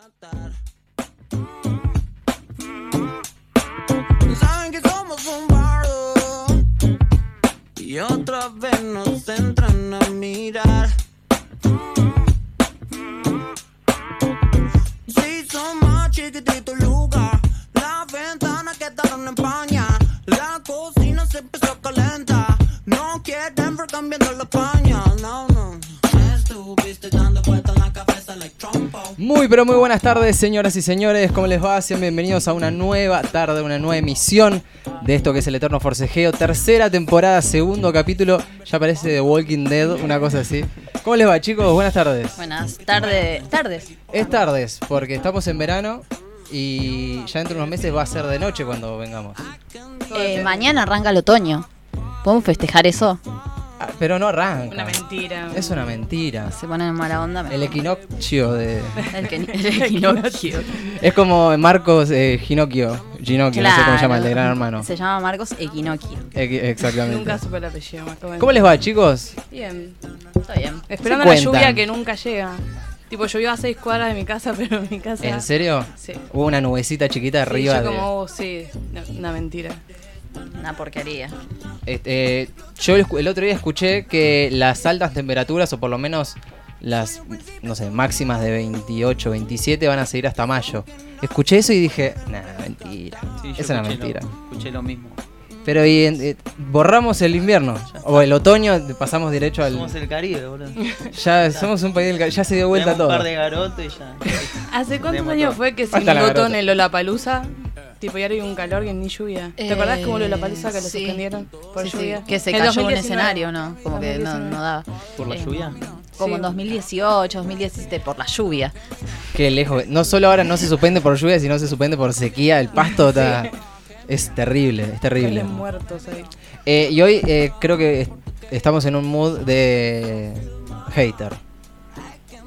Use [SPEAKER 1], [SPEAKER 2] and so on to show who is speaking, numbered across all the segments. [SPEAKER 1] cantar. Saben que somos un bardo y otra vez nos entran a mirar. Si son más chiquitito el lugar, las ventanas quedaron en paña, la cocina se empezó a calentar. No quieren ver cambiando la paña, no, no. Estuviste dando vueltas la cabeza like trompo.
[SPEAKER 2] Muy, pero muy buenas tardes, señoras y señores. ¿Cómo les va? Sean bienvenidos a una nueva tarde, una nueva emisión de esto que es el Eterno Forcejeo. Tercera temporada, segundo capítulo. Ya parece The Walking Dead, una cosa así. ¿Cómo les va, chicos? Buenas tardes.
[SPEAKER 3] Buenas tardes. Tardes.
[SPEAKER 2] Es tardes, porque estamos en verano y ya dentro de unos meses va a ser de noche cuando vengamos.
[SPEAKER 3] Eh, mañana arranca el otoño. ¿Podemos festejar eso?
[SPEAKER 2] Ah, pero no arranca.
[SPEAKER 4] Una mentira.
[SPEAKER 2] Es una mentira.
[SPEAKER 3] Se ponen en mala onda. me-
[SPEAKER 2] El equinoccio de...
[SPEAKER 3] El que- el equinoccio.
[SPEAKER 2] Es como Marcos eh, Ginocchio. Ginocchio, no sé cómo se llama, el de Gran Hermano.
[SPEAKER 3] Se llama Marcos Equinoccio.
[SPEAKER 2] Equi- Exactamente.
[SPEAKER 4] Nunca supe el apellido. me acabo de-
[SPEAKER 2] ¿Cómo les va, chicos?
[SPEAKER 4] Bien.
[SPEAKER 3] Está bien.
[SPEAKER 4] Esperando
[SPEAKER 2] Se
[SPEAKER 4] la
[SPEAKER 2] cuentan.
[SPEAKER 4] lluvia que nunca llega. Tipo, llovió a seis cuadras de mi casa, pero en mi casa.
[SPEAKER 2] ¿En serio?
[SPEAKER 4] Sí.
[SPEAKER 2] Hubo una nubecita chiquita
[SPEAKER 4] Sí,
[SPEAKER 2] arriba
[SPEAKER 4] yo
[SPEAKER 2] de...
[SPEAKER 4] como vos, sí. No, una mentira.
[SPEAKER 3] Una porquería.
[SPEAKER 2] Este, eh, yo el, el otro día escuché que las altas temperaturas, o por lo menos las, no sé, máximas de 28, 27, van a seguir hasta mayo. Escuché eso y dije, nah, mentira.
[SPEAKER 5] Sí, yo
[SPEAKER 2] es una
[SPEAKER 5] escuché
[SPEAKER 2] mentira.
[SPEAKER 5] Lo, escuché lo mismo.
[SPEAKER 2] Pero y en- eh, borramos el invierno, o el otoño, pasamos derecho al...
[SPEAKER 5] Somos el Caribe, boludo.
[SPEAKER 2] Ya somos un país del... ca- Ya se dio vuelta
[SPEAKER 5] Tenemos un
[SPEAKER 2] todo.
[SPEAKER 5] par de garotos y ya.
[SPEAKER 4] ¿Hace cuántos
[SPEAKER 5] Tenemos
[SPEAKER 4] años
[SPEAKER 5] todo.
[SPEAKER 4] fue que se
[SPEAKER 2] Falta la
[SPEAKER 4] inundó todo en
[SPEAKER 2] garota.
[SPEAKER 4] el Olapalooza? Tipo, y ahora hay un calor que ni lluvia. ¿Te
[SPEAKER 3] Eh,
[SPEAKER 4] acordás como el Olapalooza que lo
[SPEAKER 3] sí.
[SPEAKER 4] suspendieron por
[SPEAKER 3] Sí, sí,
[SPEAKER 4] lluvia?
[SPEAKER 3] Que se
[SPEAKER 4] En
[SPEAKER 3] cayó un
[SPEAKER 4] 2019.
[SPEAKER 3] escenario, ¿no? Como que no,
[SPEAKER 4] 2019.
[SPEAKER 3] no daba.
[SPEAKER 5] ¿Por la
[SPEAKER 3] Eh,
[SPEAKER 5] lluvia?
[SPEAKER 3] Como
[SPEAKER 4] Sí.
[SPEAKER 3] en 2018, 2017, por la lluvia.
[SPEAKER 2] Qué lejos. No solo ahora no se suspende por lluvia, sino se suspende por sequía. El pasto está... Es terrible, es terrible.
[SPEAKER 4] Cables muertos ahí.
[SPEAKER 2] Eh, y hoy eh, creo que est- estamos en un mood de hater.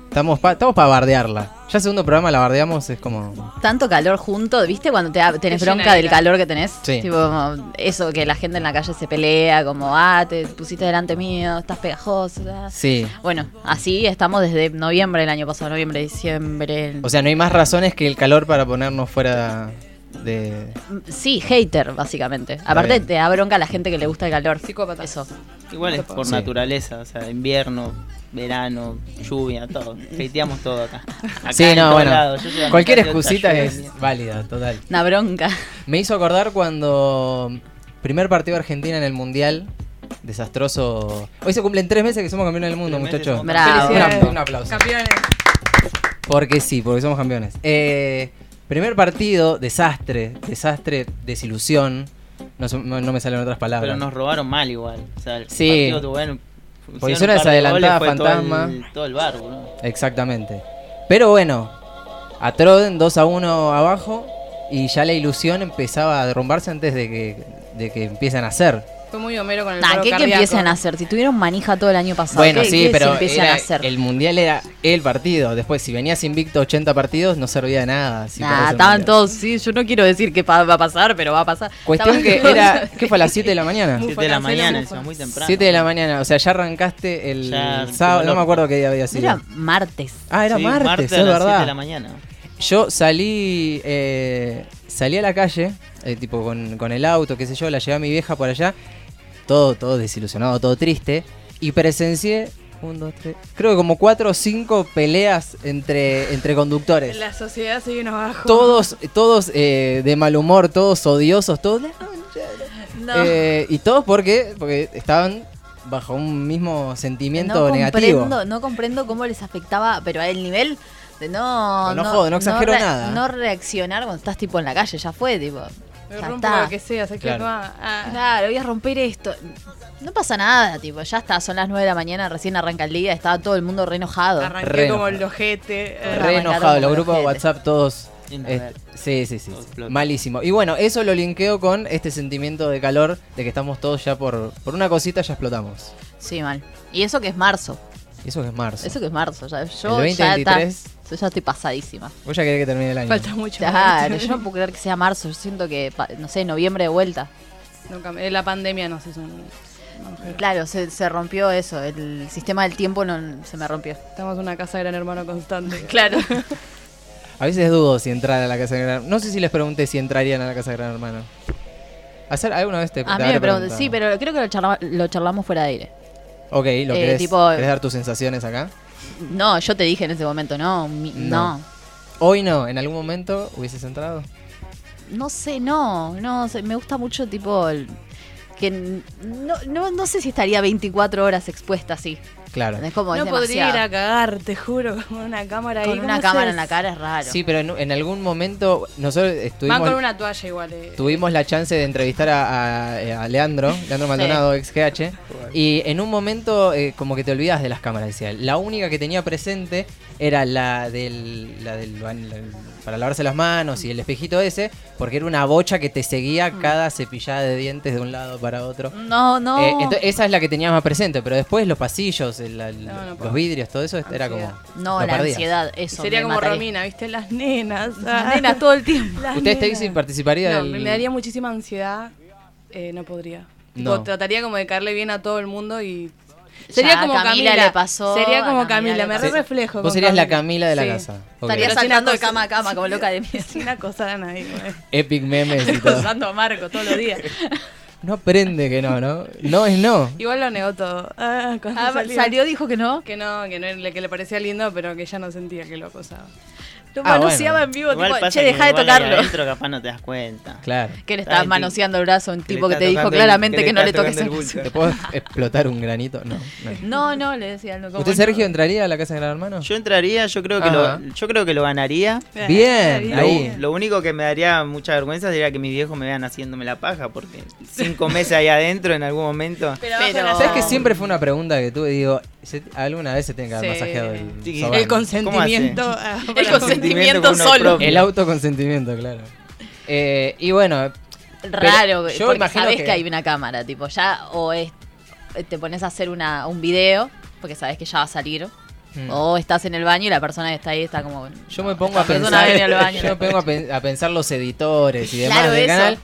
[SPEAKER 2] Estamos para estamos pa bardearla. Ya segundo programa la bardeamos, es como...
[SPEAKER 3] Tanto calor junto, ¿viste? Cuando te, da- tenés
[SPEAKER 4] Te
[SPEAKER 3] bronca
[SPEAKER 4] llena de
[SPEAKER 3] del
[SPEAKER 4] ira.
[SPEAKER 3] calor que tenés.
[SPEAKER 2] Sí.
[SPEAKER 3] Tipo, como eso que la gente en la calle se pelea, como, ah, te pusiste delante mío, estás pegajoso. ah.
[SPEAKER 2] Sí.
[SPEAKER 3] Bueno, así estamos desde noviembre del año pasado, noviembre, diciembre.
[SPEAKER 2] O sea, no hay más razones que el calor para ponernos fuera de...
[SPEAKER 3] sí, hater, básicamente. Aparte,
[SPEAKER 2] bien.
[SPEAKER 3] te da bronca a la gente que le gusta el calor.
[SPEAKER 4] Psicópata.
[SPEAKER 3] Eso.
[SPEAKER 5] Igual es por
[SPEAKER 2] Sí.
[SPEAKER 5] naturaleza, o sea, invierno, verano, lluvia, todo. Feiteamos todo acá. Acá
[SPEAKER 2] sí,
[SPEAKER 5] en
[SPEAKER 2] no,
[SPEAKER 5] todos
[SPEAKER 2] bueno.
[SPEAKER 5] lados. Yo soy amigo
[SPEAKER 2] Cualquier
[SPEAKER 5] de otra
[SPEAKER 2] excusita
[SPEAKER 5] lluvia.
[SPEAKER 2] es válida, total.
[SPEAKER 3] Una bronca.
[SPEAKER 2] Me hizo acordar cuando... Primer partido de Argentina en el Mundial. Desastroso. Hoy se cumplen tres meses que somos campeones del mundo,
[SPEAKER 5] Tres meses
[SPEAKER 2] muchachos.
[SPEAKER 5] somos
[SPEAKER 3] Bravo.
[SPEAKER 2] Un
[SPEAKER 4] Felicidades.
[SPEAKER 2] apl- un aplauso.
[SPEAKER 4] Campeones.
[SPEAKER 2] Porque sí, porque somos campeones. Eh, primer partido, desastre, desastre, desilusión. No, se- no- no me salen otras palabras.
[SPEAKER 5] Pero nos robaron mal igual. O sea, el
[SPEAKER 2] Sí.
[SPEAKER 5] partido tuvo, bueno,
[SPEAKER 2] Porque hicieron
[SPEAKER 5] hicieron un par de
[SPEAKER 2] desadelantada
[SPEAKER 5] goles, fue todo
[SPEAKER 2] fantasma.
[SPEAKER 5] el- Todo el bar, boludo.
[SPEAKER 2] Exactamente. Pero bueno, a Troden 2 a 1 abajo y ya la ilusión empezaba a derrumbarse antes de que, de que empiecen a hacer.
[SPEAKER 4] Fue muy homero con el
[SPEAKER 3] Nah,
[SPEAKER 4] paro
[SPEAKER 3] ¿qué, ¿Qué
[SPEAKER 4] cardíaco.
[SPEAKER 3] empiezan a hacer? Si tuvieron manija todo el año pasado.
[SPEAKER 2] Bueno,
[SPEAKER 3] ¿qué-
[SPEAKER 2] sí,
[SPEAKER 3] qué se
[SPEAKER 2] pero
[SPEAKER 3] empiezan
[SPEAKER 2] era-
[SPEAKER 3] a hacer?
[SPEAKER 2] el Mundial era el partido. Después, si venías invicto 80 partidos, no servía de nada. si perdés
[SPEAKER 3] Nah,
[SPEAKER 2] el
[SPEAKER 3] estaban
[SPEAKER 2] Mundial.
[SPEAKER 3] todos, sí, yo no quiero decir que pa- va a pasar, pero va a pasar.
[SPEAKER 2] Cuestión
[SPEAKER 3] Estaban
[SPEAKER 2] que
[SPEAKER 3] todos-
[SPEAKER 2] era... ¿Qué fue a las 7 de la mañana?
[SPEAKER 5] Siete de la
[SPEAKER 4] Mufacacelo,
[SPEAKER 5] mañana,
[SPEAKER 4] mufa.
[SPEAKER 5] encima, muy temprano.
[SPEAKER 2] 7 de la mañana, o sea, ya arrancaste el
[SPEAKER 5] Ya,
[SPEAKER 2] sábado,
[SPEAKER 5] como
[SPEAKER 2] no me
[SPEAKER 5] loco.
[SPEAKER 2] acuerdo qué día había
[SPEAKER 3] No
[SPEAKER 2] sido.
[SPEAKER 3] era martes.
[SPEAKER 2] Ah, era
[SPEAKER 5] Sí,
[SPEAKER 2] martes,
[SPEAKER 5] a
[SPEAKER 2] es
[SPEAKER 5] las siete de la
[SPEAKER 2] verdad.
[SPEAKER 5] mañana.
[SPEAKER 2] Yo salí, eh, salí a la calle, eh, tipo con, con el auto, qué sé yo, la llevé a mi vieja por allá, todo, todo desilusionado, todo triste, y presencié, un, dos, tres, creo que como cuatro o cinco peleas entre, entre conductores.
[SPEAKER 4] La sociedad se vino abajo.
[SPEAKER 2] Todos, todos eh, de mal humor, todos odiosos, todos...
[SPEAKER 3] No.
[SPEAKER 2] Eh, y todos porque, porque estaban bajo un mismo sentimiento
[SPEAKER 3] no
[SPEAKER 2] negativo.
[SPEAKER 3] Comprendo, no comprendo cómo les afectaba, pero el nivel de no.
[SPEAKER 2] No jodo, no exagero
[SPEAKER 3] re-
[SPEAKER 2] nada.
[SPEAKER 3] No reaccionar cuando estás tipo en la calle, ya fue, tipo.
[SPEAKER 4] Me
[SPEAKER 3] ya
[SPEAKER 4] rompo
[SPEAKER 3] está.
[SPEAKER 4] lo que sea, se
[SPEAKER 2] Claro.
[SPEAKER 4] claro. ah,
[SPEAKER 3] Claro, voy a romper esto. No pasa nada, tipo, ya está, son las 9 de la mañana, recién arranca el día, estaba todo el mundo re enojado.
[SPEAKER 4] Arranqué
[SPEAKER 2] Re
[SPEAKER 4] como
[SPEAKER 2] enojado.
[SPEAKER 4] el ojete. eh,
[SPEAKER 2] Re enojado,
[SPEAKER 3] Arrancaron
[SPEAKER 2] los
[SPEAKER 3] con
[SPEAKER 2] grupos de
[SPEAKER 3] los
[SPEAKER 2] WhatsApp todos.
[SPEAKER 5] Sin
[SPEAKER 2] eh,
[SPEAKER 5] haber.
[SPEAKER 2] sí, sí, sí.
[SPEAKER 5] Todo
[SPEAKER 2] sí.
[SPEAKER 5] explota.
[SPEAKER 2] Malísimo. Y bueno, eso lo linkeo con este sentimiento de calor de que estamos todos ya por, por una cosita ya explotamos.
[SPEAKER 3] Sí, mal. Y eso que es marzo.
[SPEAKER 2] Eso que es marzo.
[SPEAKER 3] Eso que es marzo. Ya, yo
[SPEAKER 2] El
[SPEAKER 3] ya, está-
[SPEAKER 2] 2023.
[SPEAKER 3] yo ya estoy pasadísima.
[SPEAKER 2] Vos ya querés que termine el año.
[SPEAKER 4] Falta mucho.
[SPEAKER 3] Claro, yo no puedo creer que sea marzo. Yo siento que, pa- no sé, noviembre de vuelta.
[SPEAKER 4] Nunca me- eh, la pandemia nos hizo un...
[SPEAKER 3] Claro, se, se rompió eso. El sistema del tiempo no, se me rompió.
[SPEAKER 4] Estamos en una casa de gran hermano constante. Claro.
[SPEAKER 2] A veces dudo si entrar a la casa de Gran Hermano. No sé si les pregunté si entrarían a la casa de Gran Hermano. ¿Hacer alguna vez te te
[SPEAKER 3] A mí
[SPEAKER 2] habré
[SPEAKER 3] me preguntan,
[SPEAKER 2] preguntado?
[SPEAKER 3] sí, pero creo que lo, charla- lo charlamos fuera de aire.
[SPEAKER 2] Ok, ¿lo
[SPEAKER 3] eh,
[SPEAKER 2] querés,
[SPEAKER 3] tipo-
[SPEAKER 2] querés dar tus sensaciones acá?
[SPEAKER 3] No, yo te dije en ese momento, no, mi-
[SPEAKER 2] No.
[SPEAKER 3] no.
[SPEAKER 2] Hoy no, ¿en algún momento hubieses entrado?
[SPEAKER 3] No sé, no, no, sé, me gusta mucho tipo el- que n- no, no, no sé si estaría 24 horas expuesta así.
[SPEAKER 2] Claro.
[SPEAKER 3] Es como es
[SPEAKER 4] No podría ir
[SPEAKER 3] demasiado.
[SPEAKER 4] a cagar, te juro, con una cámara ahí.
[SPEAKER 3] con una
[SPEAKER 4] ¿cómo
[SPEAKER 3] cámara
[SPEAKER 4] haces?
[SPEAKER 3] en la cara es raro.
[SPEAKER 2] Sí, pero en, en algún momento nosotros estuvimos...
[SPEAKER 4] Van con una toalla igual. eh.
[SPEAKER 2] Tuvimos la chance de entrevistar a, a- eh, a Leandro, Leandro Maldonado, ex GH, y en un momento eh, como que te olvidas de las cámaras, decía. él. La única que tenía presente era la del, la del ba- la- para lavarse las manos y el espejito ese, porque era una bocha que te seguía
[SPEAKER 4] Mm.
[SPEAKER 2] cada cepillada de dientes de un lado para otro.
[SPEAKER 3] No, no.
[SPEAKER 2] Eh, ento- esa es la que tenías más presente, pero después los pasillos, el- la-
[SPEAKER 4] No, no puedo.
[SPEAKER 2] los vidrios, todo eso era como...
[SPEAKER 3] no,
[SPEAKER 2] lo
[SPEAKER 3] la
[SPEAKER 2] perdías.
[SPEAKER 3] ansiedad, eso.
[SPEAKER 4] Sería
[SPEAKER 3] me
[SPEAKER 4] como
[SPEAKER 3] mataría.
[SPEAKER 4] Romina, ¿viste? Las nenas.
[SPEAKER 3] Las
[SPEAKER 4] ah.
[SPEAKER 3] nenas todo el tiempo.
[SPEAKER 4] Las
[SPEAKER 2] ¿Ustedes te
[SPEAKER 4] nenas.
[SPEAKER 2] dicen participaría
[SPEAKER 4] No,
[SPEAKER 2] del-
[SPEAKER 4] me daría muchísima ansiedad. eh, no podría.
[SPEAKER 2] No.
[SPEAKER 4] Tipo, trataría como de caerle bien a todo el mundo y.
[SPEAKER 3] Ya
[SPEAKER 4] Sería
[SPEAKER 3] a
[SPEAKER 4] como
[SPEAKER 3] Camila
[SPEAKER 4] Camila.
[SPEAKER 3] le pasó,
[SPEAKER 4] Sería como
[SPEAKER 3] a Camila
[SPEAKER 4] Camila,
[SPEAKER 3] le
[SPEAKER 4] me
[SPEAKER 2] Sí.
[SPEAKER 4] re reflejo.
[SPEAKER 2] Vos
[SPEAKER 4] con
[SPEAKER 2] serías la Camila de la
[SPEAKER 4] Sí.
[SPEAKER 2] casa. Ok.
[SPEAKER 3] Estaría
[SPEAKER 4] Pero sin
[SPEAKER 3] saltando de
[SPEAKER 4] acoso.
[SPEAKER 3] cama a cama como loca de miedo.
[SPEAKER 4] Sin acosar a nadie, güey.
[SPEAKER 2] Epic memes y todo.
[SPEAKER 4] Acosando a Marco todos los días.
[SPEAKER 2] No aprende que no, ¿no? No es no.
[SPEAKER 4] Igual lo negó todo. Ah, cuando
[SPEAKER 3] Ah,
[SPEAKER 4] salió.
[SPEAKER 3] salió, dijo que no.
[SPEAKER 4] Que no, que no era- que le parecía lindo, pero que ya no sentía que lo acosaba.
[SPEAKER 3] Lo
[SPEAKER 2] Ah,
[SPEAKER 3] manoseaba
[SPEAKER 2] bueno.
[SPEAKER 3] en vivo,
[SPEAKER 5] Igual
[SPEAKER 3] tipo,
[SPEAKER 5] pasa
[SPEAKER 3] che,
[SPEAKER 5] que
[SPEAKER 3] deja de
[SPEAKER 5] igual ahí
[SPEAKER 3] tocarlo.
[SPEAKER 5] Adentro capaz no te das cuenta.
[SPEAKER 2] Claro.
[SPEAKER 3] Que le estabas
[SPEAKER 5] Ay,
[SPEAKER 3] manoseando el brazo a un
[SPEAKER 6] le
[SPEAKER 3] tipo que
[SPEAKER 6] está
[SPEAKER 3] te dijo
[SPEAKER 6] tocando el-
[SPEAKER 3] claramente que, no
[SPEAKER 6] está
[SPEAKER 3] le toques el
[SPEAKER 6] tocando
[SPEAKER 3] brazo.
[SPEAKER 2] ¿Te
[SPEAKER 6] bulto.
[SPEAKER 2] puedo explotar un granito? No. no.
[SPEAKER 3] No, no, le decía algo como.
[SPEAKER 2] ¿Usted,
[SPEAKER 3] no.
[SPEAKER 2] Sergio, entraría a la casa de gran hermano?
[SPEAKER 5] Ah. Yo entraría, yo creo que
[SPEAKER 2] Ajá.
[SPEAKER 5] lo, yo creo que lo ganaría.
[SPEAKER 2] Bien,
[SPEAKER 5] Lo,
[SPEAKER 2] Ah. ahí.
[SPEAKER 5] lo único que me daría mucha vergüenza sería que mis viejos me vean haciéndome la paja, porque cinco meses ahí adentro en algún momento.
[SPEAKER 4] Pero,
[SPEAKER 3] abajo de la
[SPEAKER 2] ¿Sabes que
[SPEAKER 3] No.
[SPEAKER 2] siempre fue una pregunta que tuve? Digo, ¿se- ¿alguna vez se tiene que haber
[SPEAKER 4] Sí.
[SPEAKER 2] masajeado el,
[SPEAKER 5] Sí.
[SPEAKER 2] sobaco?
[SPEAKER 4] El
[SPEAKER 5] ¿Cómo hace?
[SPEAKER 4] consentimiento. ah,
[SPEAKER 3] El
[SPEAKER 4] para-
[SPEAKER 3] consentimiento
[SPEAKER 5] con uno
[SPEAKER 3] solo.
[SPEAKER 5] propio.
[SPEAKER 2] El autoconsentimiento, claro. Eh, y bueno,
[SPEAKER 3] Raro,
[SPEAKER 2] Pero yo
[SPEAKER 3] porque
[SPEAKER 2] imagino
[SPEAKER 3] sabes que...
[SPEAKER 2] que-
[SPEAKER 3] hay una cámara, tipo, ya o es, te pones a hacer una, un video, porque sabes que ya va a salir,
[SPEAKER 2] Mm.
[SPEAKER 3] o estás en el baño y la persona que está ahí está como...
[SPEAKER 2] yo me pongo a
[SPEAKER 3] Esta persona
[SPEAKER 2] pensar.
[SPEAKER 3] viene al baño.
[SPEAKER 2] Yo me pongo a, pen- a pensar los editores y demás
[SPEAKER 3] Claro,
[SPEAKER 2] del
[SPEAKER 3] eso.
[SPEAKER 2] canal.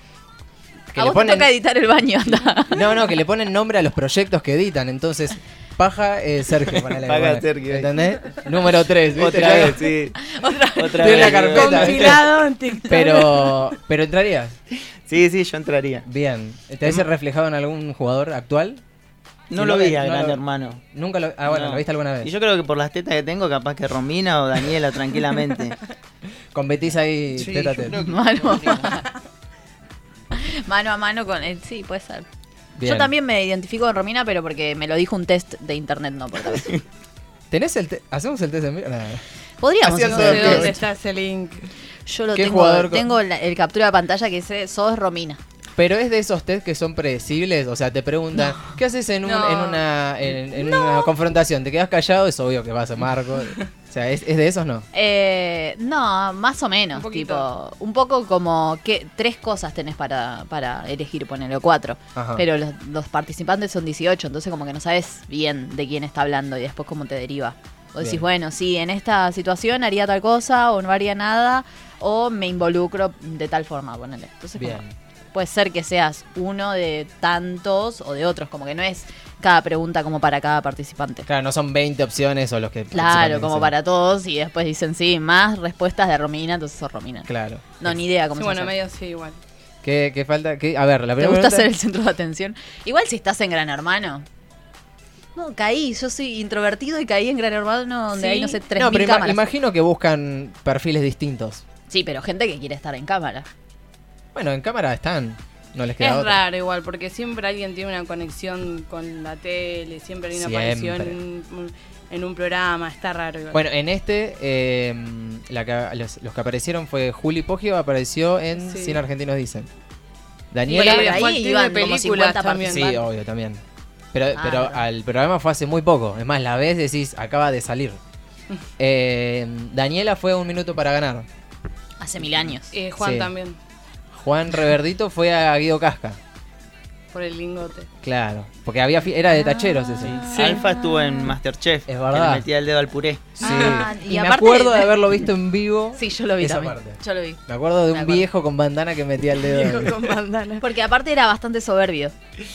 [SPEAKER 2] que
[SPEAKER 3] a
[SPEAKER 2] le
[SPEAKER 3] vos
[SPEAKER 2] ponen-
[SPEAKER 3] te toca editar el baño, anda.
[SPEAKER 2] No, no, que le ponen nombre a los proyectos que editan. Entonces, paja eh, Sergio. ponele,
[SPEAKER 5] Paja
[SPEAKER 2] ponele.
[SPEAKER 5] Sergio, ahí.
[SPEAKER 2] ¿Entendés? Número 3.
[SPEAKER 5] Otra vez, sí. Otra
[SPEAKER 2] Tiene la
[SPEAKER 5] boludo.
[SPEAKER 2] carpeta.
[SPEAKER 4] Compilado en TikTok.
[SPEAKER 2] Pero, pero entrarías.
[SPEAKER 5] Sí, sí, yo entraría.
[SPEAKER 2] Bien. ¿Te
[SPEAKER 5] Em.
[SPEAKER 2] ves reflejado en algún jugador actual?
[SPEAKER 5] No
[SPEAKER 2] Si
[SPEAKER 5] lo
[SPEAKER 2] no
[SPEAKER 5] vi
[SPEAKER 2] lo-
[SPEAKER 5] a
[SPEAKER 2] no
[SPEAKER 5] Gran
[SPEAKER 2] lo-
[SPEAKER 5] Hermano.
[SPEAKER 2] Nunca lo. Ah, bueno,
[SPEAKER 5] No.
[SPEAKER 2] ¿lo viste alguna vez?
[SPEAKER 5] Y yo creo que por las tetas que tengo, capaz que Romina o Daniela tranquilamente.
[SPEAKER 2] Competís ahí
[SPEAKER 6] Sí,
[SPEAKER 2] teta a
[SPEAKER 6] yo
[SPEAKER 2] teta.
[SPEAKER 6] creo que-
[SPEAKER 3] Mano, mano a mano con él, sí, puede ser.
[SPEAKER 2] Bien.
[SPEAKER 3] Yo también me identifico con Romina, pero porque me lo dijo un test de internet, no por cabeza.
[SPEAKER 2] ¿Tenés el te- ¿Hacemos el test en vivo? Nah.
[SPEAKER 3] Podríamos
[SPEAKER 2] Hacían
[SPEAKER 4] No
[SPEAKER 3] hacer
[SPEAKER 2] todo
[SPEAKER 4] sé
[SPEAKER 3] un
[SPEAKER 2] el
[SPEAKER 3] test.
[SPEAKER 4] dónde está ese link.
[SPEAKER 3] Yo lo
[SPEAKER 2] ¿Qué
[SPEAKER 3] tengo,
[SPEAKER 2] jugador con-
[SPEAKER 3] tengo la- el captura de pantalla que dice, sos Romina.
[SPEAKER 2] Pero es de esos test que son predecibles. O sea, te preguntan, ¿qué haces en, un-
[SPEAKER 4] No.
[SPEAKER 2] en una, en, en una confrontación? ¿Te quedas callado? Es obvio que vas a Marco. O sea, ¿es, es de esos no?
[SPEAKER 3] Eh, no, más o
[SPEAKER 4] Un
[SPEAKER 3] menos,
[SPEAKER 4] poquito.
[SPEAKER 3] tipo, un poco como que tres cosas tenés para, para elegir, ponelo cuatro,
[SPEAKER 2] Ajá.
[SPEAKER 3] pero los, los participantes son 18, entonces como que no sabes bien de quién está hablando y después cómo te deriva. Vos decís,
[SPEAKER 2] Bien.
[SPEAKER 3] bueno, sí, en esta situación haría tal cosa o no haría nada o me involucro de tal forma, ponele. Entonces como,
[SPEAKER 2] Bien.
[SPEAKER 3] puede ser que seas uno de tantos o de otros, como que no es cada pregunta como para cada participante.
[SPEAKER 2] Claro, no son 20 opciones o los que.
[SPEAKER 3] Claro,
[SPEAKER 2] participan,
[SPEAKER 3] como
[SPEAKER 2] sí.
[SPEAKER 3] para todos y después dicen, sí, más respuestas de Romina, entonces sos Romina.
[SPEAKER 2] Claro.
[SPEAKER 3] No, ni idea cómo
[SPEAKER 4] Sí,
[SPEAKER 3] se
[SPEAKER 4] bueno,
[SPEAKER 3] hace.
[SPEAKER 4] medio sí, igual.
[SPEAKER 2] ¿Qué, qué falta? ¿Qué? A ver, la
[SPEAKER 3] ¿Te
[SPEAKER 2] primera.
[SPEAKER 3] gusta ser
[SPEAKER 2] pregunta-
[SPEAKER 3] el centro de atención? Igual si estás en Gran Hermano. No, caí, yo soy introvertido y caí en Gran Hermano donde
[SPEAKER 4] Sí.
[SPEAKER 3] hay, no sé, tres
[SPEAKER 2] No, pero ima-
[SPEAKER 3] cámaras.
[SPEAKER 2] imagino que buscan perfiles distintos.
[SPEAKER 3] Sí, pero gente que quiere estar en cámara.
[SPEAKER 2] Bueno, en cámara están. No les queda
[SPEAKER 4] Es
[SPEAKER 2] otra.
[SPEAKER 4] raro igual, porque siempre alguien tiene una conexión con la tele, siempre hay una
[SPEAKER 2] Siempre.
[SPEAKER 4] aparición en un, en un programa, está raro igual.
[SPEAKER 2] Bueno, en este, eh, la que- los, los que aparecieron fue Juli Poggio, apareció en
[SPEAKER 4] Sí.
[SPEAKER 2] Cine Argentinos Dicen.
[SPEAKER 4] Bueno,
[SPEAKER 2] Daniela.
[SPEAKER 3] Por
[SPEAKER 4] pero
[SPEAKER 3] ahí
[SPEAKER 4] fue el
[SPEAKER 3] iban
[SPEAKER 4] team de
[SPEAKER 3] como
[SPEAKER 4] películas
[SPEAKER 3] 50
[SPEAKER 4] también.
[SPEAKER 2] Sí, obvio, también. Pero,
[SPEAKER 3] Ah,
[SPEAKER 2] pero
[SPEAKER 3] verdad.
[SPEAKER 2] al programa fue hace muy poco. Es más, la ves decís, acaba de salir. Eh, Daniela fue a un minuto para ganar.
[SPEAKER 3] Hace mil años.
[SPEAKER 4] Eh, Juan
[SPEAKER 2] sí.
[SPEAKER 4] también,
[SPEAKER 2] Juan Reverdito fue a Guido Casca.
[SPEAKER 4] por el lingote.
[SPEAKER 2] Claro, porque había fi- era de tacheros eso.
[SPEAKER 3] Ah.
[SPEAKER 5] Alfa estuvo en Masterchef.
[SPEAKER 2] Es verdad.
[SPEAKER 5] Que le metía el dedo al puré.
[SPEAKER 2] Sí.
[SPEAKER 3] Ah, y
[SPEAKER 2] y me
[SPEAKER 3] aparte-
[SPEAKER 2] acuerdo de haberlo visto en vivo.
[SPEAKER 3] Sí, yo lo vi
[SPEAKER 2] Esa
[SPEAKER 3] también.
[SPEAKER 2] parte.
[SPEAKER 3] Yo lo vi.
[SPEAKER 2] Me acuerdo de
[SPEAKER 3] Me
[SPEAKER 2] un
[SPEAKER 3] acuerdo.
[SPEAKER 2] viejo con bandana que metía el dedo.
[SPEAKER 4] Con bandana.
[SPEAKER 3] Porque aparte era bastante soberbio.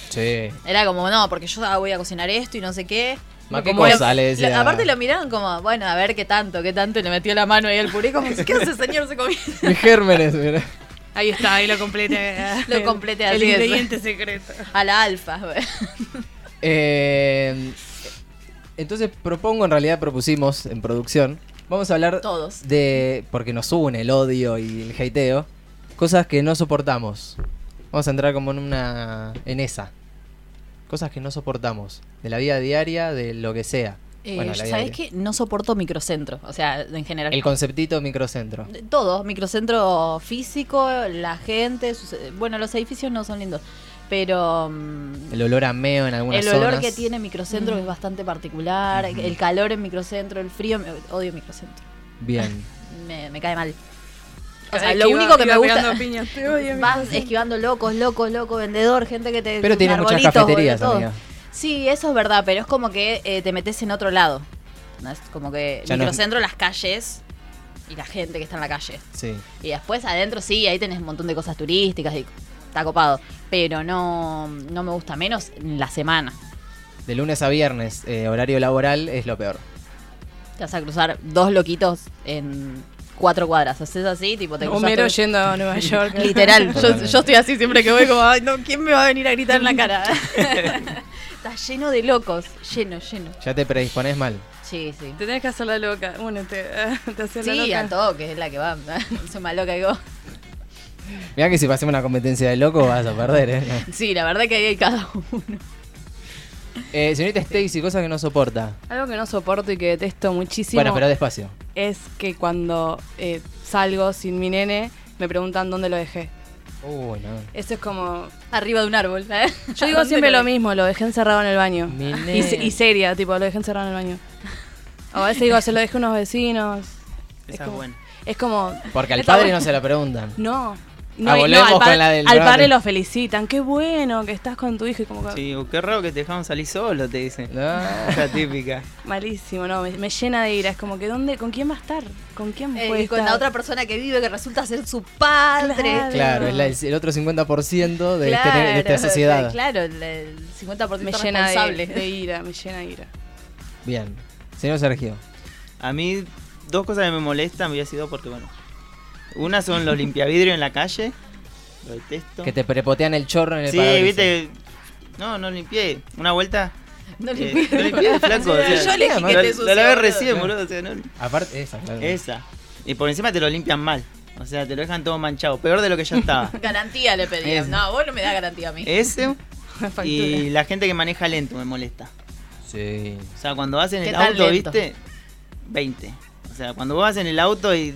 [SPEAKER 2] Sí.
[SPEAKER 3] ah, Era como, no, porque yo voy a cocinar esto y no sé qué.
[SPEAKER 2] Ma, ¿qué
[SPEAKER 3] Como
[SPEAKER 2] cosa?
[SPEAKER 3] lo-
[SPEAKER 2] Le
[SPEAKER 3] lo-
[SPEAKER 2] decía.
[SPEAKER 3] aparte lo miraron como, bueno, a ver qué tanto, qué tanto, y le metió la mano ahí al puré, como, ¿qué hace señor? Se comió.
[SPEAKER 2] Mis gérmenes, mira.
[SPEAKER 4] Ahí está, ahí lo complete. eh,
[SPEAKER 3] Lo complete,
[SPEAKER 4] El
[SPEAKER 3] así es.
[SPEAKER 4] ingrediente secreto.
[SPEAKER 3] A la alfa. güey.
[SPEAKER 2] Eh, entonces propongo, en realidad propusimos en producción, vamos a hablar
[SPEAKER 3] Todos.
[SPEAKER 2] de, porque nos une el odio y el hateo, cosas que no soportamos. Vamos a entrar como en una, en esa. Cosas que no soportamos, de la vida diaria, de lo que sea.
[SPEAKER 3] Eh,
[SPEAKER 2] Bueno, la vida
[SPEAKER 3] ¿Sabes
[SPEAKER 2] diaria.
[SPEAKER 3] qué? No soporto microcentro, o sea, en general.
[SPEAKER 2] El conceptito microcentro.
[SPEAKER 3] De- Todo, microcentro físico, la gente, sus- bueno, los edificios no son lindos, pero mm,
[SPEAKER 2] El olor a meo en algunas
[SPEAKER 3] el olor
[SPEAKER 2] zonas.
[SPEAKER 3] que tiene microcentro es bastante particular, el calor en microcentro, el frío, me- odio microcentro,
[SPEAKER 2] Bien.
[SPEAKER 3] me, me cae mal. O
[SPEAKER 4] Cada
[SPEAKER 3] sea,
[SPEAKER 4] vez
[SPEAKER 3] lo
[SPEAKER 4] iba-
[SPEAKER 3] único que
[SPEAKER 4] iba
[SPEAKER 3] me gusta...
[SPEAKER 4] pegando piñas, te odio, mi
[SPEAKER 3] Vas
[SPEAKER 4] corazón.
[SPEAKER 3] esquivando locos, locos, locos, vendedor, gente que te...
[SPEAKER 2] Pero tiene muchas
[SPEAKER 3] arbolitos,
[SPEAKER 2] cafeterías,
[SPEAKER 3] boludo, todo.
[SPEAKER 2] amiga.
[SPEAKER 3] Sí, eso es verdad, pero es como que eh, te metes en otro lado. ¿no? Es como que
[SPEAKER 2] Ya no es-
[SPEAKER 3] microcentro, las calles y la gente que está en la calle.
[SPEAKER 2] Sí.
[SPEAKER 3] Y después adentro sí, ahí tenés un montón de cosas turísticas y está copado. Pero no, no me gusta menos en la semana.
[SPEAKER 2] De lunes a viernes, eh, horario laboral es lo peor.
[SPEAKER 3] Te vas a cruzar dos loquitos en cuatro cuadras. Haces así, tipo te cruzas.
[SPEAKER 4] Homero
[SPEAKER 3] todo-
[SPEAKER 4] yendo a Nueva York.
[SPEAKER 3] Literal, yo,
[SPEAKER 2] Totalmente.
[SPEAKER 3] yo estoy así siempre que voy como, ay no, ¿quién me va a venir a gritar en la cara? Está lleno de locos, lleno, lleno.
[SPEAKER 2] Ya te predispones mal.
[SPEAKER 3] Sí, sí.
[SPEAKER 4] Te tenés que hacer la loca. Únete. Te haces la
[SPEAKER 3] Sí,
[SPEAKER 4] loca.
[SPEAKER 3] a todo, que es la que va. Soy más loca que vos.
[SPEAKER 2] Mira que si pasemos una competencia de loco vas a perder, ¿eh?
[SPEAKER 3] Sí, la verdad que ahí hay cada uno.
[SPEAKER 2] Eh, señorita Stacy, cosas que no soporta.
[SPEAKER 4] Algo que no soporto y que detesto muchísimo
[SPEAKER 2] bueno, pero despacio.
[SPEAKER 4] es que cuando eh, salgo sin mi nene me preguntan dónde lo dejé.
[SPEAKER 2] Uy, no.
[SPEAKER 4] Eso es como...
[SPEAKER 3] Arriba de un árbol. ¿eh?
[SPEAKER 4] Yo digo siempre lo mismo, lo dejé encerrado en el baño.
[SPEAKER 2] Mi
[SPEAKER 4] Y, se-
[SPEAKER 2] nene.
[SPEAKER 4] y seria, tipo, lo dejé encerrado en el baño. O a veces digo, se lo dejé a unos vecinos.
[SPEAKER 5] Esa es
[SPEAKER 4] como-
[SPEAKER 5] buena.
[SPEAKER 4] Es como,
[SPEAKER 2] Porque al
[SPEAKER 4] Está
[SPEAKER 2] padre
[SPEAKER 4] bueno.
[SPEAKER 2] no se la preguntan.
[SPEAKER 4] no. No,
[SPEAKER 2] Ah,
[SPEAKER 4] hay- no,
[SPEAKER 2] volvemos
[SPEAKER 4] al,
[SPEAKER 2] con
[SPEAKER 4] pa-
[SPEAKER 2] la del
[SPEAKER 4] al
[SPEAKER 2] programa.
[SPEAKER 4] padre lo felicitan. Qué bueno que estás con tu hijo. Y como que-
[SPEAKER 5] Sí, o qué raro que te dejaron salir solo, te dicen.
[SPEAKER 2] Ah.
[SPEAKER 5] Esa típica.
[SPEAKER 4] Malísimo, no, me, me llena de ira. Es como que, ¿dónde, ¿con quién va a estar? ¿Con quién
[SPEAKER 3] Eh,
[SPEAKER 4] puede
[SPEAKER 3] y con la
[SPEAKER 4] estar?
[SPEAKER 3] otra persona que vive que resulta ser su padre.
[SPEAKER 2] Claro, es la- el otro 50% de, este- de esta
[SPEAKER 3] Claro,
[SPEAKER 2] sociedad.
[SPEAKER 3] Claro, el- el 50%
[SPEAKER 4] Me llena de,
[SPEAKER 3] responsable.
[SPEAKER 4] de ira, me llena de ira.
[SPEAKER 2] Bien. Señor Sergio.
[SPEAKER 5] A mí, dos cosas que me molestan, voy a decir dos porque, bueno. Una son los limpiavidrios en la calle. Lo detesto.
[SPEAKER 2] Que te prepotean el chorro en el
[SPEAKER 5] sí,
[SPEAKER 2] parabrisas.
[SPEAKER 5] viste. No, no limpié. Una vuelta.
[SPEAKER 3] No
[SPEAKER 5] eh,
[SPEAKER 3] le
[SPEAKER 5] no limpié, flaco. o sea,
[SPEAKER 3] Yo elegí
[SPEAKER 5] lo-
[SPEAKER 3] que esté
[SPEAKER 5] lo-
[SPEAKER 3] sucio,
[SPEAKER 5] Lo lavé
[SPEAKER 3] boludo.
[SPEAKER 5] recién, boludo. O sea, no,
[SPEAKER 2] Aparte, esa, claro.
[SPEAKER 5] esa. Y por encima te lo limpian mal. O sea, te lo dejan todo manchado. Peor de lo que ya estaba.
[SPEAKER 3] Garantía le
[SPEAKER 2] Eh,
[SPEAKER 3] pedía.
[SPEAKER 5] Eso.
[SPEAKER 3] No, vos no me das garantía a mí.
[SPEAKER 5] Ese.
[SPEAKER 4] Factura.
[SPEAKER 5] Y la gente que maneja lento me molesta.
[SPEAKER 2] Sí.
[SPEAKER 5] O sea, cuando vas en
[SPEAKER 3] ¿Qué
[SPEAKER 5] el
[SPEAKER 3] tan
[SPEAKER 5] auto,
[SPEAKER 3] lento?
[SPEAKER 5] ¿viste? 20. O sea, cuando vos vas en el auto y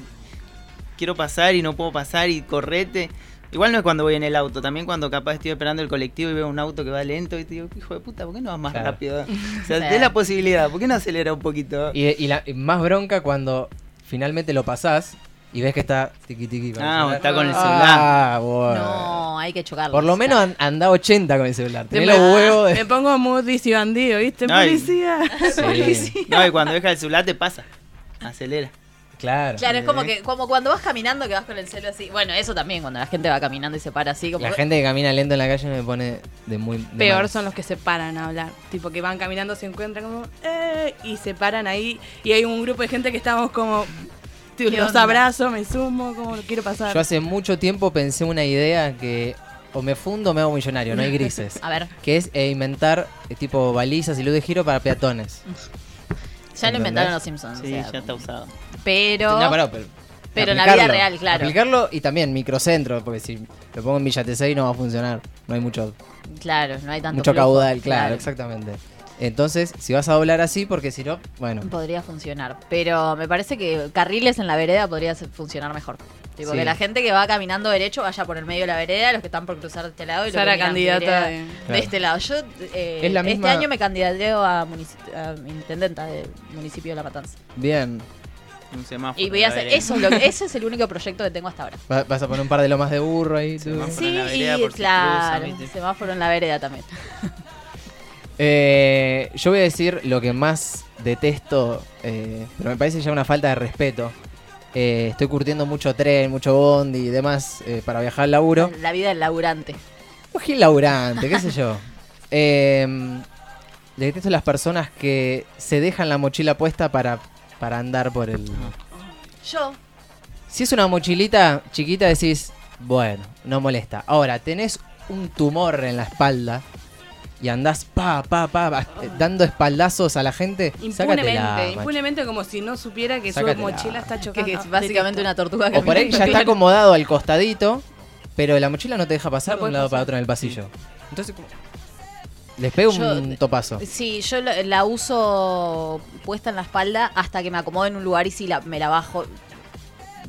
[SPEAKER 5] quiero pasar y no puedo pasar y correte. Igual no es cuando voy en el auto, también cuando capaz estoy esperando el colectivo y veo un auto que va lento y te digo, hijo de puta, ¿por qué no vas más
[SPEAKER 2] Claro.
[SPEAKER 5] rápido? O sea,
[SPEAKER 3] Sí.
[SPEAKER 5] tenés la posibilidad, ¿por qué no acelera un poquito?
[SPEAKER 2] Y, y la y más bronca cuando finalmente lo pasás y ves que está tiqui tiqui con
[SPEAKER 5] Ah,
[SPEAKER 2] el celular.
[SPEAKER 5] está con el celular.
[SPEAKER 2] Ah, bueno.
[SPEAKER 3] No, hay que chocarlo.
[SPEAKER 2] Por lo menos an- anda 80 con el celular. Tenés
[SPEAKER 4] me,
[SPEAKER 2] los huevos
[SPEAKER 4] me
[SPEAKER 2] de...
[SPEAKER 4] pongo mood y bandido, ¿viste?
[SPEAKER 5] Ay.
[SPEAKER 4] Policía.
[SPEAKER 2] Sí,
[SPEAKER 5] No, y cuando deja el celular te pasa, acelera.
[SPEAKER 2] claro.
[SPEAKER 3] Claro, es como
[SPEAKER 2] Eh.
[SPEAKER 3] que como cuando vas caminando que vas con el celo así. Bueno, eso también, cuando la gente va caminando y se para así. Como
[SPEAKER 2] La gente que camina lento en la calle me pone de muy... de
[SPEAKER 4] Peor
[SPEAKER 2] malas.
[SPEAKER 4] son los que se paran a hablar. Tipo que van caminando, se encuentran como, "Eh", Y se paran ahí. Y hay un grupo de gente que estamos como.
[SPEAKER 3] ¿Qué
[SPEAKER 4] Los
[SPEAKER 3] onda?
[SPEAKER 4] abrazo, me sumo, como quiero pasar.
[SPEAKER 2] Yo hace mucho tiempo pensé una idea que o me fundo o me hago millonario, no hay grises.
[SPEAKER 3] A ver,
[SPEAKER 2] que es eh, inventar eh, tipo balizas y luz de giro para peatones.
[SPEAKER 3] ya lo
[SPEAKER 2] ¿Entendés?
[SPEAKER 3] inventaron los Simpsons.
[SPEAKER 5] Sí,
[SPEAKER 3] o sea,
[SPEAKER 5] ya está usado.
[SPEAKER 3] Pero.
[SPEAKER 2] No, pará, pero,
[SPEAKER 3] Pero en la vida
[SPEAKER 2] aplicarlo.
[SPEAKER 3] real, claro.
[SPEAKER 2] Aplicarlo y también microcentro, porque si lo pongo en Villa T6 no va a funcionar. No hay mucho,
[SPEAKER 3] Claro, no hay tanto.
[SPEAKER 2] mucho
[SPEAKER 3] flujo,
[SPEAKER 2] caudal, claro, exactamente. Entonces, si vas a doblar así, porque si no, bueno.
[SPEAKER 3] Podría funcionar, pero me parece que carriles en la vereda podría ser- funcionar mejor. Tipo,
[SPEAKER 2] Sí.
[SPEAKER 3] que la gente que va caminando derecho vaya por el medio de la vereda, los que están por cruzar de este lado y los que
[SPEAKER 4] Sara
[SPEAKER 3] miran de
[SPEAKER 4] candidata
[SPEAKER 3] vereda
[SPEAKER 4] de-
[SPEAKER 3] de
[SPEAKER 2] Claro.
[SPEAKER 3] este lado. Yo eh,
[SPEAKER 2] Es la misma-
[SPEAKER 3] este año me candidateo a, munici- a intendenta del municipio de La Matanza.
[SPEAKER 2] Bien.
[SPEAKER 5] Un semáforo.
[SPEAKER 3] Y voy
[SPEAKER 5] en
[SPEAKER 3] a
[SPEAKER 5] la
[SPEAKER 3] hacer
[SPEAKER 5] vereda.
[SPEAKER 3] eso, es lo que- ese es el único proyecto que tengo hasta ahora.
[SPEAKER 2] Va- vas a poner un par de lomas de burro ahí. tú.
[SPEAKER 5] Semáforo
[SPEAKER 3] Sí,
[SPEAKER 5] en la vereda
[SPEAKER 3] y
[SPEAKER 5] por si
[SPEAKER 3] claro,
[SPEAKER 5] cruzan, ¿viste?
[SPEAKER 3] semáforo en la vereda también.
[SPEAKER 2] Eh, yo voy a decir lo que más detesto, eh, pero me parece ya una falta de respeto. Eh, estoy curtiendo mucho tren, mucho bondi y demás eh, para viajar al laburo.
[SPEAKER 3] La vida del laburante.
[SPEAKER 2] Un gil laburante, qué sé yo. Eh, Detesto las personas que se dejan la mochila puesta para, para andar por el...
[SPEAKER 3] Yo.
[SPEAKER 2] Si es una mochilita chiquita decís, bueno, no molesta. Ahora, tenés un tumor en la espalda y andás pa, pa, pa, pa, eh, dando espaldazos a la gente,
[SPEAKER 4] Impunemente,
[SPEAKER 2] sácatela. macho.
[SPEAKER 4] impunemente como si no supiera que su
[SPEAKER 2] Sácatela.
[SPEAKER 4] mochila está
[SPEAKER 3] Que,
[SPEAKER 4] chocando.
[SPEAKER 3] que es básicamente una tortuga
[SPEAKER 2] O por ahí
[SPEAKER 3] caminando,
[SPEAKER 2] ya está
[SPEAKER 3] claro.
[SPEAKER 2] acomodado al costadito, pero la mochila no te deja pasar
[SPEAKER 4] No
[SPEAKER 2] de un
[SPEAKER 4] puede
[SPEAKER 2] lado
[SPEAKER 4] pasar.
[SPEAKER 2] para otro en el pasillo. Entonces, como- les pego un
[SPEAKER 3] Yo-
[SPEAKER 2] topazo.
[SPEAKER 3] Sí, yo la, la uso puesta en la espalda hasta que me acomodo en un lugar y si la, me la bajo,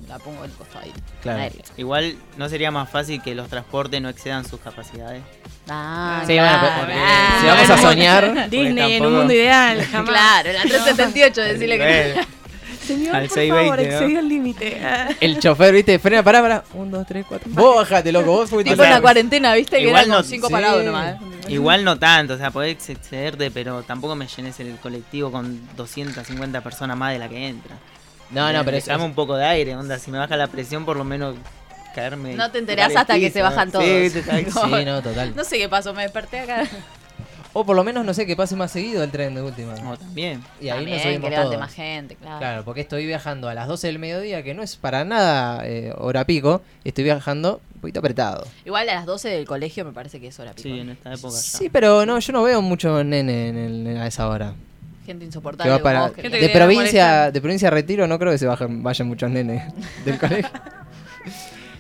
[SPEAKER 3] la pongo en el costadito.
[SPEAKER 2] Claro.
[SPEAKER 3] Nadie-
[SPEAKER 5] Igual, ¿no sería más fácil que los transportes no excedan sus capacidades?
[SPEAKER 3] Ah,
[SPEAKER 2] Sí, bueno,
[SPEAKER 3] claro.
[SPEAKER 2] porque
[SPEAKER 3] ah,
[SPEAKER 2] si vamos a
[SPEAKER 3] bueno.
[SPEAKER 2] soñar,
[SPEAKER 4] Disney en
[SPEAKER 5] tampoco-
[SPEAKER 4] un mundo ideal, jamás.
[SPEAKER 3] Claro, en la 378, decirle que.
[SPEAKER 5] Bueno,
[SPEAKER 4] Señor,
[SPEAKER 5] Al
[SPEAKER 4] por
[SPEAKER 5] 620,
[SPEAKER 4] favor,
[SPEAKER 5] ¿no?
[SPEAKER 4] excedió el límite. Ah.
[SPEAKER 2] el chofer, viste, frena, pará, pará. Un, dos, tres, cuatro. Vos bajate, loco, vos fuiste.
[SPEAKER 3] Tipo en la cuarentena, viste, que
[SPEAKER 5] Igual
[SPEAKER 3] eran como
[SPEAKER 5] no-
[SPEAKER 3] cinco
[SPEAKER 2] sí.
[SPEAKER 3] parados nomás.
[SPEAKER 5] Igual no tanto, o sea, podés excederte, pero tampoco me llenes el colectivo con 250 personas más de la que entra.
[SPEAKER 2] No, no, pero es,
[SPEAKER 5] Dame un poco de aire, onda, si me baja la presión, por lo menos caerme.
[SPEAKER 3] No te enterás
[SPEAKER 5] tocar el
[SPEAKER 3] hasta que
[SPEAKER 5] piso.
[SPEAKER 3] se bajan
[SPEAKER 5] Sí,
[SPEAKER 3] todos.
[SPEAKER 5] te-
[SPEAKER 2] Sí, no, total.
[SPEAKER 3] No sé qué pasó, me desperté acá.
[SPEAKER 2] O por lo menos, no sé, que pase más seguido el tren de última.
[SPEAKER 5] O también.
[SPEAKER 2] Y ahí
[SPEAKER 3] También,
[SPEAKER 2] nos
[SPEAKER 3] que
[SPEAKER 2] subimos
[SPEAKER 3] levante
[SPEAKER 2] todos.
[SPEAKER 3] más gente, claro.
[SPEAKER 2] Claro, porque estoy viajando a las 12 del mediodía, que no es para nada eh, hora pico. Estoy viajando un poquito apretado.
[SPEAKER 3] Igual a las 12 del colegio me parece que es hora pico.
[SPEAKER 5] Sí, en esta época. ya.
[SPEAKER 2] Sí, pero no, yo no veo mucho nene en el- en- a esa hora.
[SPEAKER 3] Gente
[SPEAKER 2] Que
[SPEAKER 3] insoportable.
[SPEAKER 2] va para,
[SPEAKER 3] como vos, que-
[SPEAKER 4] Gente
[SPEAKER 2] de
[SPEAKER 4] que le
[SPEAKER 2] provincia,
[SPEAKER 4] molestan.
[SPEAKER 2] de provincia a Retiro no creo que se bajen, vayan muchos nenes del colegio.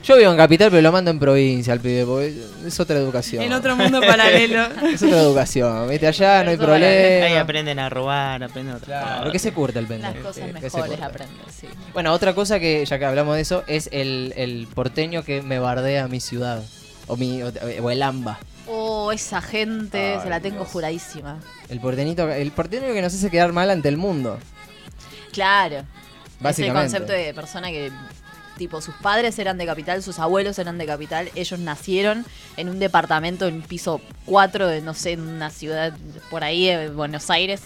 [SPEAKER 2] Yo vivo en capital, pero lo mando en provincia al pibe, porque es otra educación.
[SPEAKER 4] En otro mundo paralelo.
[SPEAKER 2] Es otra educación, viste, allá no hay
[SPEAKER 3] Eso vale.
[SPEAKER 5] Ahí
[SPEAKER 2] problema.
[SPEAKER 5] aprenden a robar, aprenden otra
[SPEAKER 2] Claro, que se curta el pendejo.
[SPEAKER 3] Las cosas
[SPEAKER 2] sí, que se
[SPEAKER 3] mejores
[SPEAKER 2] curta.
[SPEAKER 3] aprender, sí.
[SPEAKER 2] Bueno, otra cosa que, ya que hablamos de eso, es el, el porteño que me bardea mi ciudad. O, mi, o, o el AMBA.
[SPEAKER 3] Oh, esa gente, se la tengo juradísima.
[SPEAKER 2] El porteñito, el porteño que nos hace quedar mal ante el mundo.
[SPEAKER 3] Claro.
[SPEAKER 2] Básicamente.
[SPEAKER 3] Es el concepto de persona que, tipo, sus padres eran de capital, sus abuelos eran de capital, ellos nacieron en un departamento en piso 4 de, no sé, en una ciudad por ahí, de Buenos Aires.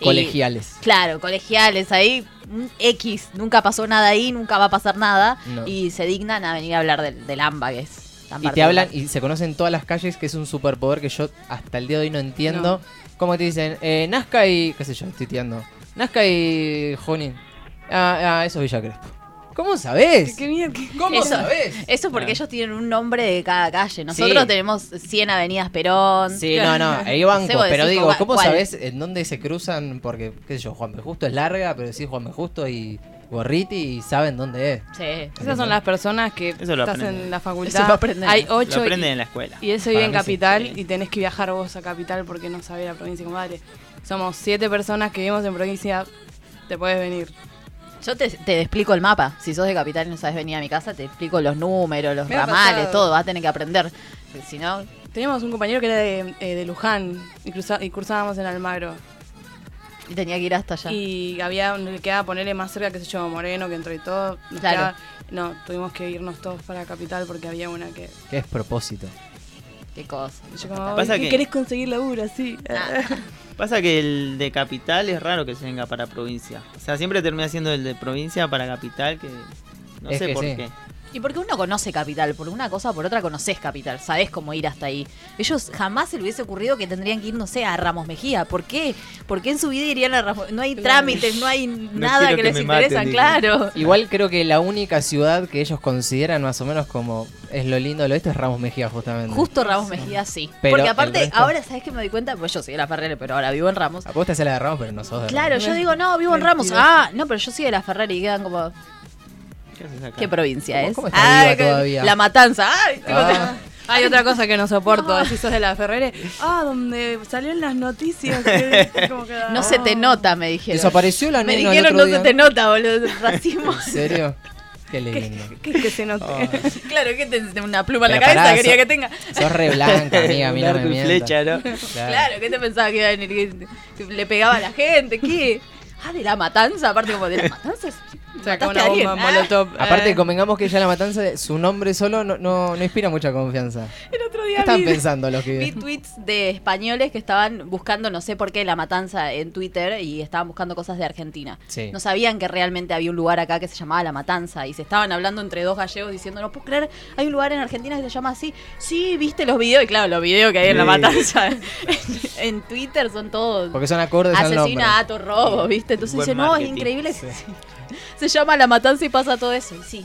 [SPEAKER 3] Y-
[SPEAKER 2] Colegiales.
[SPEAKER 3] Claro, colegiales, ahí mm, X, nunca pasó nada ahí, nunca va a pasar nada.
[SPEAKER 2] No.
[SPEAKER 3] Y se dignan a venir a hablar del, del AMBA, que es tan
[SPEAKER 2] Y te hablan
[SPEAKER 3] particular.
[SPEAKER 2] y se conocen todas las calles, que es un superpoder que yo hasta el día de hoy no entiendo. ¿Cómo te dicen? Eh, Nazca y. qué sé yo, estoy tirando. Nazca y Junín. Ah, ah, eso es Villa Crespo. ¿Cómo sabés?
[SPEAKER 4] Qué mierda. qué-
[SPEAKER 2] ¿Cómo
[SPEAKER 3] Eso-
[SPEAKER 2] sabés?
[SPEAKER 3] Eso porque
[SPEAKER 5] Claro.
[SPEAKER 3] ellos tienen un nombre de cada calle. Nosotros
[SPEAKER 2] Sí.
[SPEAKER 3] tenemos 100 avenidas Perón.
[SPEAKER 2] Sí, no, no, ahí banco,
[SPEAKER 3] Sí, vos
[SPEAKER 2] pero
[SPEAKER 3] decís,
[SPEAKER 2] digo,
[SPEAKER 3] ¿cuál-
[SPEAKER 2] ¿cómo
[SPEAKER 3] cuál?
[SPEAKER 2] sabés en dónde se cruzan? Porque, qué sé yo, Juan B. Justo es larga, pero decís Juan B. Justo y Gorriti y saben dónde es.
[SPEAKER 3] Sí.
[SPEAKER 4] Esas son las personas que
[SPEAKER 5] Eso lo
[SPEAKER 4] estás
[SPEAKER 5] aprenden.
[SPEAKER 4] en la facultad.
[SPEAKER 3] Eso lo aprenden.
[SPEAKER 4] Hay
[SPEAKER 5] Lo
[SPEAKER 4] ocho
[SPEAKER 5] aprenden
[SPEAKER 4] y,
[SPEAKER 5] en la escuela.
[SPEAKER 4] y eso vive
[SPEAKER 2] Para
[SPEAKER 4] en
[SPEAKER 2] mí sí.
[SPEAKER 4] capital
[SPEAKER 5] Sí.
[SPEAKER 4] y tenés que viajar vos a capital porque no sabés la provincia comadre. Somos siete personas que vivimos en provincia. Te puedes venir.
[SPEAKER 3] Yo te, te explico el mapa. Si sos de capital y no sabes venir a mi casa, te explico los números, los
[SPEAKER 4] Me ha
[SPEAKER 3] ramales,
[SPEAKER 4] pasado.
[SPEAKER 3] todo. Vas a tener que aprender. Si no,
[SPEAKER 4] Teníamos un compañero que era de, eh, de Luján y, cruza- y cursábamos en Almagro.
[SPEAKER 3] tenía que ir hasta allá.
[SPEAKER 4] Y había, le quedaba ponerle más cerca, que se yo, Moreno, que entró y todo. Nos
[SPEAKER 3] Claro.
[SPEAKER 4] quedaba- no, tuvimos que irnos todos para capital porque había una que.
[SPEAKER 2] ¿Qué es propósito?
[SPEAKER 3] Qué cosa.
[SPEAKER 4] Yo como,
[SPEAKER 5] Pasa
[SPEAKER 4] "Ay, ¿qué
[SPEAKER 5] que- Ah,
[SPEAKER 4] querés conseguir laburo así?
[SPEAKER 5] Pasa que el de capital es raro que se venga para provincia. O sea, siempre termina siendo el de provincia para capital, que no
[SPEAKER 2] Es
[SPEAKER 5] sé
[SPEAKER 2] que
[SPEAKER 5] por
[SPEAKER 2] sí.
[SPEAKER 5] qué.
[SPEAKER 3] Y porque uno conoce capital, por una cosa por otra conoces capital, sabés cómo ir hasta ahí. Ellos jamás se les hubiese ocurrido que tendrían que ir, no sé, a Ramos Mejía. ¿Por qué? Porque en su vida irían a Ramos No hay trámites, no hay nada que,
[SPEAKER 5] quiero que
[SPEAKER 3] les
[SPEAKER 5] me maten,
[SPEAKER 3] interesan,
[SPEAKER 5] dice.
[SPEAKER 3] claro.
[SPEAKER 2] Igual creo que la única ciudad que ellos consideran más o menos como es lo lindo del oeste es Ramos Mejía, justamente.
[SPEAKER 3] Justo Ramos Mejía sí.
[SPEAKER 2] Pero
[SPEAKER 3] porque
[SPEAKER 2] el
[SPEAKER 3] aparte,
[SPEAKER 2] resto- Ah,
[SPEAKER 3] ahora sabés que me doy cuenta, pues yo soy de la Ferrere, pero ahora vivo en Ramos.
[SPEAKER 2] Aposta se la de Ramos, pero no sos de
[SPEAKER 3] Claro, yo digo, no, vivo en Ramos. Ah, no, pero yo soy de la Ferrari y quedan como,
[SPEAKER 5] ¿Qué haces acá?
[SPEAKER 3] ¿qué provincia
[SPEAKER 2] Ah. ¿Cómo-
[SPEAKER 3] es?
[SPEAKER 2] cómo está viva
[SPEAKER 3] que-
[SPEAKER 2] todavía?
[SPEAKER 3] La Matanza. Ay, tengo-
[SPEAKER 2] Ah.
[SPEAKER 4] Hay otra cosa que no soporto, si sos de la Ferrere. Ah, donde salieron las noticias. que- como que-
[SPEAKER 2] Ah.
[SPEAKER 4] "Ah,
[SPEAKER 3] No se te nota, me dijeron.
[SPEAKER 2] Desapareció la
[SPEAKER 3] Me
[SPEAKER 2] nena el
[SPEAKER 3] dijeron,
[SPEAKER 2] otro
[SPEAKER 3] no se
[SPEAKER 2] día.
[SPEAKER 3] te nota, boludo, racismo.
[SPEAKER 2] ¿En serio? Qué lindo.
[SPEAKER 4] ¿Qué es que se nota?
[SPEAKER 2] Ah,
[SPEAKER 3] Claro, que te, una pluma en la
[SPEAKER 2] Pero
[SPEAKER 3] cabeza
[SPEAKER 2] pará,
[SPEAKER 3] quería
[SPEAKER 2] so-
[SPEAKER 3] que tenga.
[SPEAKER 2] sos re blanca, amiga, a mí
[SPEAKER 5] Un
[SPEAKER 2] no
[SPEAKER 5] arco
[SPEAKER 2] me
[SPEAKER 5] y
[SPEAKER 2] mientas.
[SPEAKER 5] flecha, ¿no?
[SPEAKER 2] Claro.
[SPEAKER 3] Claro, ¿qué te pensaba que iba a venir? Que le pegaba a la gente, ¿qué? Ah, de la matanza, aparte como de la matanza.
[SPEAKER 4] Saca
[SPEAKER 3] Mataste
[SPEAKER 4] una
[SPEAKER 3] a alguien.
[SPEAKER 4] bomba molotov.
[SPEAKER 2] Aparte,
[SPEAKER 4] eh.
[SPEAKER 2] convengamos que ya la matanza, de- su nombre solo no, no, no inspira mucha confianza.
[SPEAKER 3] Ah,
[SPEAKER 4] El otro
[SPEAKER 2] ¿Qué
[SPEAKER 4] día
[SPEAKER 2] están
[SPEAKER 4] vi-
[SPEAKER 2] pensando los
[SPEAKER 3] Vi
[SPEAKER 2] que
[SPEAKER 3] tweets de españoles que estaban buscando, no sé por qué, la matanza en Twitter y estaban buscando cosas de Argentina.
[SPEAKER 2] Sí.
[SPEAKER 3] No sabían que realmente había un lugar acá que se llamaba La Matanza y se estaban hablando entre dos gallegos diciendo, no puedo creer, hay un lugar en Argentina que se llama así. Sí, viste los videos y claro, los videos que hay en La
[SPEAKER 5] Sí.
[SPEAKER 3] Matanza en, en Twitter son todos
[SPEAKER 2] Porque son acordes al nombre.
[SPEAKER 3] asesinato, robo, viste. Entonces
[SPEAKER 5] Buen
[SPEAKER 3] dice, no, es
[SPEAKER 5] marketing".
[SPEAKER 3] increíble. que Se llama La Matanza y pasa todo eso. Y sí,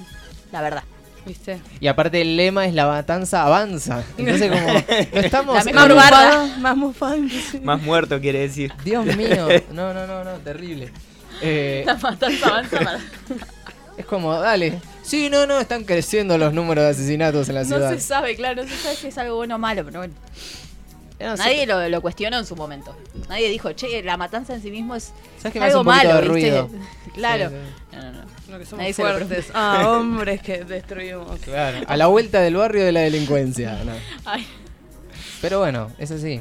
[SPEAKER 3] la verdad.
[SPEAKER 4] ¿Viste?
[SPEAKER 2] Y aparte, el lema es la matanza avanza. Entonces, como, no
[SPEAKER 3] La
[SPEAKER 2] estamos.
[SPEAKER 3] mejor
[SPEAKER 2] en-
[SPEAKER 3] barra.
[SPEAKER 4] más mufado, imposible.
[SPEAKER 5] Más muerto quiere decir.
[SPEAKER 2] Dios mío. No, no, no, no, terrible. Eh,
[SPEAKER 3] La Matanza avanza para...
[SPEAKER 2] es como, dale. Sí, no, no, están creciendo los números de asesinatos en la
[SPEAKER 3] No
[SPEAKER 2] ciudad.
[SPEAKER 3] se sabe, claro, no se sabe si es algo bueno o malo, pero bueno.
[SPEAKER 2] Eh, no sé,
[SPEAKER 3] Nadie lo, lo cuestionó en su momento. Nadie dijo, che, la matanza en sí mismo es
[SPEAKER 2] ¿Sabes qué me hace
[SPEAKER 3] algo
[SPEAKER 2] un poquito
[SPEAKER 3] malo,
[SPEAKER 2] de
[SPEAKER 3] ¿viste?
[SPEAKER 2] ruido?
[SPEAKER 3] Claro.
[SPEAKER 2] Sí,
[SPEAKER 3] No, no, no.
[SPEAKER 4] No, que
[SPEAKER 3] Nadie
[SPEAKER 4] somos
[SPEAKER 3] se lo
[SPEAKER 4] fuertes. Ah, hombres que destruimos.
[SPEAKER 2] Claro. A la vuelta del barrio de la delincuencia. no.
[SPEAKER 3] Ay,
[SPEAKER 2] Pero bueno, es así.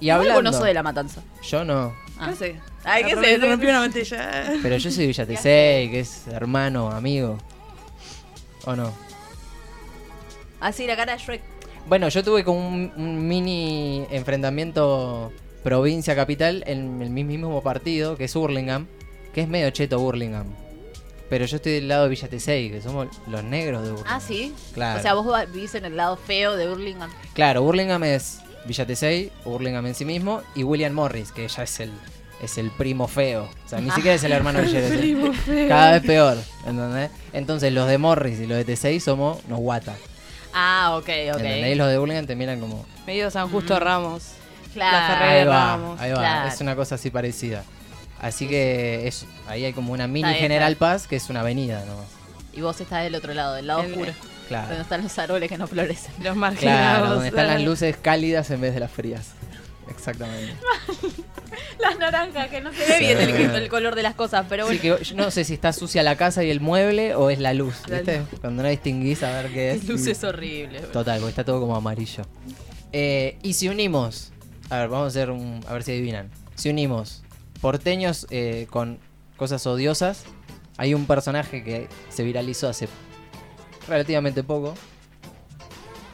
[SPEAKER 2] Y
[SPEAKER 3] igual
[SPEAKER 2] hablando.
[SPEAKER 3] vos no sos de la matanza.
[SPEAKER 2] Yo no.
[SPEAKER 3] Ah.
[SPEAKER 4] ¿Qué sé?
[SPEAKER 3] Ay, qué
[SPEAKER 4] Ah,
[SPEAKER 3] sé,
[SPEAKER 4] me rompió una mentilla.
[SPEAKER 2] Pero yo soy de Villa Tesey, que es hermano, amigo. ¿O no?
[SPEAKER 3] Así Ah, la cara de Shrek.
[SPEAKER 2] Bueno, yo tuve como un, un mini enfrentamiento provincia-capital en el mismo partido, que es Hurlingham, que es medio cheto Hurlingham. Pero yo estoy del lado de Villa Tesey, que somos los negros de Hurlingham.
[SPEAKER 3] Ah, sí.
[SPEAKER 2] Claro.
[SPEAKER 3] O sea, vos va- vivís en el lado feo de Burlingame.
[SPEAKER 2] Claro, Burlingame es Villa Tesey, Burlingame en sí mismo, y William Morris, que ya es el, es el primo feo. O
[SPEAKER 3] Ah.
[SPEAKER 2] sea, ni siquiera es el hermano de Jerez. Cada vez peor, ¿entendés? Entonces los de Morris y los de Tesey somos nos guata.
[SPEAKER 3] Ah, ok, ok.
[SPEAKER 2] ¿Entendés? Y los de Burlingame te miran como.
[SPEAKER 4] Medio San Justo Ramos. La
[SPEAKER 3] Claro.
[SPEAKER 4] Ferrer.
[SPEAKER 2] Ahí va,
[SPEAKER 4] Ramos,
[SPEAKER 2] ahí va.
[SPEAKER 3] claro.
[SPEAKER 2] Es una cosa así parecida. Así que es, ahí hay como una mini
[SPEAKER 3] Está bien,
[SPEAKER 2] General
[SPEAKER 3] está
[SPEAKER 2] Paz que es una avenida nomás.
[SPEAKER 3] Y vos estás del otro lado, del lado
[SPEAKER 4] El-
[SPEAKER 3] oscuro. Donde
[SPEAKER 2] Claro.
[SPEAKER 3] están los árboles que no florecen.
[SPEAKER 4] Los marginados.
[SPEAKER 2] Claro, donde están las luces cálidas en vez de las frías. Exactamente.
[SPEAKER 3] Las naranjas, que no se ve bien el, el color de las cosas, pero
[SPEAKER 2] Así
[SPEAKER 3] bueno.
[SPEAKER 2] que yo no sé si está sucia la casa y el mueble o es la luz, ¿viste? Cuando no distinguís a ver qué es.
[SPEAKER 3] Luces horribles.
[SPEAKER 2] Total, porque está todo como amarillo. Eh, y si unimos, a ver, vamos a hacer un, a ver si adivinan. Si unimos porteños eh, con cosas odiosas, hay un personaje que se viralizó hace relativamente poco,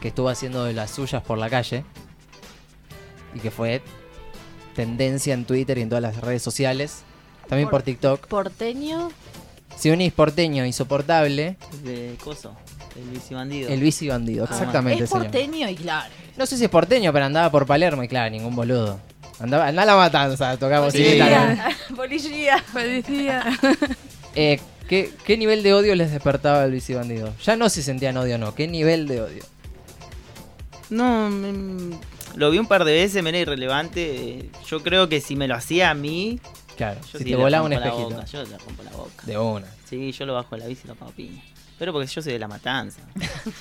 [SPEAKER 2] que estuvo haciendo de las suyas por la calle y que fue tendencia en Twitter y en todas las redes sociales, también por
[SPEAKER 3] Por-
[SPEAKER 2] TikTok.
[SPEAKER 3] Porteño.
[SPEAKER 2] Si unís porteño insoportable,
[SPEAKER 5] De coso. El bici bandido.
[SPEAKER 2] el bici bandido,
[SPEAKER 5] Ah.
[SPEAKER 2] exactamente.
[SPEAKER 3] es
[SPEAKER 2] señor.
[SPEAKER 3] porteño y claro.
[SPEAKER 2] No sé si es porteño, pero andaba por Palermo y claro, ningún boludo. Andaba, andaba a la matanza, tocaba bocineta.
[SPEAKER 3] Policía. Policía.
[SPEAKER 4] Policía.
[SPEAKER 2] Eh, ¿qué, qué nivel de odio les despertaba el bici bandido? Ya no si sentían odio o no, ¿qué nivel de odio?
[SPEAKER 5] No, mm, lo vi un par de veces, me era irrelevante. Eh, Yo creo que si me lo hacía a mí,
[SPEAKER 2] Claro,
[SPEAKER 5] yo
[SPEAKER 2] si
[SPEAKER 5] sí
[SPEAKER 2] te
[SPEAKER 5] le
[SPEAKER 2] volaba un
[SPEAKER 5] rompo la
[SPEAKER 2] espejito.
[SPEAKER 5] boca, yo le rompo la boca.
[SPEAKER 2] De una.
[SPEAKER 5] Sí, yo lo bajo de la bici y lo pago piña. Pero porque yo soy de la matanza.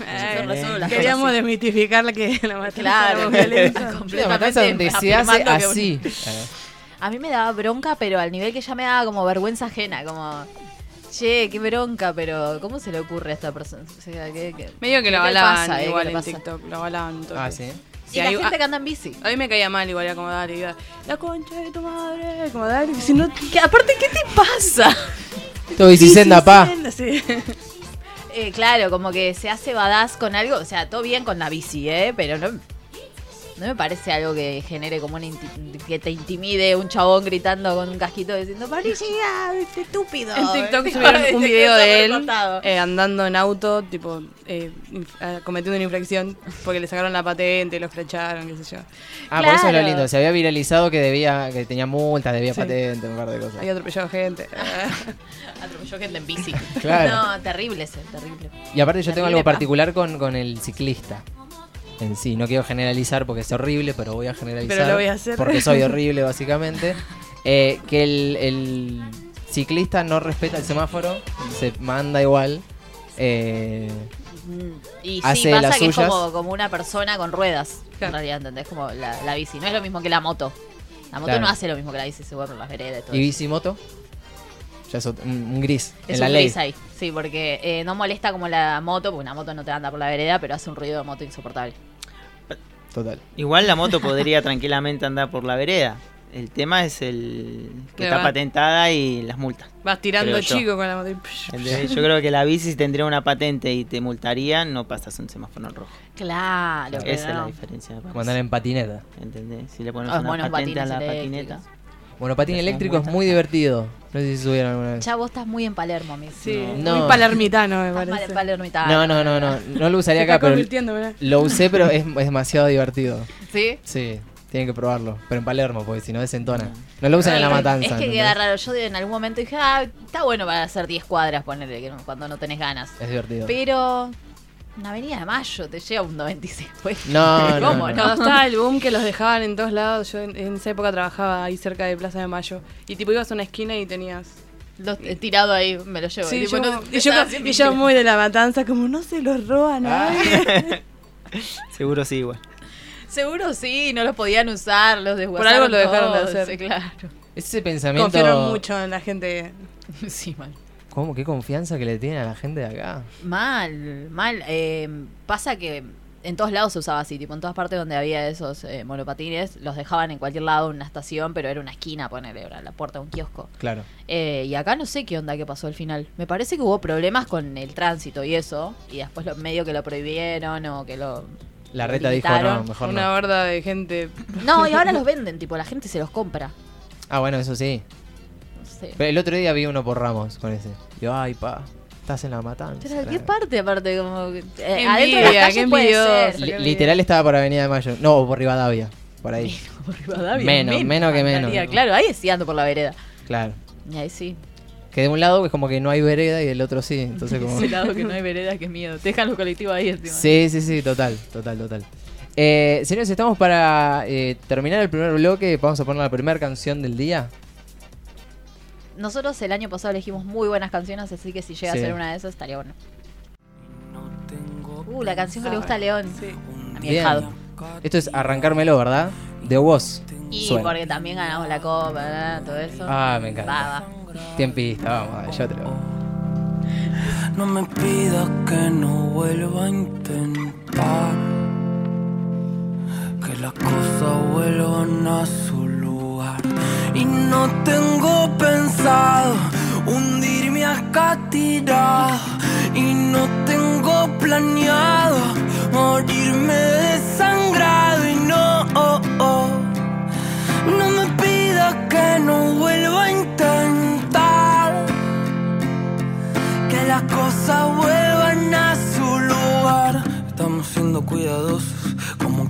[SPEAKER 4] Ay,
[SPEAKER 3] Con razón, las
[SPEAKER 4] Queríamos
[SPEAKER 3] cosas
[SPEAKER 4] desmitificar la que la
[SPEAKER 3] así.
[SPEAKER 4] matanza
[SPEAKER 3] Claro.
[SPEAKER 4] era violenta.
[SPEAKER 2] Yo la matanza donde se hace
[SPEAKER 3] afirmando que-
[SPEAKER 2] así. Eh,
[SPEAKER 3] A mí me daba bronca, pero al nivel que ya me daba como vergüenza ajena, como. Che, qué bronca, pero ¿cómo se le ocurre a esta persona? O sea, ¿qué- qué-
[SPEAKER 4] Medio que
[SPEAKER 3] qué
[SPEAKER 4] lo
[SPEAKER 3] le
[SPEAKER 4] avalaban
[SPEAKER 3] pasa, eh?
[SPEAKER 4] igual
[SPEAKER 3] ¿Qué le
[SPEAKER 4] en
[SPEAKER 3] pasa?
[SPEAKER 4] TikTok. Lo avalaban un toque.
[SPEAKER 2] Ah, sí.
[SPEAKER 4] Sí,
[SPEAKER 3] Y la
[SPEAKER 4] hay- Ah,
[SPEAKER 3] gente que anda en bici.
[SPEAKER 4] A mí me caía mal igual, era como Dari. iba, La concha de tu madre, como Dari. Si no,
[SPEAKER 3] Que, aparte, ¿qué te pasa?
[SPEAKER 2] Tu bicicenda, pa.
[SPEAKER 4] Sí.
[SPEAKER 3] Eh, claro, como que se hace badass con algo. O sea, todo bien con la bici, ¿eh? Pero no, no me parece algo que genere como una inti- que te intimide un chabón gritando con un casquito diciendo ¡Policía! ¡Estúpido!
[SPEAKER 4] En TikTok
[SPEAKER 3] ¿viste?
[SPEAKER 4] subieron un
[SPEAKER 3] Este,
[SPEAKER 4] video
[SPEAKER 3] que está
[SPEAKER 4] de
[SPEAKER 3] por
[SPEAKER 4] él
[SPEAKER 3] costado.
[SPEAKER 4] eh, andando en auto, tipo, eh, inf- ah, cometiendo una infracción porque le sacaron la patente, lo escracharon, qué sé yo.
[SPEAKER 2] Ah, por eso es lo
[SPEAKER 3] Claro.
[SPEAKER 2] lindo. Se había viralizado que debía, que tenía multas, debía patente, un par de cosas.
[SPEAKER 4] Había atropellado gente.
[SPEAKER 3] Atropelló gente en bici.
[SPEAKER 2] Claro.
[SPEAKER 3] No, terrible ese, terrible.
[SPEAKER 2] Y aparte yo tengo
[SPEAKER 3] Terrible
[SPEAKER 2] algo
[SPEAKER 3] pa.
[SPEAKER 2] particular con, con el ciclista. En sí, no quiero generalizar porque es horrible, pero voy a generalizar.
[SPEAKER 4] Pero lo voy a hacer.
[SPEAKER 2] Porque soy horrible, básicamente. Eh, que el, el ciclista no respeta el semáforo, se manda igual. Eh,
[SPEAKER 3] Mm. Y sí,
[SPEAKER 2] Hace
[SPEAKER 3] pasa
[SPEAKER 2] las
[SPEAKER 3] que es
[SPEAKER 2] suyas.
[SPEAKER 3] como, como una persona con ruedas. En
[SPEAKER 4] Claro.
[SPEAKER 3] realidad, ¿entendés? Como la, la bici. No es lo mismo que la moto. La moto
[SPEAKER 2] Claro.
[SPEAKER 3] no hace lo mismo que la bici, se va por las veredas y todo.
[SPEAKER 2] y
[SPEAKER 3] eso.
[SPEAKER 2] bicimoto, ya es ot- un, un gris
[SPEAKER 3] Es
[SPEAKER 2] en la
[SPEAKER 3] un
[SPEAKER 2] ley.
[SPEAKER 3] gris ahí. Sí, porque eh, no molesta como la moto, porque una moto no te anda por la vereda, pero hace un ruido de moto insoportable.
[SPEAKER 2] Total.
[SPEAKER 5] Igual la moto podría tranquilamente andar por la vereda. El tema es el que
[SPEAKER 4] Ahí
[SPEAKER 5] está
[SPEAKER 4] va.
[SPEAKER 5] patentada y las multas.
[SPEAKER 4] Vas tirando
[SPEAKER 5] Creo yo.
[SPEAKER 4] chico con la moto. y psh, psh.
[SPEAKER 5] ¿Entendés? Yo creo que la bici si tendría una patente y te multarían, no pasas un semáforo en rojo.
[SPEAKER 3] Claro, pero
[SPEAKER 5] Esa es la
[SPEAKER 3] no.
[SPEAKER 5] diferencia. me parece.
[SPEAKER 2] Como andar en patineta.
[SPEAKER 5] ¿Entendés? Si le pones
[SPEAKER 3] Ah,
[SPEAKER 5] una
[SPEAKER 3] bueno,
[SPEAKER 5] patente a la
[SPEAKER 3] patines
[SPEAKER 5] patineta.
[SPEAKER 3] eléctricos.
[SPEAKER 2] Bueno, patín
[SPEAKER 5] Hacemos
[SPEAKER 2] eléctrico es
[SPEAKER 5] vueltas.
[SPEAKER 2] muy divertido. No sé si subieron alguna vez.
[SPEAKER 3] Ya vos estás muy en Palermo, amigo.
[SPEAKER 4] Sí,
[SPEAKER 2] No.
[SPEAKER 4] muy palermitano me
[SPEAKER 3] Estás mal
[SPEAKER 4] parece.
[SPEAKER 3] en Palermitano.
[SPEAKER 2] No, no, no, no. No lo
[SPEAKER 4] Se
[SPEAKER 2] usaría
[SPEAKER 4] está
[SPEAKER 2] acá, pero
[SPEAKER 4] convirtiendo, ¿verdad?
[SPEAKER 2] lo usé, pero es, es demasiado divertido.
[SPEAKER 3] ¿Sí?
[SPEAKER 2] Sí, tienen que probarlo. Pero en Palermo, porque si no desentona. No lo usan en la matanza.
[SPEAKER 3] Es que queda
[SPEAKER 2] ¿entendés?
[SPEAKER 3] raro. Yo en algún momento dije, ah, está bueno para hacer 10 cuadras, ponerle que no- cuando no tenés ganas.
[SPEAKER 2] Es divertido.
[SPEAKER 3] Pero una avenida de mayo te lleva un 96 pues.
[SPEAKER 2] No, no,
[SPEAKER 3] ¿Cómo
[SPEAKER 2] no.
[SPEAKER 3] no?
[SPEAKER 4] Cuando estaba el boom que los dejaban en todos lados, yo en, en esa época trabajaba ahí cerca de Plaza de Mayo. Y tipo ibas a una esquina y tenías.
[SPEAKER 3] Los- eh, tirado ahí, me lo llevo.
[SPEAKER 4] Sí,
[SPEAKER 3] Tipo,
[SPEAKER 4] yo,
[SPEAKER 3] no-
[SPEAKER 4] y yo,
[SPEAKER 3] estaba sin
[SPEAKER 4] y yo
[SPEAKER 3] micro.
[SPEAKER 4] muy de la matanza, como no se los roban
[SPEAKER 5] Ah, Seguro sí, igual.
[SPEAKER 3] Seguro sí, no los podían usar, los desguazaron
[SPEAKER 4] algo lo dejaron de
[SPEAKER 3] todos,
[SPEAKER 4] hacer.
[SPEAKER 3] sí, claro.
[SPEAKER 2] Es ese pensamiento.
[SPEAKER 4] Confiaron mucho en la gente.
[SPEAKER 3] Sí, mal.
[SPEAKER 2] ¿Cómo? ¿Qué confianza que le tienen a la gente de acá?
[SPEAKER 3] Mal, mal. Eh, pasa que en todos lados se usaba así, tipo en todas partes donde había esos eh, monopatines, los dejaban en cualquier lado, en una estación, pero era una esquina, ponerle, era la puerta de un kiosco.
[SPEAKER 2] Claro.
[SPEAKER 3] Eh, y acá no sé qué onda que pasó al final. Me parece que hubo problemas con el tránsito y eso, y después lo, medio que lo prohibieron o que lo...
[SPEAKER 2] La
[SPEAKER 3] lo
[SPEAKER 2] reta dijo, no,
[SPEAKER 3] limitaron.
[SPEAKER 2] mejor
[SPEAKER 4] una
[SPEAKER 2] no.
[SPEAKER 4] horda de gente.
[SPEAKER 3] No, y ahora los venden, tipo, la gente se los compra.
[SPEAKER 2] Ah, bueno, eso sí.
[SPEAKER 3] No sé.
[SPEAKER 2] Pero el otro día vi uno por Ramos con ese. Yo, ay, pa, estás en la matanza.
[SPEAKER 3] Pero ¿qué
[SPEAKER 2] Claro.
[SPEAKER 3] parte aparte? Como, que- eh,
[SPEAKER 4] Qué
[SPEAKER 3] adentro de
[SPEAKER 4] envidia,
[SPEAKER 3] la
[SPEAKER 4] qué
[SPEAKER 3] calle puede
[SPEAKER 4] envidioso.
[SPEAKER 3] ser.
[SPEAKER 2] Li- literal estaba por Avenida de Mayo. No, por Rivadavia. Por ahí.
[SPEAKER 3] Por Rivadavia,
[SPEAKER 2] Menos, menos que menos.
[SPEAKER 3] mandaría. Claro, ahí sí ando por la vereda.
[SPEAKER 2] Claro.
[SPEAKER 3] Y ahí sí.
[SPEAKER 2] Que de un lado es como que no hay vereda y del otro sí. Entonces como...
[SPEAKER 3] Ese lado que no hay vereda, qué miedo. Te dejan los colectivos ahí encima.
[SPEAKER 2] Sí, sí, sí, total, total, total. Eh, señores, estamos para eh, terminar el primer bloque. Vamos a poner la primera canción del día.
[SPEAKER 3] Nosotros el año pasado elegimos muy buenas canciones, así que si llega
[SPEAKER 2] Sí.
[SPEAKER 3] a ser una de esas estaría bueno. Uh, la canción que le gusta a León.
[SPEAKER 4] Sí.
[SPEAKER 3] A mi
[SPEAKER 2] Bien.
[SPEAKER 3] ahijado.
[SPEAKER 2] Esto es Arrancármelo, ¿verdad? De vos.
[SPEAKER 3] Y
[SPEAKER 2] Suena.
[SPEAKER 3] porque también ganamos la copa, ¿verdad? todo eso.
[SPEAKER 2] Ah, me encanta.
[SPEAKER 3] Va, va.
[SPEAKER 2] Tiempista, vamos, yo te lo...
[SPEAKER 6] No me pidas que no vuelva a intentar que las cosas vuelvan a su lugar. Y no tengo pensado hundirme acá tirado. Y no tengo planeado morirme desangrado. Y no, oh, oh, no me pidas que no vuelva a intentar que las cosas vuelvan a su lugar. Estamos siendo cuidadosos, como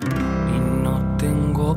[SPEAKER 6] Y no tengo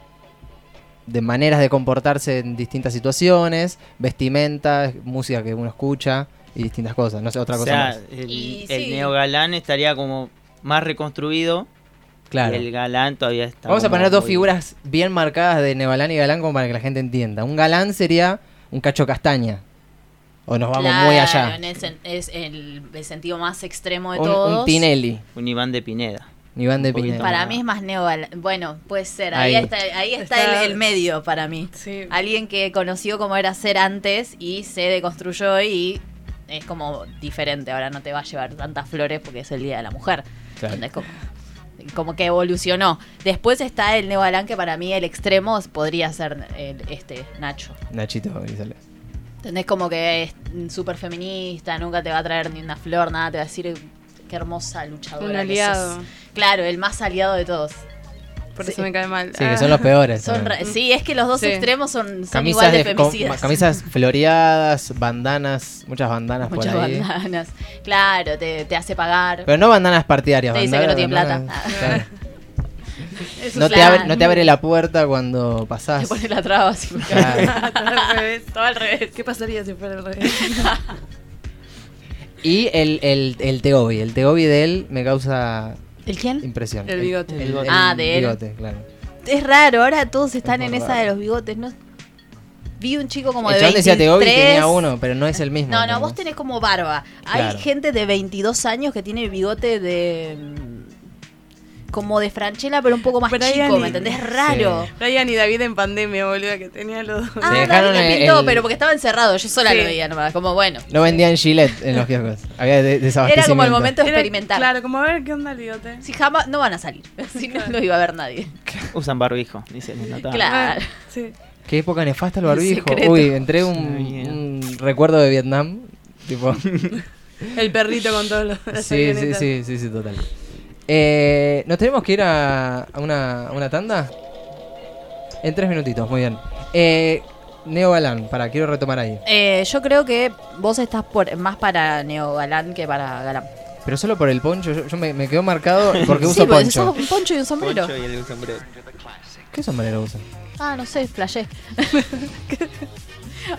[SPEAKER 2] de maneras de comportarse en distintas situaciones, vestimentas, música que uno escucha y distintas cosas. No sé, otra
[SPEAKER 5] O
[SPEAKER 2] cosa
[SPEAKER 5] sea,
[SPEAKER 2] más.
[SPEAKER 5] el,
[SPEAKER 3] Y
[SPEAKER 5] el
[SPEAKER 3] sí.
[SPEAKER 5] neogalán estaría como más reconstruido
[SPEAKER 2] Claro.
[SPEAKER 5] y el galán todavía está.
[SPEAKER 2] Vamos a
[SPEAKER 5] como
[SPEAKER 2] poner dos
[SPEAKER 5] muy-
[SPEAKER 2] figuras bien marcadas de Nebalán y Galán como para que la gente entienda. Un galán sería un cacho castaña. O nos vamos muy allá.
[SPEAKER 3] En el sen- es el, el sentido más extremo de
[SPEAKER 2] Un,
[SPEAKER 3] todos.
[SPEAKER 2] un Tinelli.
[SPEAKER 5] Un Iván de Pineda.
[SPEAKER 2] Iván de
[SPEAKER 5] Un poquito
[SPEAKER 2] Pineda.
[SPEAKER 3] Para
[SPEAKER 5] Ah.
[SPEAKER 3] mí es más neogal. Bueno, puede ser. Ahí,
[SPEAKER 2] Ahí.
[SPEAKER 3] está, ahí está,
[SPEAKER 4] Está-
[SPEAKER 3] El, el medio para mí.
[SPEAKER 4] Sí.
[SPEAKER 2] Ah,
[SPEAKER 3] Alguien que conoció cómo era ser antes y se deconstruyó y es como diferente. Ahora no te va a llevar tantas flores porque es el Día de la Mujer.
[SPEAKER 2] Claro.
[SPEAKER 3] ¿Entendés? Como, como que evolucionó. Después está el Neo Galán, que para mí el extremo podría ser el- este Nacho.
[SPEAKER 2] Nachito Grisales.
[SPEAKER 3] ¿Entendés? Como que es súper feminista, nunca te va a traer ni una flor, nada, te va a decir qué hermosa luchadora.
[SPEAKER 4] Un
[SPEAKER 3] que
[SPEAKER 4] aliado.
[SPEAKER 3] sos". Claro, el más aliado de todos.
[SPEAKER 4] Por
[SPEAKER 3] Sí.
[SPEAKER 4] eso me cae mal. Ah,
[SPEAKER 2] Sí, que son los peores.
[SPEAKER 3] Son
[SPEAKER 2] también.
[SPEAKER 3] re- sí, es que los dos
[SPEAKER 4] Sí.
[SPEAKER 3] extremos son, son
[SPEAKER 2] Camisas,
[SPEAKER 3] igual de
[SPEAKER 2] de- con-
[SPEAKER 3] femicidas.
[SPEAKER 2] camisas floreadas, bandanas, muchas bandanas
[SPEAKER 3] Muchas
[SPEAKER 2] por ahí.
[SPEAKER 3] bandanas. Claro, te, te hace pagar.
[SPEAKER 2] Pero no bandanas partidarias.
[SPEAKER 3] Te dice que no tiene
[SPEAKER 2] bandanas-
[SPEAKER 3] plata.
[SPEAKER 2] Claro.
[SPEAKER 4] Eso
[SPEAKER 2] No,
[SPEAKER 4] sí.
[SPEAKER 2] te
[SPEAKER 3] Claro.
[SPEAKER 2] abre, no te abre la puerta cuando pasás.
[SPEAKER 3] te pone la traba así.
[SPEAKER 2] Claro.
[SPEAKER 4] Todo al revés.
[SPEAKER 3] Todo al revés.
[SPEAKER 4] ¿Qué pasaría si fuera al revés?
[SPEAKER 2] Y el, el, el Tegobi. El Tegobi de él me causa
[SPEAKER 3] ¿El quién?
[SPEAKER 2] impresión.
[SPEAKER 4] El bigote.
[SPEAKER 3] Ah, de él.
[SPEAKER 2] bigote, claro.
[SPEAKER 3] Es raro, ahora todos están
[SPEAKER 2] Es
[SPEAKER 3] en
[SPEAKER 2] muy
[SPEAKER 3] esa
[SPEAKER 2] raro.
[SPEAKER 3] de los bigotes. No... Vi un chico como
[SPEAKER 2] el
[SPEAKER 3] de
[SPEAKER 2] chabón
[SPEAKER 3] 23.
[SPEAKER 2] decía Tegobi y tenía uno, pero no es el mismo.
[SPEAKER 3] No, no,
[SPEAKER 2] ¿entendés?
[SPEAKER 3] vos tenés como barba. Hay
[SPEAKER 2] Claro.
[SPEAKER 3] gente de 22 años que tiene bigote de... mm, Como de franchela, pero un poco más
[SPEAKER 4] Brian
[SPEAKER 3] chico, ¿me
[SPEAKER 4] y-
[SPEAKER 3] entendés? Raro.
[SPEAKER 2] Sí.
[SPEAKER 4] Brian y David en pandemia, boludo, que tenía los dos.
[SPEAKER 3] Ah,
[SPEAKER 2] Se
[SPEAKER 3] David
[SPEAKER 2] dejaron
[SPEAKER 3] me
[SPEAKER 2] el-
[SPEAKER 3] pintó,
[SPEAKER 2] el-
[SPEAKER 3] pero porque estaba encerrado. Yo sola
[SPEAKER 4] Sí.
[SPEAKER 3] lo veía nomás. Como, bueno.
[SPEAKER 2] No vendían Gillette en los kioscos. Había de-
[SPEAKER 3] Era
[SPEAKER 2] desabastecimiento.
[SPEAKER 3] como el momento de
[SPEAKER 4] Era-
[SPEAKER 3] experimentar.
[SPEAKER 4] Claro, como a ver qué onda el bigote.
[SPEAKER 3] Si jamás no van a salir. Si no lo iba a ver nadie.
[SPEAKER 5] Usan barbijo, dice la nota.
[SPEAKER 3] Claro.
[SPEAKER 4] Ah, sí.
[SPEAKER 2] Qué época nefasta el
[SPEAKER 3] El
[SPEAKER 2] barbijo.
[SPEAKER 3] secreto.
[SPEAKER 2] Uy, entré un,
[SPEAKER 5] Sí, bien.
[SPEAKER 2] un recuerdo de Vietnam. Tipo.
[SPEAKER 4] El perrito con todos los. las
[SPEAKER 2] sí, sí,
[SPEAKER 4] avionetas.
[SPEAKER 2] sí, sí, sí, total. Eh, ¿Nos tenemos que ir a, a una, a una tanda? En tres minutitos, muy bien. Eh, Neo Galán, para, quiero retomar ahí.
[SPEAKER 3] Eh, yo creo que vos estás por, más para Neo Galán que para Galán.
[SPEAKER 2] Pero solo por el poncho, yo, yo me, me quedo marcado porque
[SPEAKER 3] sí,
[SPEAKER 2] uso
[SPEAKER 3] porque
[SPEAKER 2] poncho.
[SPEAKER 3] sos un poncho y un sombrero.
[SPEAKER 5] Poncho y el sombrero.
[SPEAKER 2] ¿Qué sombrero usan?
[SPEAKER 3] Ah, no sé, flashé.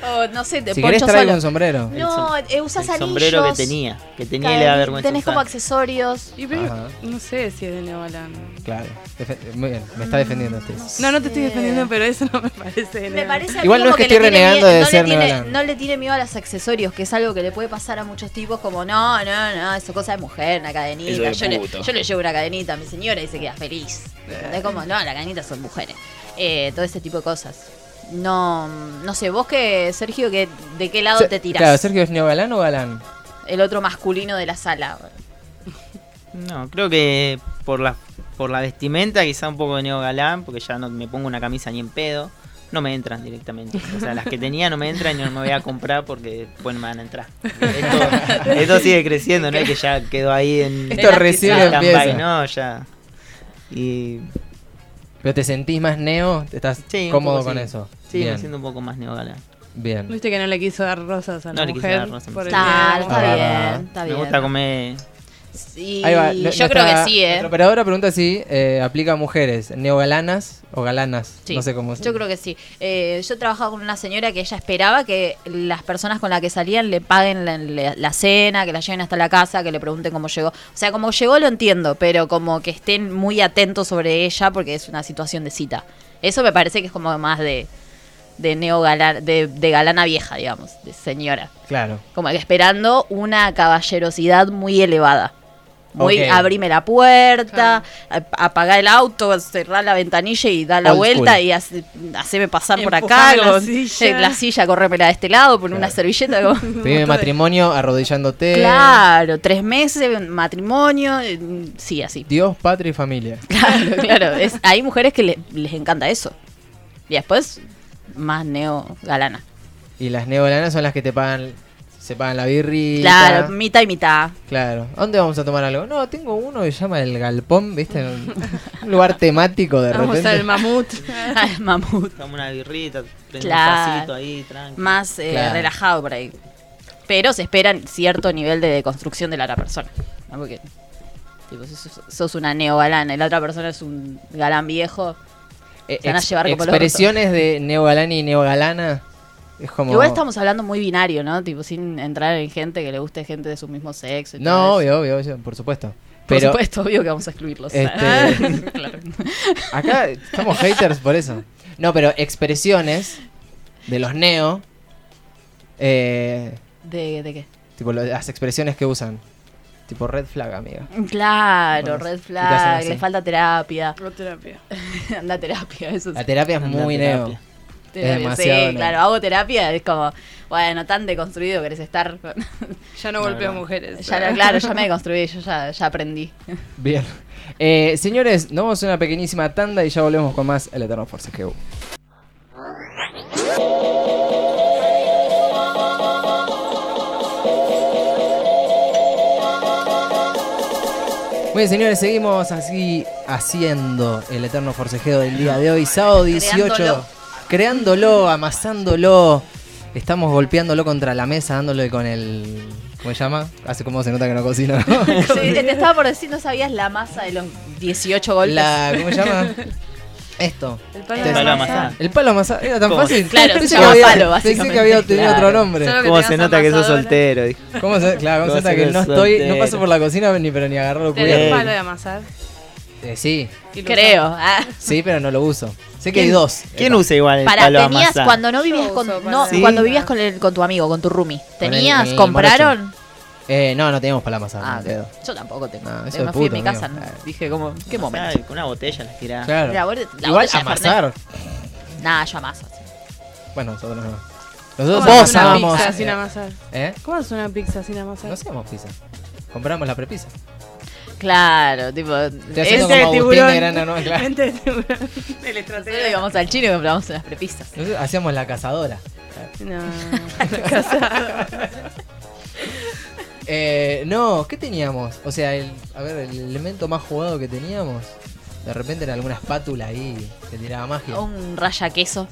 [SPEAKER 3] O, no sé, de
[SPEAKER 2] Si querés
[SPEAKER 3] poncho
[SPEAKER 2] traigo
[SPEAKER 3] solo.
[SPEAKER 2] un sombrero.
[SPEAKER 5] El
[SPEAKER 3] No,
[SPEAKER 5] som-
[SPEAKER 3] eh, usas
[SPEAKER 5] el
[SPEAKER 3] anillos.
[SPEAKER 5] sombrero que tenía, que tenía y le da
[SPEAKER 3] cadenillas,
[SPEAKER 5] vergüenza.
[SPEAKER 3] Tenés como
[SPEAKER 5] usar.
[SPEAKER 3] accesorios.
[SPEAKER 4] Y pero,
[SPEAKER 2] Ajá.
[SPEAKER 4] no sé si es de Neobalán.
[SPEAKER 2] Claro, defe- muy bien, me está defendiendo este.
[SPEAKER 4] No, no te estoy
[SPEAKER 3] Sí.
[SPEAKER 4] defendiendo, pero eso no me parece de
[SPEAKER 3] Me
[SPEAKER 4] Neobalán.
[SPEAKER 3] parece a mí
[SPEAKER 2] Igual no
[SPEAKER 3] como
[SPEAKER 2] es que
[SPEAKER 3] le
[SPEAKER 2] estoy
[SPEAKER 3] tiene
[SPEAKER 2] renegando
[SPEAKER 3] mie-
[SPEAKER 2] de
[SPEAKER 3] no
[SPEAKER 2] ser
[SPEAKER 3] le tiene,
[SPEAKER 2] Neobalán.
[SPEAKER 3] no le tiene miedo a los accesorios, que es algo que le puede pasar a muchos tipos, como no, no, no, eso cosa de mujer, una
[SPEAKER 5] Eso
[SPEAKER 3] cadenita.
[SPEAKER 5] de
[SPEAKER 3] Yo le,
[SPEAKER 5] puto.
[SPEAKER 3] yo le llevo una cadenita a mi señora y se queda feliz. Es como, no, las cadenitas son mujeres. Eh, todo ese tipo de cosas. No, no sé, vos que, Sergio, que, ¿de qué lado
[SPEAKER 2] Se-
[SPEAKER 3] te tirás?
[SPEAKER 2] Claro, Sergio es Neo Galán o Galán?
[SPEAKER 3] El otro masculino de la sala.
[SPEAKER 5] No, creo que por la, por la vestimenta, quizá un poco de neo galán, porque ya no me pongo una camisa ni en pedo. No me entran directamente. O sea, las que tenía no me entran y no me voy a comprar porque después no me van a entrar. Esto, esto sigue creciendo, ¿no? Es que ya quedó ahí en.
[SPEAKER 2] Esto recién
[SPEAKER 5] en stand-by,
[SPEAKER 2] empieza.
[SPEAKER 5] ¿no? Ya. Y.
[SPEAKER 2] ¿Pero te sentís más neo? ¿Estás
[SPEAKER 5] Sí, un
[SPEAKER 2] cómodo
[SPEAKER 5] poco
[SPEAKER 2] con
[SPEAKER 5] sí.
[SPEAKER 2] eso?
[SPEAKER 5] Sí, me
[SPEAKER 2] bien,
[SPEAKER 5] siento un poco más neo galán.
[SPEAKER 2] bien.
[SPEAKER 4] Viste que no le quiso dar rosas a la
[SPEAKER 5] No le
[SPEAKER 4] mujer.
[SPEAKER 5] quise dar rosas a mi
[SPEAKER 4] por el
[SPEAKER 3] Está,
[SPEAKER 4] Día de la
[SPEAKER 3] está
[SPEAKER 4] Mujer.
[SPEAKER 2] Ah,
[SPEAKER 3] bien, está
[SPEAKER 5] Me
[SPEAKER 3] bien.
[SPEAKER 5] gusta comer.
[SPEAKER 3] Sí,
[SPEAKER 2] Ahí va,
[SPEAKER 3] yo
[SPEAKER 2] no-
[SPEAKER 3] creo
[SPEAKER 2] nuestra-
[SPEAKER 3] que sí,
[SPEAKER 2] nuestra
[SPEAKER 3] ¿eh?
[SPEAKER 2] operadora pregunta si eh, aplica a mujeres neogalanas o galanas.
[SPEAKER 3] Sí,
[SPEAKER 2] No sé cómo se
[SPEAKER 3] Yo creo que sí. Eh, yo trabajaba con una señora que ella esperaba que las personas con las que salían le paguen la, la- la cena, que la lleven hasta la casa, que le pregunten cómo llegó. O sea, como llegó lo entiendo, pero como que estén muy atentos sobre ella porque es una situación de cita. Eso me parece que es como más de, de neo galán, de, de galana vieja, digamos, de señora.
[SPEAKER 2] Claro.
[SPEAKER 3] Como que esperando una caballerosidad muy elevada. Muy
[SPEAKER 2] Ok.
[SPEAKER 3] abrime la puerta, a- apagar el auto, cerrar la ventanilla y dar la
[SPEAKER 2] Old
[SPEAKER 3] vuelta
[SPEAKER 2] school.
[SPEAKER 3] y hace- haceme pasar por acá.
[SPEAKER 4] Empujame la
[SPEAKER 3] con-
[SPEAKER 4] silla.
[SPEAKER 3] eh, la silla, corrérmela de este lado, poner una
[SPEAKER 2] Claro.
[SPEAKER 3] servilleta. como-
[SPEAKER 2] Primer matrimonio arrodillándote.
[SPEAKER 3] Claro, tres meses, matrimonio, eh, sí, así.
[SPEAKER 2] Dios, patria y familia.
[SPEAKER 3] Claro, claro. Es- hay mujeres que le- les encanta eso. Y después, más neo galana.
[SPEAKER 2] Y las neogalanas son las que te pagan, se pagan la birri.
[SPEAKER 3] Claro, mitad y mitad.
[SPEAKER 2] Claro. ¿A ¿Dónde vamos a tomar algo? No, tengo uno que se llama el galpón, ¿viste? Un un lugar temático de
[SPEAKER 4] Vamos
[SPEAKER 2] repente.
[SPEAKER 4] al mamut.
[SPEAKER 3] Ay, Mamut.
[SPEAKER 5] Dame una birrita, prende
[SPEAKER 3] Claro.
[SPEAKER 5] un pasito ahí, tranqui.
[SPEAKER 3] más eh,
[SPEAKER 2] Claro.
[SPEAKER 3] relajado por ahí. Pero se espera cierto nivel de deconstrucción de la otra persona. ¿no? Porque tipo, si sos, sos una neogalana y la otra persona es un galán viejo.
[SPEAKER 2] Eh,
[SPEAKER 3] se van a
[SPEAKER 2] ex-
[SPEAKER 3] llevar como los
[SPEAKER 2] expresiones de neogalán y neogalana. Es como.
[SPEAKER 3] Igual estamos hablando muy binario, ¿no? Tipo, sin entrar en gente que le guste gente de su mismo sexo. y
[SPEAKER 2] No,
[SPEAKER 3] todo
[SPEAKER 2] obvio,
[SPEAKER 3] eso.
[SPEAKER 2] obvio, obvio, por supuesto.
[SPEAKER 3] Por
[SPEAKER 2] Pero
[SPEAKER 3] supuesto, obvio que vamos a excluirlos.
[SPEAKER 2] Este-
[SPEAKER 3] Claro.
[SPEAKER 2] acá estamos haters por eso. No, pero expresiones de los neo. Eh,
[SPEAKER 3] ¿De, de qué?
[SPEAKER 2] tipo, lo- las expresiones que usan. Tipo red flag, amiga.
[SPEAKER 3] Claro,
[SPEAKER 2] Bueno, y
[SPEAKER 3] red
[SPEAKER 2] te hacen
[SPEAKER 3] flag,
[SPEAKER 2] así.
[SPEAKER 3] le falta terapia.
[SPEAKER 4] terapia.
[SPEAKER 3] Anda a terapia, eso sí.
[SPEAKER 2] La terapia es
[SPEAKER 5] Anda a
[SPEAKER 2] muy
[SPEAKER 5] terapia.
[SPEAKER 2] neo.
[SPEAKER 3] Terapia,
[SPEAKER 2] Ah, demasiado,
[SPEAKER 3] sí,
[SPEAKER 2] no.
[SPEAKER 3] claro, hago terapia, es como, bueno, tan deconstruido querés estar.
[SPEAKER 4] Ya no
[SPEAKER 5] La
[SPEAKER 4] golpeo
[SPEAKER 5] verdad.
[SPEAKER 4] mujeres.
[SPEAKER 3] ya, no, claro, ya me deconstruí, yo ya, ya aprendí.
[SPEAKER 2] Bien. Eh, señores, nos vamos a una pequeñísima tanda y ya volvemos con más El Eterno Force GU. Muy bien, señores, seguimos así haciendo el eterno forcejeo del día de hoy, sábado 18.
[SPEAKER 3] Creándolo.
[SPEAKER 2] creándolo amasándolo. Estamos golpeándolo contra la mesa, dándole con el. ¿Cómo se llama? Hace como se nota que no cocina, ¿no?
[SPEAKER 3] Sí, te te estaba por decir, no sabías la masa de los 18 golpes.
[SPEAKER 2] La, ¿Cómo se llama? Esto.
[SPEAKER 4] El palo
[SPEAKER 2] Te-
[SPEAKER 4] de
[SPEAKER 5] Palo
[SPEAKER 4] amasar.
[SPEAKER 5] amasado.
[SPEAKER 2] El palo amasado. Era tan
[SPEAKER 5] ¿Cómo?
[SPEAKER 2] fácil.
[SPEAKER 3] Claro, se
[SPEAKER 2] pensé que
[SPEAKER 3] llama
[SPEAKER 2] había,
[SPEAKER 3] palo,
[SPEAKER 2] pensé que
[SPEAKER 3] básicamente,
[SPEAKER 2] había obtenido
[SPEAKER 5] claro.
[SPEAKER 2] otro nombre.
[SPEAKER 4] Solo que
[SPEAKER 5] ¿Cómo
[SPEAKER 4] tengas
[SPEAKER 5] se nota que sos
[SPEAKER 4] amasadora.
[SPEAKER 5] soltero? dijo.
[SPEAKER 2] ¿Cómo se, claro, ¿cómo se
[SPEAKER 5] ¿Cómo
[SPEAKER 2] nota
[SPEAKER 5] se
[SPEAKER 2] que
[SPEAKER 5] ve
[SPEAKER 2] no estoy, no
[SPEAKER 5] soltero?
[SPEAKER 2] paso por la cocina ni pero ni agarro los
[SPEAKER 4] Tenés
[SPEAKER 5] Bien.
[SPEAKER 2] cubiertos?
[SPEAKER 4] palo de amasar.
[SPEAKER 2] Eh, sí,
[SPEAKER 4] y lo
[SPEAKER 3] Creo.
[SPEAKER 4] usás.
[SPEAKER 3] ah.
[SPEAKER 2] sí, pero no lo uso. Sé que hay dos.
[SPEAKER 5] ¿Quién usa igual el
[SPEAKER 3] Para,
[SPEAKER 5] palo
[SPEAKER 3] tenías
[SPEAKER 5] amasado?
[SPEAKER 3] cuando no vivías
[SPEAKER 4] Yo
[SPEAKER 3] con
[SPEAKER 4] uso
[SPEAKER 3] no,
[SPEAKER 4] para-
[SPEAKER 5] Sí.
[SPEAKER 3] cuando vivías con, el- con tu amigo, con tu roomie.
[SPEAKER 2] Con el-
[SPEAKER 3] ¿Tenías?
[SPEAKER 2] el
[SPEAKER 3] ¿Compraron?
[SPEAKER 2] Eh, no, no teníamos palo amasado.
[SPEAKER 3] Ah,
[SPEAKER 2] ni pedo.
[SPEAKER 3] yo tampoco tengo.
[SPEAKER 2] No,
[SPEAKER 3] No,
[SPEAKER 2] eso
[SPEAKER 3] me
[SPEAKER 2] de
[SPEAKER 3] fui de
[SPEAKER 2] puto,
[SPEAKER 3] mi casa,
[SPEAKER 2] amigo.
[SPEAKER 3] no. dije como, ¿qué
[SPEAKER 5] Ay,
[SPEAKER 3] momento?
[SPEAKER 5] con una botella las tirás.
[SPEAKER 2] Claro.
[SPEAKER 3] La bol- la
[SPEAKER 2] Igual
[SPEAKER 3] botella Ah, de
[SPEAKER 2] amasar.
[SPEAKER 3] Nada, yo amaso.
[SPEAKER 2] Bueno, nosotros no.
[SPEAKER 4] ¿Cómo
[SPEAKER 2] Nosotros
[SPEAKER 4] haces
[SPEAKER 2] vos
[SPEAKER 4] una
[SPEAKER 2] amamos.
[SPEAKER 4] pizza sin amasar?
[SPEAKER 2] ¿Eh?
[SPEAKER 4] ¿Cómo haces una pizza sin amasar?
[SPEAKER 2] No hacíamos pizza. Compramos la prepizza.
[SPEAKER 3] Claro, tipo.
[SPEAKER 2] Te haciendo
[SPEAKER 3] ese
[SPEAKER 2] como Agustín
[SPEAKER 3] tiburón.
[SPEAKER 2] de Grana, ¿no? Claro.
[SPEAKER 4] Mente de tiburón. El
[SPEAKER 3] Nosotros
[SPEAKER 4] estratega.
[SPEAKER 3] íbamos al chino y compramos unas prepistas.
[SPEAKER 2] Nosotros hacíamos la cazadora.
[SPEAKER 4] No.
[SPEAKER 2] Eh, no, ¿qué teníamos? O sea, el, a ver, el elemento más jugado que teníamos. De repente era alguna espátula ahí que tiraba magia.
[SPEAKER 3] Un raya queso.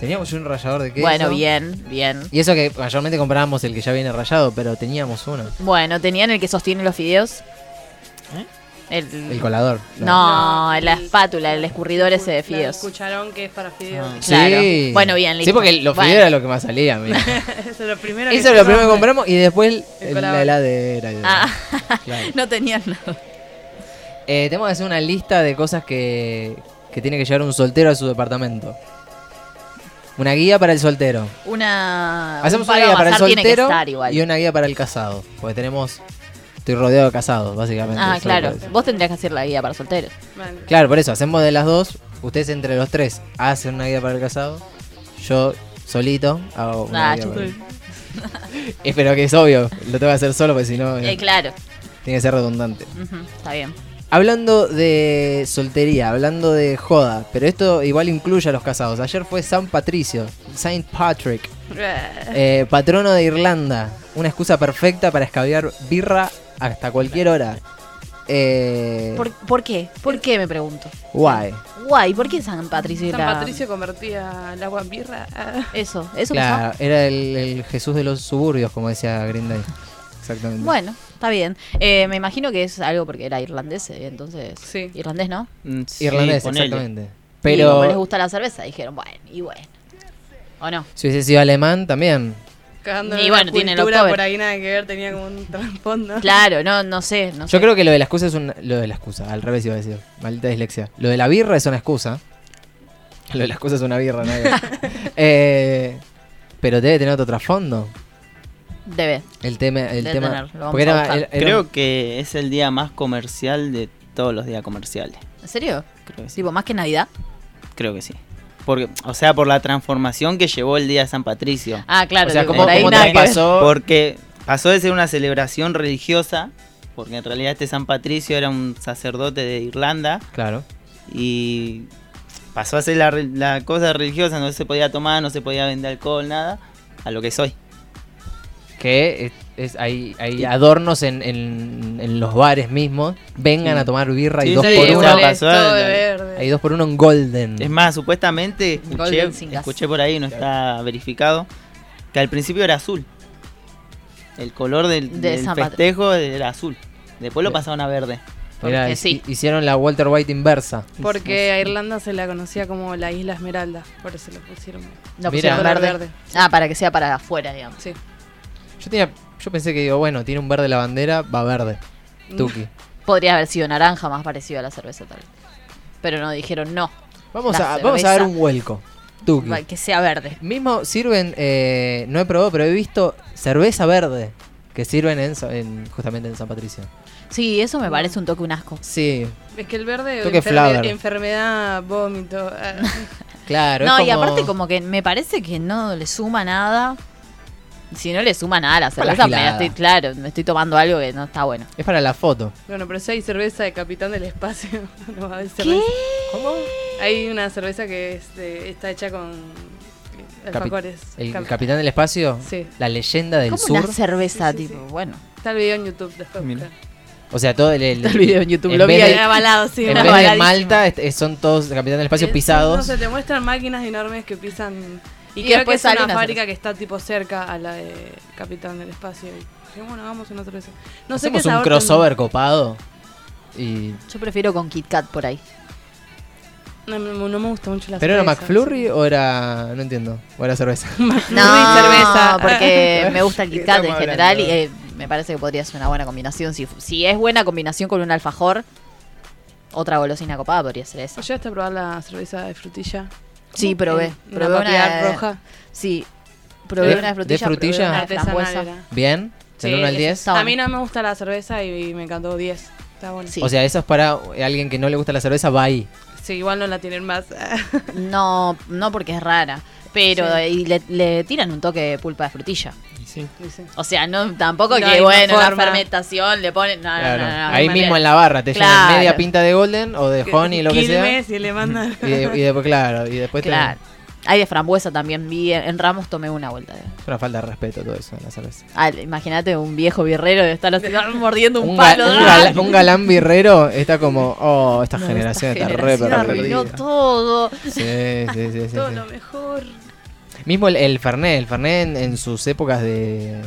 [SPEAKER 2] Teníamos un rallador de queso.
[SPEAKER 3] Oh. Bueno, bien, bien.
[SPEAKER 2] Y eso que mayormente comprábamos el que ya viene rayado, pero teníamos uno.
[SPEAKER 3] Bueno, tenían el que sostiene los fideos.
[SPEAKER 5] ¿Eh?
[SPEAKER 3] El,
[SPEAKER 2] El colador.
[SPEAKER 3] No,
[SPEAKER 4] No,
[SPEAKER 3] la
[SPEAKER 4] el-
[SPEAKER 3] espátula, el escurridor ese de
[SPEAKER 4] El
[SPEAKER 3] fideos.
[SPEAKER 4] cucharón que es para fideos.
[SPEAKER 5] Ah.
[SPEAKER 2] Sí.
[SPEAKER 3] claro. Bueno, bien,
[SPEAKER 2] Sí,
[SPEAKER 3] listo.
[SPEAKER 2] porque los
[SPEAKER 3] Bueno.
[SPEAKER 2] fideos era lo que más salía. mira.
[SPEAKER 4] Eso es lo primero
[SPEAKER 2] Eso
[SPEAKER 4] se
[SPEAKER 2] era lo primero que
[SPEAKER 4] rompe.
[SPEAKER 2] compramos y después
[SPEAKER 4] El
[SPEAKER 2] el-
[SPEAKER 4] colador.
[SPEAKER 2] la heladera. y demás.
[SPEAKER 3] Ah,
[SPEAKER 2] Claro.
[SPEAKER 3] no tenían nada.
[SPEAKER 2] Eh, tenemos que hacer una lista de cosas que, que tiene que llevar un soltero a su departamento. Una guía para el soltero.
[SPEAKER 3] Una.
[SPEAKER 2] Hacemos una
[SPEAKER 3] un palo
[SPEAKER 2] guía para el
[SPEAKER 3] amasar tiene que
[SPEAKER 2] soltero
[SPEAKER 3] estar igual.
[SPEAKER 2] y una guía para el casado. Porque tenemos. Estoy rodeado de casados, básicamente.
[SPEAKER 3] Ah,
[SPEAKER 2] Solo
[SPEAKER 3] claro.
[SPEAKER 2] por eso.
[SPEAKER 3] Vos tendrías que hacer la guía para solteros.
[SPEAKER 4] Vale.
[SPEAKER 2] Claro, por eso, hacemos de las dos. Ustedes entre los tres hacen una guía para el casado. Yo solito hago una
[SPEAKER 3] Ah,
[SPEAKER 2] guía para
[SPEAKER 3] chupé.
[SPEAKER 2] el- Eh, pero que es obvio, lo tengo que hacer solo porque si no.
[SPEAKER 3] Eh, claro.
[SPEAKER 2] Tiene que ser redundante.
[SPEAKER 3] Ujú, está bien.
[SPEAKER 2] Hablando de soltería, hablando de joda, pero esto igual incluye a los casados. Ayer fue San Patricio, Saint Patrick, eh, patrono de Irlanda. Una excusa perfecta para escabear birra hasta cualquier hora. Eh,
[SPEAKER 3] ¿Por, por qué? ¿Por qué me pregunto?
[SPEAKER 2] Guay.
[SPEAKER 3] Guay, ¿por qué San Patricio
[SPEAKER 4] San
[SPEAKER 3] era-
[SPEAKER 4] Patricio convertía el agua en birra. Ah.
[SPEAKER 3] Eso, eso pasó.
[SPEAKER 2] Claro, era el, el Jesús de los suburbios, como decía Green Day. Exactamente.
[SPEAKER 3] Bueno, está bien. Eh, me imagino que es algo porque era irlandés, eh, entonces.
[SPEAKER 4] Sí.
[SPEAKER 3] Irlandés, ¿no?
[SPEAKER 5] Mm, sí,
[SPEAKER 2] Irlandés,
[SPEAKER 5] ponele.
[SPEAKER 2] exactamente.
[SPEAKER 3] Y como les
[SPEAKER 2] Pero
[SPEAKER 3] gusta la cerveza, dijeron, bueno, y bueno. ¿O no?
[SPEAKER 2] si hubiese sido alemán, también.
[SPEAKER 4] Cagando
[SPEAKER 3] Y
[SPEAKER 4] en
[SPEAKER 3] bueno,
[SPEAKER 4] una
[SPEAKER 3] tiene el
[SPEAKER 4] cultura
[SPEAKER 3] October.
[SPEAKER 4] por ahí nada que ver, tenía como un trasfondo.
[SPEAKER 3] Claro, no, no sé. No
[SPEAKER 2] Yo
[SPEAKER 3] sé.
[SPEAKER 2] creo que lo de la excusa es una. Lo de la excusa, al revés iba a decir. Maldita dislexia. Lo de la birra es una excusa. Lo de la excusa es una birra, nadie. eh, pero debe tener otro trasfondo.
[SPEAKER 3] Debe.
[SPEAKER 2] El tema. El
[SPEAKER 3] Debe
[SPEAKER 2] tema
[SPEAKER 3] tener, lo vamos
[SPEAKER 2] porque
[SPEAKER 3] a
[SPEAKER 2] era-
[SPEAKER 3] buscar.
[SPEAKER 2] era- era-
[SPEAKER 5] Creo que es el día más comercial de todos los días comerciales.
[SPEAKER 3] ¿En serio?
[SPEAKER 5] Creo que sí.
[SPEAKER 3] Tipo, más que Navidad.
[SPEAKER 5] Creo que sí. Porque, o sea, por la transformación que llevó el día de San Patricio.
[SPEAKER 3] Ah, claro.
[SPEAKER 2] O sea,
[SPEAKER 3] digo,
[SPEAKER 2] ¿cómo-
[SPEAKER 3] por ahí
[SPEAKER 2] cómo
[SPEAKER 3] nada
[SPEAKER 2] te
[SPEAKER 3] que ver.
[SPEAKER 2] pasó?
[SPEAKER 5] Porque pasó de ser una celebración religiosa, porque en realidad este San Patricio era un sacerdote de Irlanda
[SPEAKER 2] Claro.
[SPEAKER 5] y pasó a ser la, re- la cosa religiosa, no se podía tomar, no se podía vender alcohol, nada, a lo que soy.
[SPEAKER 2] Que es, es- hay, hay adornos en, en- en los bares mismos. Vengan
[SPEAKER 5] Sí.
[SPEAKER 2] a tomar birra y
[SPEAKER 5] Sí,
[SPEAKER 2] dos
[SPEAKER 5] sí,
[SPEAKER 2] por
[SPEAKER 5] sí,
[SPEAKER 2] uno.
[SPEAKER 5] vale.
[SPEAKER 4] todo de
[SPEAKER 5] la-
[SPEAKER 4] verde.
[SPEAKER 2] Hay dos por uno en Golden.
[SPEAKER 5] Es más, supuestamente
[SPEAKER 3] Golden sin
[SPEAKER 5] escuché,
[SPEAKER 3] gas.
[SPEAKER 5] escuché por ahí, no está verificado, que al principio era azul. El color del,
[SPEAKER 3] De
[SPEAKER 5] del
[SPEAKER 3] San Pat-
[SPEAKER 5] festejo era azul. Después lo pasaron a verde.
[SPEAKER 2] Mirá,
[SPEAKER 3] porque
[SPEAKER 2] hi-
[SPEAKER 3] sí.
[SPEAKER 2] Hicieron la Walter White inversa.
[SPEAKER 4] Porque a Irlanda se la conocía como la Isla Esmeralda, por eso lo pusieron.
[SPEAKER 3] No,
[SPEAKER 2] Mira.
[SPEAKER 3] pusieron
[SPEAKER 4] Color
[SPEAKER 3] verde.
[SPEAKER 4] verde.
[SPEAKER 3] Ah, para que sea para afuera, digamos.
[SPEAKER 4] Sí.
[SPEAKER 2] Yo tenía, yo pensé que digo, bueno, tiene un verde la bandera, va verde.
[SPEAKER 3] Mm.
[SPEAKER 2] Tuki.
[SPEAKER 3] Podría haber sido naranja, más parecido a la cerveza tal vez. Pero no, dijeron no,
[SPEAKER 2] Vamos
[SPEAKER 3] La
[SPEAKER 2] a, vamos a dar
[SPEAKER 3] cerveza.
[SPEAKER 2] un vuelco. Tuki.
[SPEAKER 3] va- que sea verde.
[SPEAKER 2] Mismo sirven, eh, no he probado, pero he visto cerveza verde que sirven en, Sa- en- justamente en San Patricio.
[SPEAKER 3] Sí, eso me parece un toque un asco.
[SPEAKER 2] Sí,
[SPEAKER 4] Es que el verde
[SPEAKER 2] Toque
[SPEAKER 4] enferme-
[SPEAKER 2] flower.
[SPEAKER 4] enfermedad, vómito. ah.
[SPEAKER 2] claro. es
[SPEAKER 3] no, y
[SPEAKER 2] como-
[SPEAKER 3] aparte como que me parece que no le suma nada. Si no le suma nada a la cerveza, me
[SPEAKER 2] gilada.
[SPEAKER 3] estoy, claro, me estoy tomando algo que no está bueno.
[SPEAKER 2] Es para la foto.
[SPEAKER 4] Bueno, pero si hay cerveza de Capitán del Espacio, no va a haber cerveza.
[SPEAKER 2] ¿Cómo?
[SPEAKER 4] Hay una cerveza que es de- está hecha con eh, alfajores.
[SPEAKER 2] El
[SPEAKER 4] Cap-
[SPEAKER 2] capitán del espacio.
[SPEAKER 4] Sí.
[SPEAKER 2] La leyenda del
[SPEAKER 3] Como
[SPEAKER 2] sur.
[SPEAKER 3] una cerveza,
[SPEAKER 4] Sí, sí,
[SPEAKER 3] tipo, bueno.
[SPEAKER 4] Está el video en YouTube después.
[SPEAKER 5] Mira.
[SPEAKER 2] O sea, todo el, el-
[SPEAKER 3] El video en YouTube
[SPEAKER 2] en
[SPEAKER 3] lo vi
[SPEAKER 2] vez
[SPEAKER 3] ahí
[SPEAKER 2] de-
[SPEAKER 3] avalado, sí,
[SPEAKER 2] En
[SPEAKER 3] una
[SPEAKER 2] vez de
[SPEAKER 3] avaladísima.
[SPEAKER 2] Malta, este, son todos capitán del espacio
[SPEAKER 4] Eh,
[SPEAKER 2] pisados.
[SPEAKER 4] No sé, te muestran máquinas enormes que pisan. Y,
[SPEAKER 3] Y
[SPEAKER 4] creo que
[SPEAKER 3] después
[SPEAKER 4] es
[SPEAKER 3] sale
[SPEAKER 4] una,
[SPEAKER 3] una
[SPEAKER 4] fábrica que está tipo cerca a la de Capitán del Espacio. Y dije, bueno, hagamos una cerveza. No sé qué
[SPEAKER 2] Hacemos un
[SPEAKER 4] sabor
[SPEAKER 2] crossover copado. Y...
[SPEAKER 3] Yo prefiero con Kit Kat por ahí.
[SPEAKER 4] tendrá. No, no- no me gusta mucho la
[SPEAKER 2] ¿Pero era
[SPEAKER 4] cerveza.
[SPEAKER 2] McFlurry o era.? No entiendo. ¿O era cerveza?
[SPEAKER 4] No, y cerveza.
[SPEAKER 3] porque me gusta el Kit Kat en
[SPEAKER 5] Estamos
[SPEAKER 3] general y
[SPEAKER 5] hablando.
[SPEAKER 3] eh, me parece que podría ser una buena combinación. Si, si es buena combinación con un alfajor, otra golosina copada podría ser esa.
[SPEAKER 4] ¿Llegaste a probar la cerveza de frutilla? Eh,
[SPEAKER 3] Sí, probé.
[SPEAKER 4] Una
[SPEAKER 3] Probé una
[SPEAKER 4] propiedad roja.
[SPEAKER 3] Sí, probé
[SPEAKER 2] ¿De-
[SPEAKER 3] una de
[SPEAKER 2] de
[SPEAKER 3] frutilla. probé
[SPEAKER 2] frutilla?
[SPEAKER 3] una de
[SPEAKER 4] Artesanal
[SPEAKER 3] frambuesa.
[SPEAKER 4] era.
[SPEAKER 2] ¿Bien?
[SPEAKER 4] Sí,
[SPEAKER 2] ¿Del 1 al
[SPEAKER 4] es-
[SPEAKER 2] 10?
[SPEAKER 3] está
[SPEAKER 4] A
[SPEAKER 3] bueno.
[SPEAKER 4] mí no me gusta la cerveza y, y me encantó 10. Está bueno.
[SPEAKER 3] Sí.
[SPEAKER 2] O sea, eso es para alguien que no le gusta la cerveza, va ahí.
[SPEAKER 4] Sí, igual no la tienen más.
[SPEAKER 3] No, no porque es rara. Pero
[SPEAKER 4] Sí.
[SPEAKER 3] eh, y le, le tiran un toque de pulpa de frutilla.
[SPEAKER 5] Sí.
[SPEAKER 4] Dice.
[SPEAKER 3] O sea, no tampoco
[SPEAKER 4] No
[SPEAKER 3] que,
[SPEAKER 4] hay
[SPEAKER 3] bueno, la
[SPEAKER 4] forma.
[SPEAKER 3] fermentación le ponen. No, no,
[SPEAKER 2] Claro.
[SPEAKER 3] Ah, no, no, no,
[SPEAKER 2] ahí
[SPEAKER 3] no,
[SPEAKER 2] mismo
[SPEAKER 3] no.
[SPEAKER 2] en la barra te
[SPEAKER 3] Claro.
[SPEAKER 2] llenan media pinta de Golden o de Honey, lo que sea.
[SPEAKER 4] Quilmes y le mandan.
[SPEAKER 2] Y, de- y después, claro, y después te-
[SPEAKER 3] Claro. Hay de frambuesa también. Vi en, en Ramos tomé una vuelta. De...
[SPEAKER 2] Es una falta de respeto todo eso, la cerveza.
[SPEAKER 3] Ah, imagínate un viejo birrero de estar así, ah, mordiendo un,
[SPEAKER 2] Un, ga-
[SPEAKER 3] palo.
[SPEAKER 2] un
[SPEAKER 3] ah.
[SPEAKER 2] gala- un galán birrero está como, oh, esta
[SPEAKER 3] No,
[SPEAKER 2] generación
[SPEAKER 3] esta
[SPEAKER 2] está
[SPEAKER 3] generación
[SPEAKER 2] re
[SPEAKER 3] arruinó
[SPEAKER 2] perdida.
[SPEAKER 3] todo.
[SPEAKER 2] Sí, sí, sí, sí,
[SPEAKER 4] Todo
[SPEAKER 2] sí.
[SPEAKER 4] lo mejor.
[SPEAKER 2] Mismo el, el Fernet, el Fernet en, en sus épocas de.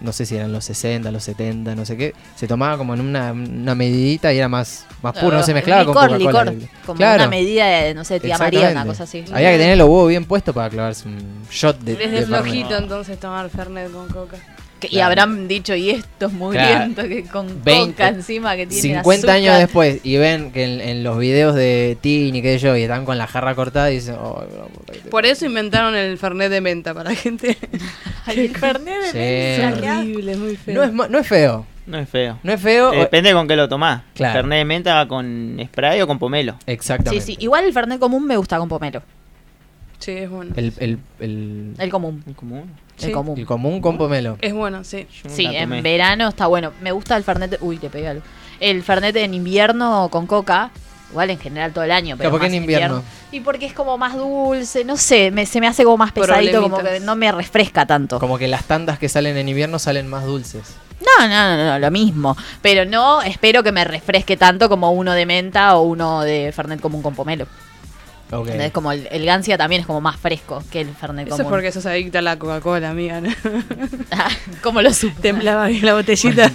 [SPEAKER 2] No sé si eran los 60, los 70, no sé qué. Se tomaba como en una, una medidita y era más, más puro, no se mezclaba
[SPEAKER 3] licor,
[SPEAKER 2] con Coca-Cola.
[SPEAKER 3] licor, como
[SPEAKER 2] Claro,
[SPEAKER 3] una medida de, no sé, tía María, una cosa así.
[SPEAKER 2] exactamente. Había que tener los huevos bien puestos para clavarse un shot de,
[SPEAKER 4] Desde
[SPEAKER 2] de Fernet.
[SPEAKER 4] flojito entonces tomar Fernet con coca.
[SPEAKER 3] Que- Y
[SPEAKER 2] Claro.
[SPEAKER 3] habrán dicho, y esto es mugriento, que con
[SPEAKER 2] 20,
[SPEAKER 3] coca encima que tiene
[SPEAKER 2] 50
[SPEAKER 3] azúcar.
[SPEAKER 2] años después y ven que en, en los videos de Tini, que yo, y están con la jarra cortada y dicen, oh, no, puta
[SPEAKER 3] Pues,
[SPEAKER 2] que te-
[SPEAKER 4] Por eso inventaron el Fernet de menta para gente.
[SPEAKER 3] Ay, el Fernet de
[SPEAKER 2] Sí.
[SPEAKER 3] menta, qué asco.
[SPEAKER 4] horrible, es muy feo.
[SPEAKER 2] no, es, ma- no es feo,
[SPEAKER 5] No es feo.
[SPEAKER 2] no es feo. o-
[SPEAKER 5] Eh, Depende con qué lo tomás.
[SPEAKER 2] Claro.
[SPEAKER 5] Fernet de menta va con spray o con pomelo.
[SPEAKER 2] Exactamente.
[SPEAKER 3] Sí, sí. Igual el Fernet común me gusta con pomelo.
[SPEAKER 4] Sí, es bueno.
[SPEAKER 2] El, el, el,
[SPEAKER 3] El común.
[SPEAKER 5] Es común.
[SPEAKER 4] Sí.
[SPEAKER 3] El común.
[SPEAKER 2] el común con pomelo.
[SPEAKER 4] Es bueno, sí.
[SPEAKER 5] Yo
[SPEAKER 3] Sí,
[SPEAKER 5] la
[SPEAKER 3] en
[SPEAKER 5] tomé.
[SPEAKER 3] verano está bueno. Me gusta el Fernet. Uy, le pegué algo. El Fernet en invierno con coca. Igual en general todo el año.
[SPEAKER 2] Claro,
[SPEAKER 3] Pero
[SPEAKER 2] ¿por qué
[SPEAKER 3] más
[SPEAKER 2] en invierno?
[SPEAKER 3] Y porque es como más dulce. No sé, me- se me hace como más pesadito. Como que
[SPEAKER 4] Problemitas.
[SPEAKER 3] no me refresca tanto.
[SPEAKER 2] Como que las tandas que salen en invierno salen más dulces.
[SPEAKER 3] No, no, no, no, lo mismo. Pero no espero que me refresque tanto como uno de menta o uno de Fernet común con pomelo.
[SPEAKER 2] Ok.
[SPEAKER 3] ¿Entendés? Como el, el Gancia también es como más fresco que el Fernet
[SPEAKER 4] Eso
[SPEAKER 3] común. Ah,
[SPEAKER 4] es porque sos adicta a la Coca-Cola, amiga. ¿no?
[SPEAKER 3] ¿Cómo lo supe?
[SPEAKER 4] Temblaba bien la botellita.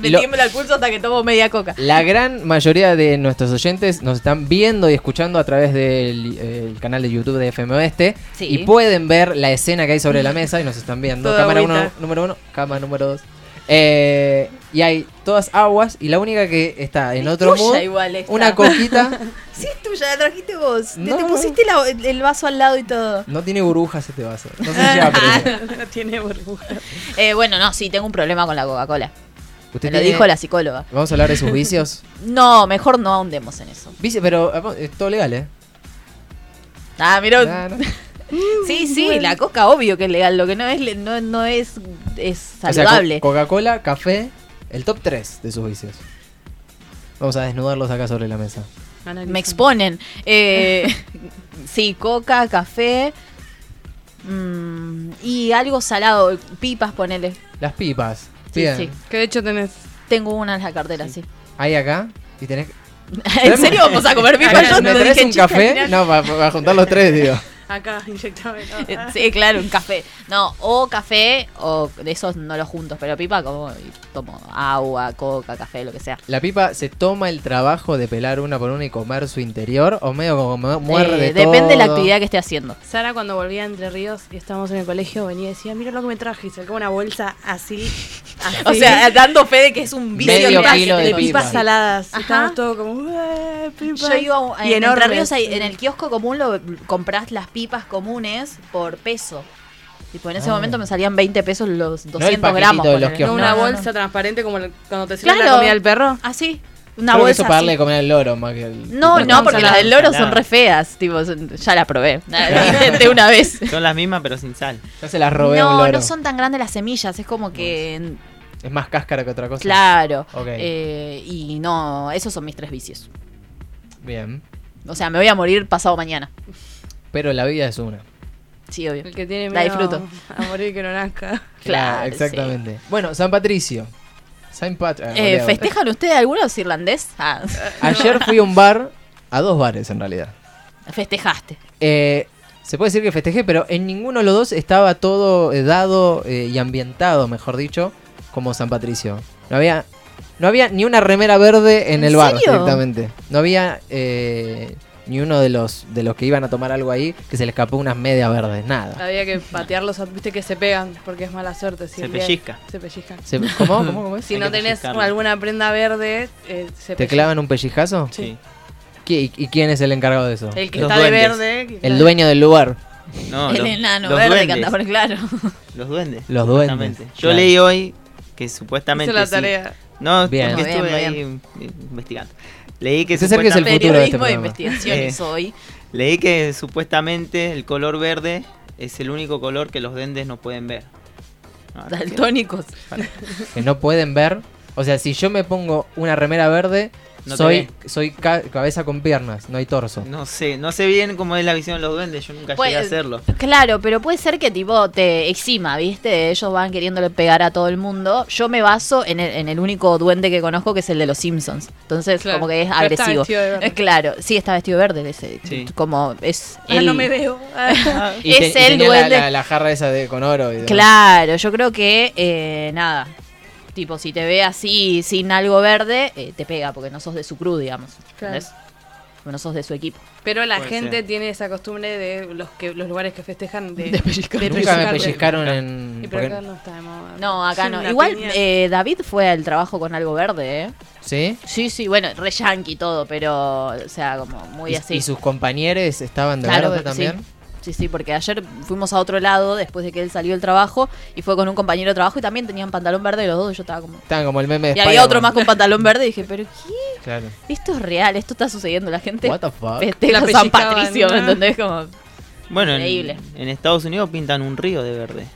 [SPEAKER 3] Metiéndolo al pulso hasta que tomo media coca.
[SPEAKER 2] La gran mayoría de nuestros oyentes nos están viendo y escuchando a través del el canal de YouTube de FM Oeste.
[SPEAKER 3] Sí.
[SPEAKER 2] Y pueden ver la escena que hay sobre la mesa y nos están viendo.
[SPEAKER 4] Toda
[SPEAKER 2] cámara
[SPEAKER 4] agüita.
[SPEAKER 2] uno, número uno, cámara número dos. Eh, y hay todas aguas y la única que está en
[SPEAKER 3] Es
[SPEAKER 2] otro
[SPEAKER 3] tuya
[SPEAKER 2] mood,
[SPEAKER 3] igual esta.
[SPEAKER 2] una coquita,
[SPEAKER 3] Sí, es tuya, la trajiste vos. Te-
[SPEAKER 2] No. eh.
[SPEAKER 3] Te, pusiste la- el vaso al lado y todo.
[SPEAKER 2] no tiene burbujas este vaso. No se lleva preso.
[SPEAKER 4] no tiene burbuja.
[SPEAKER 3] Eh, bueno, no, sí, tengo un problema con la Coca-Cola.
[SPEAKER 2] Usted
[SPEAKER 3] Me lo
[SPEAKER 2] tiene-
[SPEAKER 3] dijo la psicóloga.
[SPEAKER 2] Vamos a hablar de sus vicios.
[SPEAKER 3] No, mejor no ahondemos en eso.
[SPEAKER 2] Vicio, pero eh, es todo legal, ¿eh?
[SPEAKER 3] Ah, mirá.
[SPEAKER 2] Nah, no.
[SPEAKER 3] Sí, sí, la coca obvio que es legal, lo que no es le- no, no es, es
[SPEAKER 2] O sea,
[SPEAKER 3] saludable.
[SPEAKER 2] co- Coca-Cola, café, el top 3 de sus vicios. Vamos a desnudarlos acá sobre la mesa.
[SPEAKER 3] Me exponen. Eh, sí, coca, café mm, y algo salado, pipas ponele.
[SPEAKER 2] Las pipas.
[SPEAKER 3] Sí,
[SPEAKER 2] Bien.
[SPEAKER 3] sí.
[SPEAKER 4] Que de hecho tenés.
[SPEAKER 3] Tengo una en la cartera, sí.
[SPEAKER 2] Ahí acá. Y tenés.
[SPEAKER 3] ¿En serio vamos a comer pipas? Yo
[SPEAKER 2] ¿Me
[SPEAKER 3] te
[SPEAKER 2] traes
[SPEAKER 3] dije
[SPEAKER 2] un
[SPEAKER 3] chiste al
[SPEAKER 2] café?
[SPEAKER 3] final.
[SPEAKER 2] No, para, juntar los tres, digo.
[SPEAKER 4] Acá, inyectame. ¿no?
[SPEAKER 3] Eh, Sí, claro, un café. No, o café, o de esos no los juntos, pero pipa como y tomo agua, coca, café, lo que sea.
[SPEAKER 2] La pipa se toma el trabajo de pelar una por una y comer su interior. O medio como mu- muerde.
[SPEAKER 3] Eh, depende de la
[SPEAKER 2] todo.
[SPEAKER 3] actividad que esté haciendo.
[SPEAKER 4] Sara cuando volvía a Entre Ríos y estábamos en el colegio venía y decía, mira lo que me traje, y sacó una bolsa así, así.
[SPEAKER 3] O sea, dando fe de que es un
[SPEAKER 2] vicio
[SPEAKER 3] vicio
[SPEAKER 2] Medio que hace- kilo de
[SPEAKER 4] de
[SPEAKER 2] pipa.
[SPEAKER 4] pipas saladas.
[SPEAKER 3] Ajá.
[SPEAKER 4] Estábamos todos como, "Eh, pipas".
[SPEAKER 3] Yo iba a,
[SPEAKER 4] Y
[SPEAKER 3] en Entre
[SPEAKER 4] enormes.
[SPEAKER 3] Ríos, hay- en el kiosco común lo compras las pipas comunes por peso. Tipo, en ese momento me salían 20 pesos los 200
[SPEAKER 2] Ah. paquetito
[SPEAKER 3] gramos.
[SPEAKER 2] de los
[SPEAKER 3] ponele.
[SPEAKER 2] kioscos.
[SPEAKER 4] No, una
[SPEAKER 3] No, no,
[SPEAKER 4] bolsa
[SPEAKER 3] no.
[SPEAKER 4] transparente como la- cuando te sirven
[SPEAKER 3] Claro.
[SPEAKER 4] la comida del perro.
[SPEAKER 3] Así. Ah, Una
[SPEAKER 2] Creo que
[SPEAKER 3] bolsa.
[SPEAKER 2] eso para darle de
[SPEAKER 3] así.
[SPEAKER 2] comer al loro más que el-
[SPEAKER 3] No,
[SPEAKER 4] Tipo,
[SPEAKER 3] no, porque
[SPEAKER 4] ensalada.
[SPEAKER 3] las del loro son
[SPEAKER 5] Ensalada.
[SPEAKER 3] re feas. Tipo, son- ya las probé. Las intenté una vez.
[SPEAKER 5] Son las mismas, pero sin sal.
[SPEAKER 2] Ya se las robé a un
[SPEAKER 3] No,
[SPEAKER 2] loro.
[SPEAKER 3] no son tan grandes las semillas. Es como que.
[SPEAKER 2] Es más cáscara que otra cosa.
[SPEAKER 3] Claro.
[SPEAKER 2] Ok.
[SPEAKER 3] Eh, y no, esos son mis tres vicios.
[SPEAKER 2] Bien.
[SPEAKER 3] O sea, me voy a morir pasado mañana.
[SPEAKER 2] Pero la vida es una.
[SPEAKER 3] Sí, obvio.
[SPEAKER 2] Eh,
[SPEAKER 3] Eh,
[SPEAKER 4] El que tiene
[SPEAKER 3] La
[SPEAKER 4] miedo
[SPEAKER 3] disfruto.
[SPEAKER 4] a morir que no nazca.
[SPEAKER 3] Claro,
[SPEAKER 2] Ah, Exactamente. Bueno, San Patricio. San Pat- ah,
[SPEAKER 3] Eh,
[SPEAKER 2] boludo.
[SPEAKER 3] ¿Festejan ustedes algunos irlandés? Ah,
[SPEAKER 2] Ayer fui a un bar, a dos bares en realidad.
[SPEAKER 3] festejaste.
[SPEAKER 2] Eh, se puede decir que festejé, pero en ninguno de los dos estaba todo eh, dado eh, y ambientado, mejor dicho, como San Patricio. No había, no había ni una remera verde en,
[SPEAKER 3] ¿En
[SPEAKER 2] el bar
[SPEAKER 3] serio?
[SPEAKER 2] directamente. No había eh, ni uno de los de los que iban a tomar algo ahí que se le escapó unas medias verdes,
[SPEAKER 3] Ah.
[SPEAKER 2] nada.
[SPEAKER 4] Había que patearlos, viste que se pegan, porque es mala suerte. Si
[SPEAKER 5] Se
[SPEAKER 4] el día-
[SPEAKER 5] pellizca.
[SPEAKER 4] Se pellizcan.
[SPEAKER 2] Se- ¿Cómo? ¿Cómo? ¿Cómo es?
[SPEAKER 4] Si
[SPEAKER 5] Hay
[SPEAKER 4] no
[SPEAKER 5] que
[SPEAKER 4] tenés
[SPEAKER 5] pellizcarlo.
[SPEAKER 4] alguna prenda verde, eh, se
[SPEAKER 2] ¿Te
[SPEAKER 4] pellizca.
[SPEAKER 2] clavan un pellijazo?
[SPEAKER 5] Sí.
[SPEAKER 2] ¿Qui- y, y quién es el encargado de eso?
[SPEAKER 4] El que
[SPEAKER 5] Los
[SPEAKER 4] está de
[SPEAKER 5] duendes.
[SPEAKER 4] verde. que-
[SPEAKER 2] El dueño del lugar.
[SPEAKER 5] No,
[SPEAKER 3] el
[SPEAKER 5] los-
[SPEAKER 3] enano
[SPEAKER 5] los
[SPEAKER 3] verde que
[SPEAKER 5] duendes.
[SPEAKER 3] andaba, claro.
[SPEAKER 5] Los duendes.
[SPEAKER 2] Los duendes,
[SPEAKER 5] Exactamente. Yo
[SPEAKER 2] claro.
[SPEAKER 5] leí hoy que
[SPEAKER 4] Hizo
[SPEAKER 5] supuestamente.
[SPEAKER 4] la
[SPEAKER 5] sí.
[SPEAKER 4] tarea.
[SPEAKER 5] No,
[SPEAKER 2] Bien.
[SPEAKER 5] porque
[SPEAKER 3] Muy
[SPEAKER 5] estuve
[SPEAKER 3] bien,
[SPEAKER 5] ahí eh, investigando. Leí que,
[SPEAKER 2] César, que es el
[SPEAKER 5] supuestamente-
[SPEAKER 2] futuro de este
[SPEAKER 3] Periodismo de
[SPEAKER 2] programa. Eh.
[SPEAKER 3] investigaciones hoy.
[SPEAKER 5] leí que supuestamente el color verde es el único color que los duendes no pueden ver. Ah,
[SPEAKER 3] Daltónicos.
[SPEAKER 2] que no pueden ver. O sea, si yo me pongo una remera verde,
[SPEAKER 5] No te
[SPEAKER 2] soy, soy ca- cabeza con piernas, no hay torso.
[SPEAKER 5] No sé, no sé bien cómo es la visión de los duendes, yo nunca
[SPEAKER 3] Pues-
[SPEAKER 5] llegué a hacerlo.
[SPEAKER 3] Claro, pero puede ser que tipo te exima, ¿viste? Ellos van queriéndole pegar a todo el mundo. Yo me baso en el, en el único duende que conozco, que es el de los Simpsons. Entonces,
[SPEAKER 4] Claro.
[SPEAKER 3] como que es
[SPEAKER 4] Pero está
[SPEAKER 3] agresivo.
[SPEAKER 4] vestido de verde.
[SPEAKER 3] Eh, Claro, sí, está vestido de verde. Ese,
[SPEAKER 5] Sí.
[SPEAKER 3] Como es.
[SPEAKER 4] Ah,
[SPEAKER 3] el-
[SPEAKER 4] no me veo. Ah.
[SPEAKER 2] Y te-
[SPEAKER 3] Es
[SPEAKER 2] y
[SPEAKER 3] el
[SPEAKER 2] tenía la-
[SPEAKER 3] duende.
[SPEAKER 2] La, la jarra esa de con oro. y demás.
[SPEAKER 3] Claro, yo creo que eh, nada. Tipo, si te ve así, sin algo verde, eh, te pega, porque no sos de su crew, digamos.
[SPEAKER 4] Claro.
[SPEAKER 3] ¿entendés? Porque no sos de su equipo.
[SPEAKER 4] Pero la
[SPEAKER 5] Puede
[SPEAKER 4] gente
[SPEAKER 5] ser.
[SPEAKER 4] tiene esa costumbre de los que los lugares que festejan de,
[SPEAKER 3] De pellizcar.
[SPEAKER 4] de
[SPEAKER 2] Nunca me
[SPEAKER 4] pellizcarte.
[SPEAKER 2] pellizcaron
[SPEAKER 4] Y
[SPEAKER 2] en.
[SPEAKER 4] pero
[SPEAKER 2] porque-
[SPEAKER 4] acá no está de moda.
[SPEAKER 3] No, acá
[SPEAKER 4] Es
[SPEAKER 3] no.
[SPEAKER 4] una
[SPEAKER 3] Igual
[SPEAKER 4] piña.
[SPEAKER 3] eh, David fue al trabajo con algo verde, ¿eh?
[SPEAKER 2] ¿Sí?
[SPEAKER 3] Sí, sí, bueno, re yankee todo, pero, o sea, como muy
[SPEAKER 2] Y,
[SPEAKER 3] así.
[SPEAKER 2] y sus compañeros estaban de
[SPEAKER 3] Claro,
[SPEAKER 2] verde
[SPEAKER 3] pero
[SPEAKER 2] también.
[SPEAKER 3] Sí, sí, porque ayer fuimos a otro lado después de que él salió del trabajo y fue con un compañero de trabajo y también tenían pantalón verde y los dos. Yo estaba como.
[SPEAKER 2] Estaban como el meme de
[SPEAKER 3] Y había otro más
[SPEAKER 2] Spider-Man.
[SPEAKER 3] con pantalón verde y dije, ¿pero qué?
[SPEAKER 2] Claro.
[SPEAKER 3] Esto es real, esto está sucediendo. La gente
[SPEAKER 2] What the fuck?
[SPEAKER 3] festeja
[SPEAKER 4] La
[SPEAKER 3] San
[SPEAKER 4] pellizcaban,
[SPEAKER 3] Patricio,
[SPEAKER 4] ¿no?
[SPEAKER 3] ¿entendés? Como.
[SPEAKER 5] Bueno,
[SPEAKER 3] Increíble.
[SPEAKER 5] en, en Estados Unidos pintan un río de verde.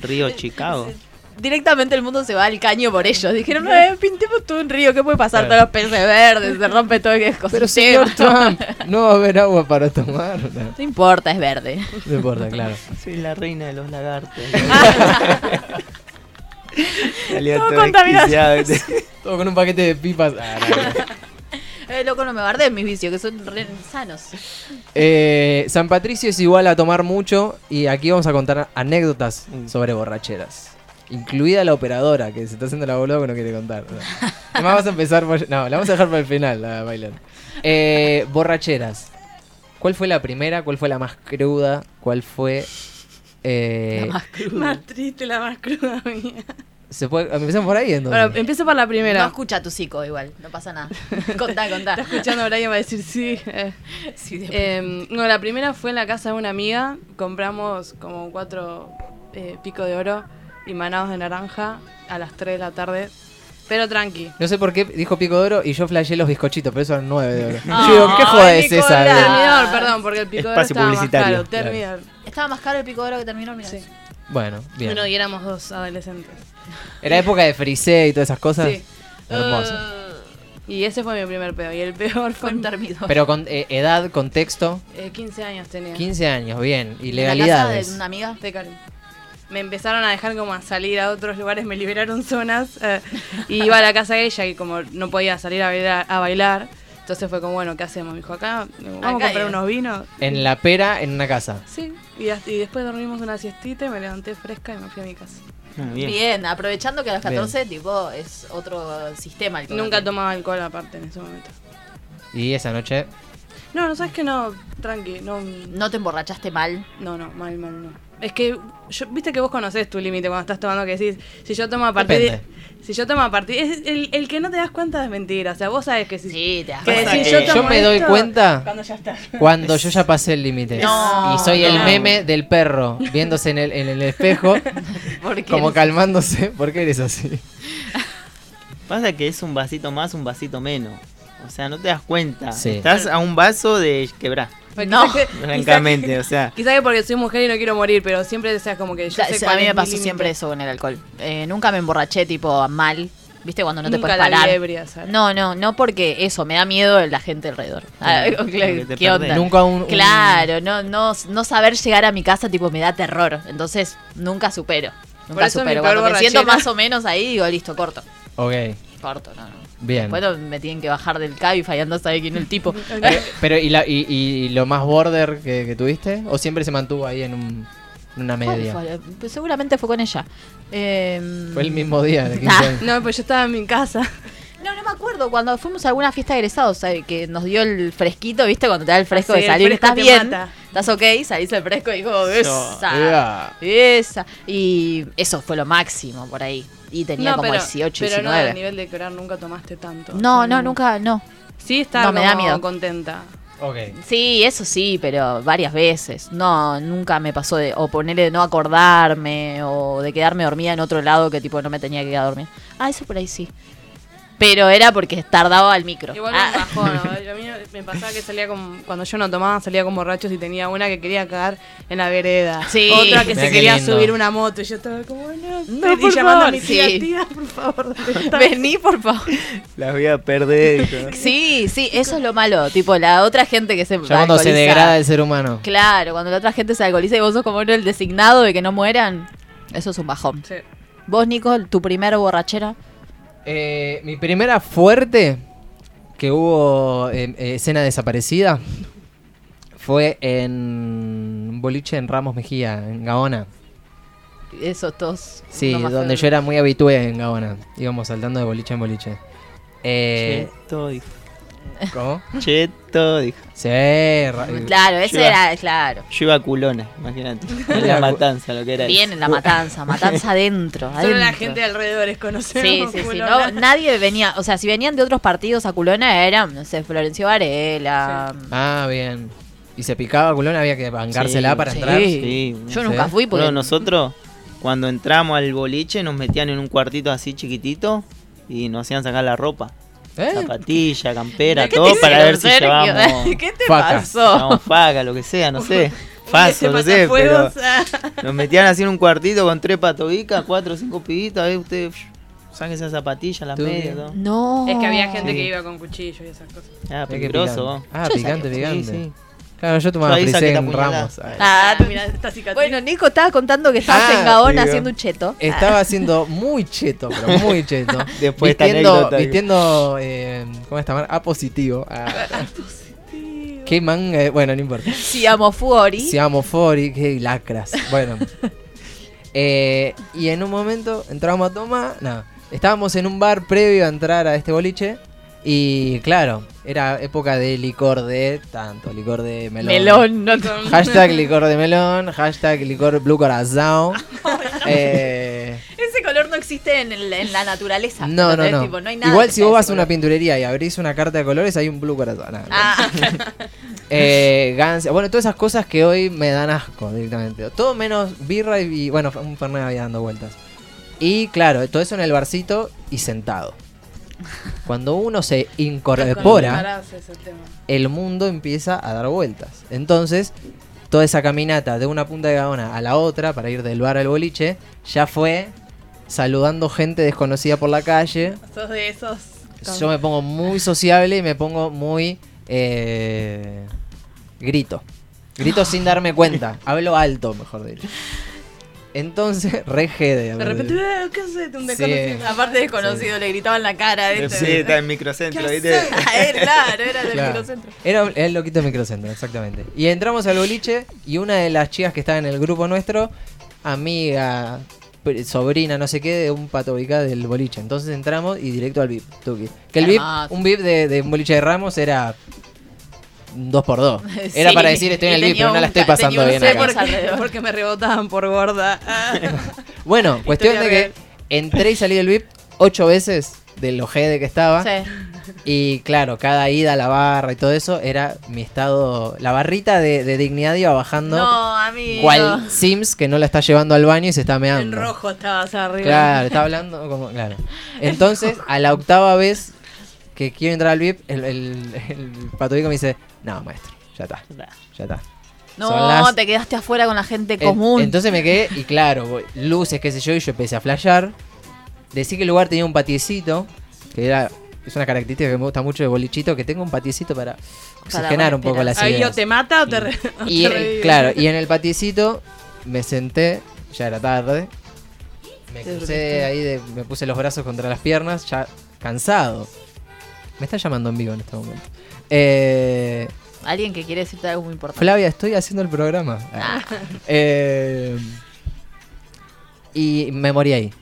[SPEAKER 5] río Chicago.
[SPEAKER 3] Directamente el mundo se va al caño por ellos. Dijeron, eh, pintemos todo un río, ¿qué puede pasar?
[SPEAKER 2] Claro.
[SPEAKER 3] Todos los peces verdes, se rompe todo, que es cosa.
[SPEAKER 2] Pero señor Trump, no va a haber agua para tomar. No,
[SPEAKER 3] No importa, es verde.
[SPEAKER 2] no importa, claro.
[SPEAKER 5] Soy la reina de los lagartos.
[SPEAKER 3] Todo todo contaminado.
[SPEAKER 2] Todo con un paquete de pipas. Ah, no.
[SPEAKER 3] Eh, loco, no me bardeen mis vicios, que son re sanos.
[SPEAKER 2] Eh, San Patricio es igual a tomar mucho y aquí vamos a contar anécdotas sobre borracheras. Incluida la operadora, que se está haciendo la boluda que no quiere contar. No. Además, vamos a empezar por- No, la vamos a dejar para el final, la bailar. Eh, borracheras. ¿Cuál fue la primera? ¿Cuál fue la más cruda? ¿Cuál fue...? eh,
[SPEAKER 3] La más cruda.
[SPEAKER 4] Más triste, la más cruda mía.
[SPEAKER 2] ¿se puede, empezamos por ahí entonces.
[SPEAKER 4] Bueno, em- empiezo por la primera.
[SPEAKER 3] No escucha tu psico igual, no pasa nada. Contá, contá.
[SPEAKER 4] Escuchando a Brian va a decir sí. Eh,
[SPEAKER 3] Sí, de-
[SPEAKER 4] eh, no, la primera fue en la casa de una amiga. Compramos como cuatro eh, pico de oro y manados de naranja a las 3 de la tarde. Pero tranqui.
[SPEAKER 2] no sé por qué dijo pico de oro y yo flasheé los bizcochitos, pero eso eran nueve de oro.
[SPEAKER 3] Ah,
[SPEAKER 2] Yo digo, ¿qué joda es
[SPEAKER 4] Nicolás.
[SPEAKER 2] esa? de-
[SPEAKER 4] Terminador, perdón, porque el pico de oro
[SPEAKER 5] Espacio
[SPEAKER 4] estaba más
[SPEAKER 5] publicitario.
[SPEAKER 4] caro. Terminador.
[SPEAKER 3] Estaba más caro el pico de oro que terminó, mira.
[SPEAKER 4] Sí.
[SPEAKER 2] Bueno, bien.
[SPEAKER 4] Bueno, y éramos dos adolescentes.
[SPEAKER 2] Era época de frisé y todas esas cosas.
[SPEAKER 4] Sí.
[SPEAKER 2] Hermoso.
[SPEAKER 3] Ah. Eh,
[SPEAKER 4] Y ese fue mi primer pedo. Y el peor fue
[SPEAKER 3] Fue
[SPEAKER 4] en
[SPEAKER 3] un termidor.
[SPEAKER 2] Pero con eh, edad, contexto,
[SPEAKER 4] eh, 15 años tenía.
[SPEAKER 2] 15 años, bien.
[SPEAKER 3] La casa
[SPEAKER 2] Ilegalidades.
[SPEAKER 3] de una amiga.
[SPEAKER 4] De Cali. Me empezaron a dejar como a salir a otros lugares, me liberaron zonas. eh, y iba a la casa de ella y como no podía salir a bailar, a bailar entonces fue como, bueno, ¿qué hacemos? Me dijo, acá vamos
[SPEAKER 3] Acá
[SPEAKER 4] a comprar
[SPEAKER 3] es.
[SPEAKER 4] unos vinos.
[SPEAKER 2] En la pera, en una casa.
[SPEAKER 4] Sí, y, as- y después dormimos una siestita y me levanté fresca y me fui a mi casa.
[SPEAKER 3] Bien.
[SPEAKER 5] Ah, Bien.
[SPEAKER 3] aprovechando que a los
[SPEAKER 2] Bien.
[SPEAKER 3] 14, tipo, es otro sistema. El
[SPEAKER 4] Nunca
[SPEAKER 3] tomé
[SPEAKER 4] tomaba alcohol aparte en ese momento.
[SPEAKER 2] Y esa noche,
[SPEAKER 4] No, no sabes que no, tranqui, no,
[SPEAKER 3] ¿No te emborrachaste mal?
[SPEAKER 4] no, no, mal, mal, no. Es que, yo- viste que vos conocés tu límite cuando estás tomando, que decís, si yo tomo a partir de- Si yo tomo a partir... es el, el que no te das cuenta es mentira. O sea, vos sabés que si...
[SPEAKER 3] Sí, te das
[SPEAKER 4] que
[SPEAKER 5] cuenta
[SPEAKER 4] decís,
[SPEAKER 5] que-
[SPEAKER 4] yo, tomo
[SPEAKER 2] Yo me doy
[SPEAKER 4] esto",
[SPEAKER 2] cuenta.
[SPEAKER 4] Cuando ya está.
[SPEAKER 2] Cuando yo ya pasé el límite.
[SPEAKER 3] No,
[SPEAKER 2] y soy el
[SPEAKER 3] no.
[SPEAKER 2] meme del perro viéndose en el, en el espejo,
[SPEAKER 3] Porque
[SPEAKER 2] como calmándose. ¿Por qué eres así?
[SPEAKER 5] Pasa que es un vasito más, un vasito menos. O sea, no te das cuenta.
[SPEAKER 2] Sí.
[SPEAKER 5] Estás a un vaso de quebrar,
[SPEAKER 4] Porque
[SPEAKER 3] No.
[SPEAKER 4] quizás que-
[SPEAKER 5] francamente. O sea,
[SPEAKER 4] Quizás que porque soy mujer y no quiero morir, pero siempre o sea, como que yo
[SPEAKER 3] Ya,
[SPEAKER 4] sé
[SPEAKER 3] a
[SPEAKER 4] cuál
[SPEAKER 3] mí
[SPEAKER 4] es
[SPEAKER 3] me
[SPEAKER 4] mi
[SPEAKER 3] pasó
[SPEAKER 4] límite.
[SPEAKER 3] siempre eso con el alcohol. Eh, nunca me emborraché tipo mal. ¿Viste cuando no te
[SPEAKER 4] Nunca
[SPEAKER 3] puedes
[SPEAKER 4] la vi
[SPEAKER 3] parar?
[SPEAKER 4] ebria, ¿sabes?
[SPEAKER 3] No, no, no porque eso, me da miedo la gente alrededor. Ah,
[SPEAKER 5] Claro,
[SPEAKER 3] ¿qué-
[SPEAKER 5] porque te
[SPEAKER 3] ¿Qué onda?
[SPEAKER 5] perdés.
[SPEAKER 2] Nunca un. un-
[SPEAKER 3] Claro, no, no, no saber llegar a mi casa tipo me da terror. Entonces nunca supero.
[SPEAKER 4] Por
[SPEAKER 3] Nunca
[SPEAKER 4] eso mi
[SPEAKER 3] supero.
[SPEAKER 4] peor
[SPEAKER 3] Cuando me siento
[SPEAKER 4] borrachera-
[SPEAKER 3] más o menos ahí, digo, listo, corto.
[SPEAKER 2] Ok,
[SPEAKER 3] Corto, no, no.
[SPEAKER 2] bien.
[SPEAKER 3] Después me tienen que bajar del cabify, anda a saber quién es el tipo.
[SPEAKER 2] Pero, ¿y, la, y, y lo más border que, que tuviste? ¿O siempre se mantuvo ahí en, un- en una
[SPEAKER 3] ¿Cuál
[SPEAKER 2] media? Fue?
[SPEAKER 3] fue? Pues seguramente fue con ella. Eh,
[SPEAKER 2] el mismo día, de 15
[SPEAKER 3] Ah.
[SPEAKER 2] años.
[SPEAKER 4] No, pues yo estaba en mi casa.
[SPEAKER 3] No, no me acuerdo. Cuando fuimos a alguna fiesta de egresados, ¿sabe? que nos dio el fresquito, ¿viste? Cuando te da el fresco
[SPEAKER 4] Ah, Sí,
[SPEAKER 3] de
[SPEAKER 4] el
[SPEAKER 3] salir,
[SPEAKER 4] fresco
[SPEAKER 3] estás
[SPEAKER 4] te
[SPEAKER 3] bien,
[SPEAKER 4] mata.
[SPEAKER 3] estás ok, salís el fresco y digo, esa,
[SPEAKER 2] Ea.
[SPEAKER 3] esa. Y eso fue lo máximo por ahí. Y tenía
[SPEAKER 4] no,
[SPEAKER 3] como
[SPEAKER 4] pero,
[SPEAKER 3] 18,
[SPEAKER 4] pero no, a
[SPEAKER 3] 19.
[SPEAKER 4] nivel de quebrar nunca tomaste tanto.
[SPEAKER 3] No, no, nunca, no.
[SPEAKER 4] Sí, estaba
[SPEAKER 3] No, me da
[SPEAKER 4] como
[SPEAKER 3] miedo.
[SPEAKER 4] contenta.
[SPEAKER 2] Ok.
[SPEAKER 3] Sí, eso sí, pero varias veces. No, nunca me pasó de o ponerle de no acordarme o de quedarme dormida en otro lado que tipo no me tenía que quedar dormida. Ah, eso por ahí sí. Pero era porque tardaba al micro.
[SPEAKER 4] Igual
[SPEAKER 3] Ah.
[SPEAKER 4] me bajó, ¿no? A mí me pasaba que salía con. Cuando yo no tomaba, salía con borrachos y tenía una que quería cagar en la vereda.
[SPEAKER 3] Sí.
[SPEAKER 4] Otra que
[SPEAKER 2] Mirá
[SPEAKER 4] se
[SPEAKER 2] qué
[SPEAKER 4] quería
[SPEAKER 2] lindo.
[SPEAKER 4] subir una moto. Y yo estaba como, no,
[SPEAKER 3] No,
[SPEAKER 4] y
[SPEAKER 3] por
[SPEAKER 4] llamando a
[SPEAKER 3] favor.
[SPEAKER 4] mi tía,
[SPEAKER 3] Sí.
[SPEAKER 4] tía, por favor. ¿dónde estás?".
[SPEAKER 3] Vení, por favor.
[SPEAKER 5] las voy a perder. dijo.
[SPEAKER 3] Sí, sí, eso es lo malo. Tipo, la otra gente que se.
[SPEAKER 2] Ya cuando se
[SPEAKER 3] alcoholiza-
[SPEAKER 2] degrada el ser humano.
[SPEAKER 3] Claro, cuando la otra gente se alcoholiza y vos sos como el designado de que no mueran, eso es un bajón.
[SPEAKER 4] Sí.
[SPEAKER 3] Vos, Nico, tu primera borrachera.
[SPEAKER 2] Eh, mi primera fuerte que hubo eh, eh, escena desaparecida fue en un boliche en Ramos Mejía, en Gaona.
[SPEAKER 3] Esos dos.
[SPEAKER 2] Sí,
[SPEAKER 3] no más
[SPEAKER 2] donde
[SPEAKER 3] feos.
[SPEAKER 2] yo era muy habitué en Gaona. Íbamos saltando de boliche en boliche. Eh,
[SPEAKER 5] Cheto, dijo.
[SPEAKER 2] ¿Cómo?
[SPEAKER 5] Cheto, dijo.
[SPEAKER 2] Sí, ra-
[SPEAKER 3] Claro, ese
[SPEAKER 5] Yo iba-
[SPEAKER 3] era, claro.
[SPEAKER 5] Yo iba a culona, imagínate. En la matanza, lo que era.
[SPEAKER 3] Bien en la matanza, matanza adentro.
[SPEAKER 4] Solo la
[SPEAKER 3] adentro.
[SPEAKER 4] gente de alrededor es conocida.
[SPEAKER 3] Sí,
[SPEAKER 4] como
[SPEAKER 3] sí, sí.
[SPEAKER 4] culona.
[SPEAKER 3] No, nadie venía, o sea, si venían de otros partidos a Culona eran, no sé, Florencio Varela.
[SPEAKER 2] Ah, bien. Y se picaba culón, había que bancársela
[SPEAKER 5] Sí,
[SPEAKER 2] para
[SPEAKER 5] sí.
[SPEAKER 2] entrar.
[SPEAKER 5] Sí,
[SPEAKER 3] Yo
[SPEAKER 2] no
[SPEAKER 3] nunca
[SPEAKER 2] sé.
[SPEAKER 3] fui porque
[SPEAKER 5] No, nosotros cuando entramos al boliche nos metían en un cuartito así chiquitito y nos hacían sacar la ropa.
[SPEAKER 2] ¿Eh?
[SPEAKER 5] Zapatilla, campera,
[SPEAKER 3] ¿Qué te
[SPEAKER 5] todo para ver
[SPEAKER 3] hicieron,
[SPEAKER 5] si
[SPEAKER 3] Sergio?
[SPEAKER 5] llevábamos,
[SPEAKER 3] ¿Qué te
[SPEAKER 2] Facas.
[SPEAKER 3] pasó?
[SPEAKER 5] llevábamos faga, lo que sea, no sé. Faso, no sé, pero
[SPEAKER 4] Matafuegos, ah.
[SPEAKER 5] nos metían así en un cuartito con tres patobicas, cuatro o cinco pibitas, a ver ustedes, saquen esas zapatillas, las
[SPEAKER 2] Tú
[SPEAKER 5] medias,
[SPEAKER 2] bien.
[SPEAKER 5] todo.
[SPEAKER 3] No.
[SPEAKER 4] Es que había gente que iba con cuchillo y esas cosas.
[SPEAKER 5] Ah,
[SPEAKER 2] Mirá qué
[SPEAKER 5] peligroso. vos.
[SPEAKER 2] picante. Ah,
[SPEAKER 3] Yo
[SPEAKER 2] picante,
[SPEAKER 3] saqué.
[SPEAKER 2] picante.
[SPEAKER 5] Sí, sí.
[SPEAKER 2] Claro, yo
[SPEAKER 5] Yo
[SPEAKER 2] tomaba
[SPEAKER 5] ahí saqué
[SPEAKER 2] frisé
[SPEAKER 5] la
[SPEAKER 2] en
[SPEAKER 5] puñalada.
[SPEAKER 2] Ramos. Ay.
[SPEAKER 3] Ah,
[SPEAKER 4] mira, esta cicatriz.
[SPEAKER 3] Bueno, Nico estaba contando que estabas
[SPEAKER 2] Ah, eh,
[SPEAKER 3] en Gaona
[SPEAKER 5] sí,
[SPEAKER 3] haciendo un cheto.
[SPEAKER 2] Estaba siendo muy cheto, pero muy cheto.
[SPEAKER 5] Después esta
[SPEAKER 2] vistiendo,
[SPEAKER 5] anécdota, digo.
[SPEAKER 2] vistiendo eh, ¿cómo está? A positivo. Ah. Qué manga, eh, bueno, no importa.
[SPEAKER 3] Si amo Fuori.
[SPEAKER 2] Siamo Fori, qué lacras. Bueno. Eh, y en un momento entramos a tomar, nada. Estábamos en un bar previo a entrar a este boliche y claro, era época de licor de tanto, licor de melón.
[SPEAKER 3] melón. no te-
[SPEAKER 2] Hashtag licor de melón, hashtag licor blue corazón. Eh,
[SPEAKER 3] Ese color no existe en, el- en la naturaleza.
[SPEAKER 2] No, no,
[SPEAKER 3] ¿entendés?
[SPEAKER 2] no.
[SPEAKER 3] Tipo, hay nada
[SPEAKER 2] Igual
[SPEAKER 3] que
[SPEAKER 2] si
[SPEAKER 3] sea
[SPEAKER 2] vos
[SPEAKER 3] ese
[SPEAKER 2] vas a una
[SPEAKER 3] color.
[SPEAKER 2] pinturería y abrís una carta de colores, hay un blue corazón. Nah,
[SPEAKER 3] Ah,
[SPEAKER 2] Eh, Gans, bueno, todas esas cosas que hoy me dan asco directamente. Todo menos birra y, y, bueno, un fernet había dando vueltas. Y claro, todo eso en el barcito y sentado. Cuando uno se incorpora,
[SPEAKER 4] Parás ese tema.
[SPEAKER 2] el mundo empieza a dar vueltas. Entonces, toda esa caminata de una punta de Gaona a la otra para ir del bar al boliche, ya fue saludando gente desconocida por la calle,
[SPEAKER 4] Sos de esos.
[SPEAKER 2] yo me pongo muy sociable y me pongo muy eh, grito. Grito sin darme cuenta. Hablo alto, mejor dicho. Entonces, re jede.
[SPEAKER 4] De
[SPEAKER 2] aparte.
[SPEAKER 4] repente, "Eh, ¿qué haces? Un
[SPEAKER 2] Sí.
[SPEAKER 4] desconocido.
[SPEAKER 3] aparte desconocido, le gritaban la cara. ¿viste?
[SPEAKER 5] Sí, está en microcentro, ¿viste?
[SPEAKER 3] Ah, era, claro, era del
[SPEAKER 2] Claro.
[SPEAKER 3] microcentro.
[SPEAKER 2] Era un- el loquito del microcentro, exactamente. Y entramos al boliche y una de las chicas que estaba en el grupo nuestro, amiga, pr- sobrina, no sé qué, de un patobica del boliche. Entonces entramos y directo al VIP. tuqui. Que el VIP,
[SPEAKER 3] Hermoso.
[SPEAKER 2] un VIP de, de un boliche de Ramos era un 2x2.
[SPEAKER 3] Sí.
[SPEAKER 2] Era para decir estoy en el
[SPEAKER 3] Y
[SPEAKER 2] VIP, pero
[SPEAKER 3] tenía
[SPEAKER 2] no la
[SPEAKER 3] un
[SPEAKER 2] estoy
[SPEAKER 3] ca- tenía
[SPEAKER 2] pasando
[SPEAKER 3] un
[SPEAKER 2] bien
[SPEAKER 3] seis
[SPEAKER 2] acá.
[SPEAKER 3] por alrededor.
[SPEAKER 4] Porque me rebotaban por gorda. Ah.
[SPEAKER 2] Bueno, cuestión de
[SPEAKER 4] Historia
[SPEAKER 2] que entré y salí del VIP ocho veces de lo jede que estaba.
[SPEAKER 3] Sí.
[SPEAKER 2] Y claro, cada ida a la barra y todo eso era mi estado. La barrita de, de dignidad iba bajando.
[SPEAKER 3] No, amigo.
[SPEAKER 2] cual Sims que no la está llevando al baño y se está
[SPEAKER 4] En
[SPEAKER 2] meando.
[SPEAKER 4] rojo estabas arriba.
[SPEAKER 2] Claro, está hablando como. Claro. Entonces, a la octava vez que quiero entrar al VIP, el, el, el patodico me dice: No, maestro, ya está, ya está.
[SPEAKER 3] No,
[SPEAKER 2] Son las-
[SPEAKER 3] te quedaste afuera con la gente
[SPEAKER 2] En-
[SPEAKER 3] común.
[SPEAKER 2] Entonces me quedé, y claro, voy- luces, qué sé yo, y yo empecé a flashear. Decí que el lugar tenía un patiecito, que era. Es una característica que me gusta mucho de bolichito, que tengo un patiecito para oxigenar un poco las
[SPEAKER 3] respirar.
[SPEAKER 4] Ahí
[SPEAKER 2] ideas.
[SPEAKER 4] o te mata o te, re- o te
[SPEAKER 2] Y eh,
[SPEAKER 4] revive.
[SPEAKER 2] claro, y en el patiecito me senté, ya era tarde. Me crucé ahí, de- me puse los brazos contra las piernas, ya cansado. Me está llamando en vivo en este momento. Eh,
[SPEAKER 3] Alguien que quiere decirte algo muy importante.
[SPEAKER 2] Flavia, estoy haciendo el programa. Ah. Eh, y me morí ahí.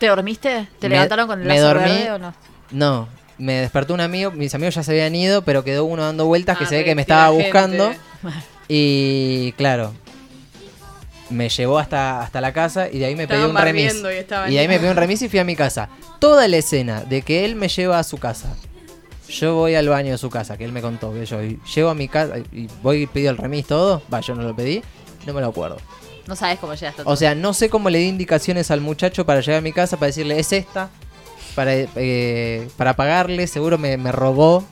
[SPEAKER 3] ¿Te dormiste? ¿Te
[SPEAKER 2] Me-
[SPEAKER 3] levantaron con el
[SPEAKER 2] me
[SPEAKER 3] lazo
[SPEAKER 2] dormí.
[SPEAKER 3] verde o no?
[SPEAKER 2] No, me despertó un amigo, mis amigos ya se habían ido, pero quedó uno dando vueltas que
[SPEAKER 4] Ah,
[SPEAKER 2] se ve que me
[SPEAKER 4] revestida
[SPEAKER 2] estaba
[SPEAKER 4] gente.
[SPEAKER 2] buscando. Y claro, me llevó hasta, hasta la casa y de ahí me
[SPEAKER 4] Estaban
[SPEAKER 2] pedí un remis.
[SPEAKER 4] barriendo y estaban-
[SPEAKER 2] Y de ahí me pedí un remis y fui a mi casa. Toda la escena de que él me lleva a su casa. Yo voy al baño de su casa, que él me contó que yo y llego a mi casa y voy y pido el remis todo. Va, yo no lo pedí, no me lo acuerdo.
[SPEAKER 3] No sabes cómo llegaste.
[SPEAKER 2] O sea, no sé cómo le di indicaciones al muchacho para llegar a mi casa, para decirle, es esta, para, eh, para pagarle, seguro me, me robó,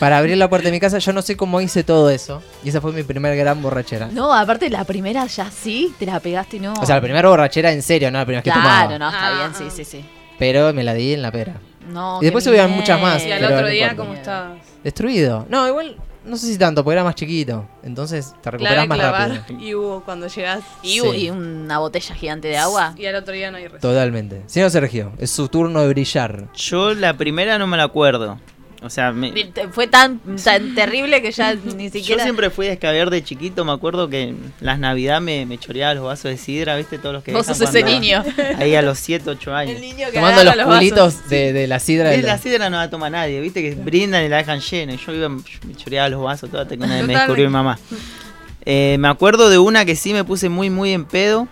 [SPEAKER 2] para abrir la puerta de mi casa. Yo no sé cómo hice todo eso. Y esa fue mi primer gran borrachera.
[SPEAKER 3] no, aparte la primera ya sí, te la pegaste y no.
[SPEAKER 2] O sea, la primera borrachera en serio, no la primera vez que
[SPEAKER 3] Claro,
[SPEAKER 2] tomaba.
[SPEAKER 3] no, está
[SPEAKER 4] Ah.
[SPEAKER 3] bien, sí, sí, sí.
[SPEAKER 2] Pero me la di en la pera.
[SPEAKER 3] No,
[SPEAKER 2] Y después
[SPEAKER 3] qué
[SPEAKER 2] hubieran muchas más,
[SPEAKER 4] Y al
[SPEAKER 2] Pero
[SPEAKER 4] otro
[SPEAKER 2] no
[SPEAKER 4] día,
[SPEAKER 2] importa.
[SPEAKER 4] ¿cómo estabas?
[SPEAKER 2] Destruido. No, igual, no sé si tanto, porque era más chiquito. Entonces te
[SPEAKER 4] Claro,
[SPEAKER 2] recuperás
[SPEAKER 4] de
[SPEAKER 2] más
[SPEAKER 4] clavar.
[SPEAKER 2] rápido.
[SPEAKER 4] Y hubo cuando llegás.
[SPEAKER 3] Y,
[SPEAKER 2] Sí.
[SPEAKER 3] y una botella gigante de agua.
[SPEAKER 4] Y al otro día no hay resto.
[SPEAKER 2] Totalmente. Señor Sergio, es su turno de brillar.
[SPEAKER 5] Yo la primera no me la acuerdo. O sea, me-
[SPEAKER 3] Te- Fue tan, tan terrible que ya ni
[SPEAKER 5] yo
[SPEAKER 3] siquiera.
[SPEAKER 5] siempre fui descaber de chiquito. Me acuerdo que en las navidades me, me choreaba los vasos de sidra, ¿viste? Todos los que.
[SPEAKER 3] Vos
[SPEAKER 5] dejan
[SPEAKER 3] sos ese
[SPEAKER 5] cuando-
[SPEAKER 3] niño.
[SPEAKER 5] Ahí a los 7, 8 años.
[SPEAKER 4] niño
[SPEAKER 2] Tomando los
[SPEAKER 4] agarra
[SPEAKER 2] culitos
[SPEAKER 4] vasos.
[SPEAKER 2] de, de la sidra. de
[SPEAKER 5] Es la
[SPEAKER 2] la-
[SPEAKER 5] sidra no la toma nadie, viste que brindan y la dejan llena. Y Yo iba, me choreaba los vasos, toda hasta que una vez me
[SPEAKER 4] Totalmente.
[SPEAKER 5] descubrió mi mamá. Eh, me acuerdo de una que sí me puse muy, muy en pedo.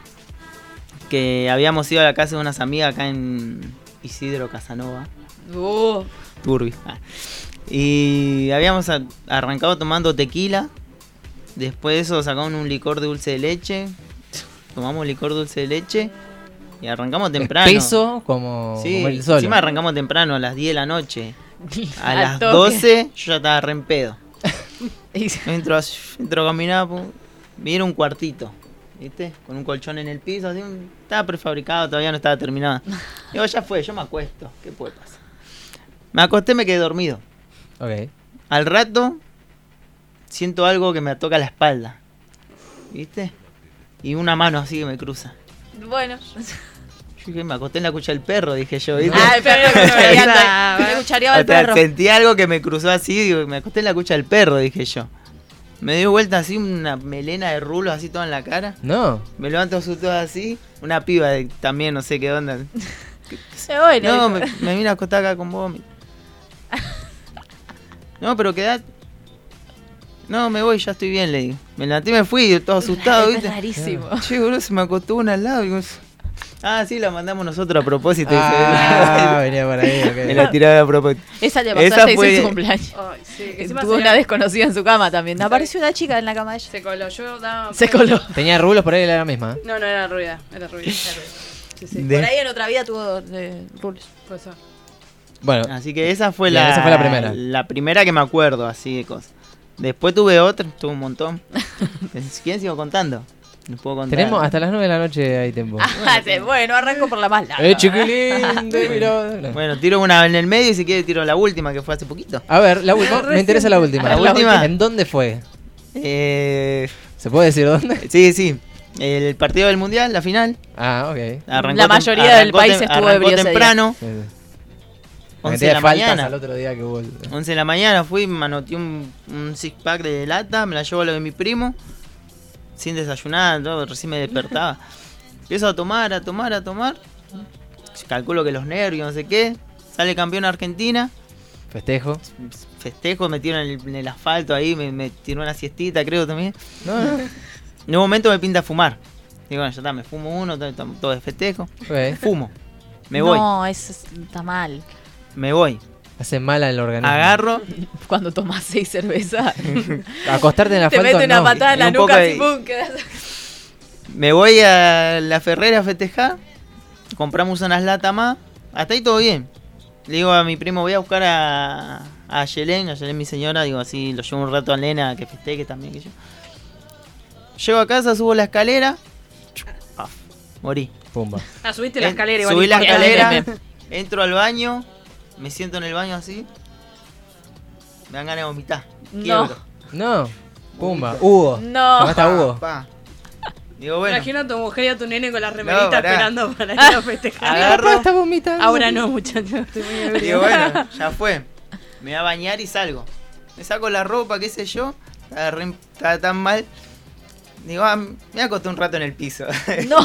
[SPEAKER 5] Que habíamos ido a la casa de unas amigas acá en Isidro Casanova,
[SPEAKER 4] Uh,
[SPEAKER 5] Turbi. Ah. Y habíamos a- arrancado tomando tequila. Después de eso sacaron un licor de dulce de leche. Tomamos licor dulce de leche. Y arrancamos temprano.
[SPEAKER 2] Espeso como,
[SPEAKER 5] Sí,
[SPEAKER 2] como el sol.
[SPEAKER 5] encima arrancamos temprano, a las 10 de la noche. A
[SPEAKER 3] Al
[SPEAKER 5] las
[SPEAKER 3] toque.
[SPEAKER 5] 12 yo ya estaba re en pedo.
[SPEAKER 3] Y-
[SPEAKER 5] Entro, así, entro caminaba, pum, vi era un cuartito, ¿viste? Con un colchón en el piso, así, un- estaba prefabricado, todavía no estaba terminado. Digo, ya fue, yo me acuesto, ¿qué puede pasar? Me acosté, me quedé dormido.
[SPEAKER 2] Ok.
[SPEAKER 5] Al rato siento algo que me toca la espalda, ¿viste? Y una mano así que me cruza.
[SPEAKER 3] Bueno.
[SPEAKER 5] Yo dije, me acosté en la cucha del perro, dije yo, ¿viste?
[SPEAKER 3] Ah, el perro me
[SPEAKER 4] Esa-
[SPEAKER 3] cuchareando. Me cuchareaba el
[SPEAKER 5] O sea,
[SPEAKER 3] perro.
[SPEAKER 5] Sentí algo que me cruzó así, digo, me acosté en la cucha del perro, dije yo. Me dio vuelta así una melena de rulos así toda en la cara.
[SPEAKER 2] No.
[SPEAKER 5] Me levanto asustado así. Una piba de- también, no sé qué onda.
[SPEAKER 3] Eh, bueno,
[SPEAKER 5] No, me,
[SPEAKER 3] dijo.
[SPEAKER 5] me vine a acostar acá con vos. No, pero quedá. No, me voy, ya estoy bien, le digo. Me levanté y me fui, todo asustado,
[SPEAKER 3] Es
[SPEAKER 5] ¿viste?
[SPEAKER 3] rarísimo.
[SPEAKER 5] Che, boludo, se me acostó una al lado. digo, ah, sí, la mandamos nosotros a propósito. dice.
[SPEAKER 2] Ah, venía por ahí. ok.
[SPEAKER 5] me la tiraron a propósito.
[SPEAKER 3] Esa le
[SPEAKER 5] Esa
[SPEAKER 3] pasó a
[SPEAKER 5] fue-
[SPEAKER 3] en su cumpleaños.
[SPEAKER 4] ay, sí, que encima
[SPEAKER 3] Eh, Tuvo
[SPEAKER 4] se-
[SPEAKER 3] una desconocida en su cama también. Apareció una chica en la cama de ella.
[SPEAKER 4] Se coló. Yo daba-
[SPEAKER 3] Se coló.
[SPEAKER 2] Tenía rulos por ahí, era la misma.
[SPEAKER 4] No, no, era ruida. Era ruida. era ruida. Sí, sí.
[SPEAKER 5] De-
[SPEAKER 3] Por ahí en otra vida tuvo eh, rulos.
[SPEAKER 4] Cosa.
[SPEAKER 2] Bueno,
[SPEAKER 5] Así que esa fue,
[SPEAKER 2] Bien,
[SPEAKER 5] la,
[SPEAKER 2] Ah. esa fue la primera.
[SPEAKER 5] La primera que me acuerdo, así de cosas. Después tuve otra, tuve un montón. Si quieren sigo contando. No puedo contar.
[SPEAKER 2] tenemos hasta las 9 de la noche hay tiempo.
[SPEAKER 3] Ah, sí, bueno, arranco por la más larga.
[SPEAKER 2] ¡Eh, chiquilín! de miró- No.
[SPEAKER 5] Bueno, tiro una en el medio y si quiere tiro la última que fue hace poquito.
[SPEAKER 2] A ver, la última. Me interesa la última.
[SPEAKER 5] ¿La última?
[SPEAKER 2] ¿En dónde fue?
[SPEAKER 5] Eh,
[SPEAKER 2] ¿Se puede decir dónde?
[SPEAKER 5] sí, sí. El partido del mundial, la final.
[SPEAKER 2] Ah, ok.
[SPEAKER 5] Arrancó
[SPEAKER 3] La
[SPEAKER 5] tem-
[SPEAKER 3] mayoría del
[SPEAKER 5] arrancó
[SPEAKER 3] país
[SPEAKER 5] tem-
[SPEAKER 3] estuvo
[SPEAKER 5] arrancó
[SPEAKER 3] ebrio ese día.
[SPEAKER 5] temprano,
[SPEAKER 2] Sí, sí.
[SPEAKER 5] 11
[SPEAKER 2] cantidad
[SPEAKER 5] de
[SPEAKER 2] de
[SPEAKER 5] la
[SPEAKER 2] faltas
[SPEAKER 5] mañana.
[SPEAKER 2] al otro día que hubo.
[SPEAKER 5] 11 de la mañana fui, manoteé un, un six pack de lata, me la llevo a lo de mi primo, sin desayunar, todo, recién me despertaba. Empiezo a tomar, a tomar, a tomar. Calculo que los nervios, no sé qué. Sale campeón Argentina,
[SPEAKER 2] Festejo.
[SPEAKER 5] festejo, me tiro en el, en el asfalto ahí, me, me tiro una siestita, creo también.
[SPEAKER 2] No, no, no.
[SPEAKER 5] En un momento me pinta fumar. Digo, bueno, ya está, me fumo uno, to- to- todo de festejo.
[SPEAKER 2] Ok.
[SPEAKER 5] Fumo. Me
[SPEAKER 3] no,
[SPEAKER 5] voy,
[SPEAKER 3] eso es- está mal.
[SPEAKER 5] me voy.
[SPEAKER 2] Hace mal al organismo.
[SPEAKER 5] Agarro
[SPEAKER 3] Cuando tomas seis cervezas,
[SPEAKER 2] Acostarte en el
[SPEAKER 3] te
[SPEAKER 2] asfalto.
[SPEAKER 3] mete una
[SPEAKER 2] no.
[SPEAKER 3] patada en la
[SPEAKER 5] Un poco
[SPEAKER 3] nuca
[SPEAKER 5] de-
[SPEAKER 3] y pum, quedas.
[SPEAKER 5] Me voy a la Ferrera a festejar. Compramos unas latas más. Hasta ahí todo bien. Le digo a mi primo, voy a buscar a, a Yelén, a Yelén mi señora, digo así, lo llevo un rato a Lena que festeje también que yo. Llego a casa, subo la escalera. Paf, morí.
[SPEAKER 2] Pumba.
[SPEAKER 4] Ah, subiste la
[SPEAKER 5] Eh,
[SPEAKER 4] escalera igual.
[SPEAKER 5] Subí la
[SPEAKER 4] importante.
[SPEAKER 5] escalera, entro al baño, me siento en el baño así. Me dan ganas de vomitar.
[SPEAKER 3] No.
[SPEAKER 5] Quiebro.
[SPEAKER 2] No. Pumba. Hugo.
[SPEAKER 3] No.
[SPEAKER 2] Llamaste a Hugo.
[SPEAKER 5] Pa. Digo, bueno,
[SPEAKER 4] Imagino a tu mujer y a tu nene con la remerita
[SPEAKER 5] No, pará.
[SPEAKER 4] esperando para ir a festejar.
[SPEAKER 5] agarro.
[SPEAKER 2] vomitando.
[SPEAKER 4] Ahora no, muchachos. Estoy muy
[SPEAKER 5] Digo,
[SPEAKER 4] ebrio.
[SPEAKER 5] bueno, ya fue. Me voy a bañar y salgo. Me saco la ropa, qué sé yo. Estaba, re- estaba tan mal. Digo, ah, me acosté un rato en el piso.
[SPEAKER 3] No,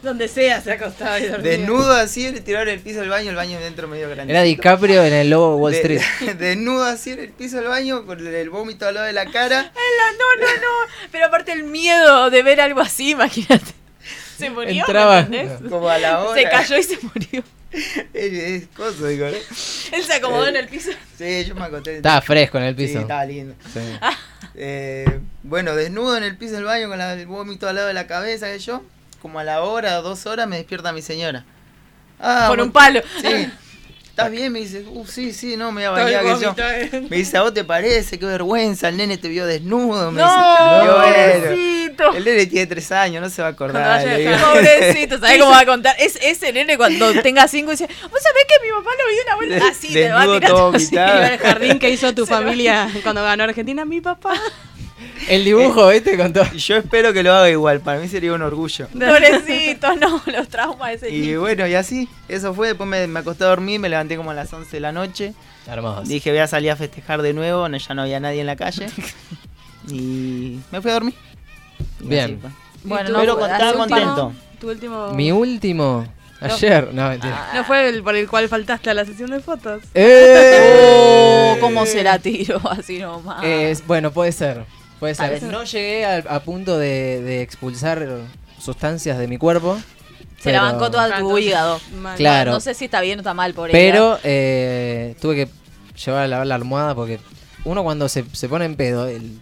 [SPEAKER 4] Donde sea se ha acostado y dormido.
[SPEAKER 5] Desnudo así, le tiraron en el piso del baño, el baño dentro medio grande.
[SPEAKER 2] Era DiCaprio en el Lobo Wall
[SPEAKER 5] De-
[SPEAKER 2] Street.
[SPEAKER 5] desnudo así en el piso del baño, con el vómito al lado de la cara.
[SPEAKER 3] no, no, no. Pero aparte el miedo de ver algo así, imagínate. Se murió. ¿me
[SPEAKER 2] Entraba.
[SPEAKER 3] entendés?
[SPEAKER 5] Como a la hora.
[SPEAKER 3] Se cayó y se murió.
[SPEAKER 5] Es, es cosa, digo. ¿no?
[SPEAKER 3] Él se acomodó en el piso.
[SPEAKER 5] Sí, yo me acosté.
[SPEAKER 2] Estaba fresco en el
[SPEAKER 5] Sí,
[SPEAKER 2] piso.
[SPEAKER 5] estaba lindo.
[SPEAKER 2] Sí.
[SPEAKER 3] Ah.
[SPEAKER 5] Eh, bueno, desnudo en el piso del baño con la- el vómito al lado de la cabeza que yo. Como a la hora, dos horas, me despierta mi señora. Ah,
[SPEAKER 3] Con
[SPEAKER 5] vos-
[SPEAKER 3] un palo.
[SPEAKER 5] Sí. ¿Estás bien? Me dice, uh, sí, sí, no, me voy a
[SPEAKER 4] Todo el
[SPEAKER 5] bañar que yo.
[SPEAKER 4] vómito, eh.
[SPEAKER 5] Me dice, ¿a vos te parece? Qué vergüenza, el nene te vio desnudo. Me
[SPEAKER 3] No,
[SPEAKER 5] dice, Digo,
[SPEAKER 3] Ah. pobrecito.
[SPEAKER 5] bueno, el nene tiene tres años, no se va a
[SPEAKER 4] Cuando
[SPEAKER 5] acordar.
[SPEAKER 4] vaya
[SPEAKER 5] le
[SPEAKER 4] a
[SPEAKER 5] digo.
[SPEAKER 3] Pobrecito, ¿sabes cómo va a contar? Es ese nene cuando tenga cinco y dice, ¿vos sabés que mi papá lo vio una vuelta así? Te va a
[SPEAKER 5] Desnudo
[SPEAKER 3] tirar
[SPEAKER 5] todo
[SPEAKER 3] así.
[SPEAKER 4] Y
[SPEAKER 5] vomitado.
[SPEAKER 4] va al jardín que hizo tu familia cuando ganó Argentina, mi papá.
[SPEAKER 2] El dibujo,
[SPEAKER 3] Eh,
[SPEAKER 2] ¿viste? Con todo.
[SPEAKER 5] Y yo espero que lo haga igual, para mí sería un orgullo.
[SPEAKER 3] Pobrecito, no, los traumas de ese
[SPEAKER 5] Y
[SPEAKER 3] niño.
[SPEAKER 5] bueno, y así, eso fue. Después me, me acosté a dormir, me levanté como a las 11 de la noche.
[SPEAKER 2] Hermoso.
[SPEAKER 5] Dije, voy a salir a festejar de nuevo, no, ya no había nadie en la calle. Y me fui a dormir. Y
[SPEAKER 2] Bien.
[SPEAKER 5] así fue.
[SPEAKER 3] Bueno,
[SPEAKER 4] ¿Y tu-
[SPEAKER 5] Pero
[SPEAKER 3] fue-
[SPEAKER 5] estaba
[SPEAKER 3] hace un tiempo-
[SPEAKER 5] contento.
[SPEAKER 4] Tu último.
[SPEAKER 2] Mi último. Ayer. No,
[SPEAKER 3] Ah.
[SPEAKER 2] mentira.
[SPEAKER 4] No fue el por el cual faltaste a la sesión de fotos.
[SPEAKER 2] ¡Eh!
[SPEAKER 3] Oh, ¿Cómo se la tiró así nomás?
[SPEAKER 2] Es- bueno, puede ser. Puede
[SPEAKER 3] Tal
[SPEAKER 2] ser.
[SPEAKER 3] vez.
[SPEAKER 2] No llegué al- a, punto de, de expulsar sustancias de mi cuerpo.
[SPEAKER 3] se la
[SPEAKER 2] pero-
[SPEAKER 3] bancó toda tu
[SPEAKER 4] Entonces,
[SPEAKER 3] hígado.
[SPEAKER 4] mal.
[SPEAKER 2] Claro.
[SPEAKER 3] No sé si está bien o está mal por ella.
[SPEAKER 2] Pero eh, tuve que llevar a lavar la almohada porque uno cuando se, se pone en pedo el-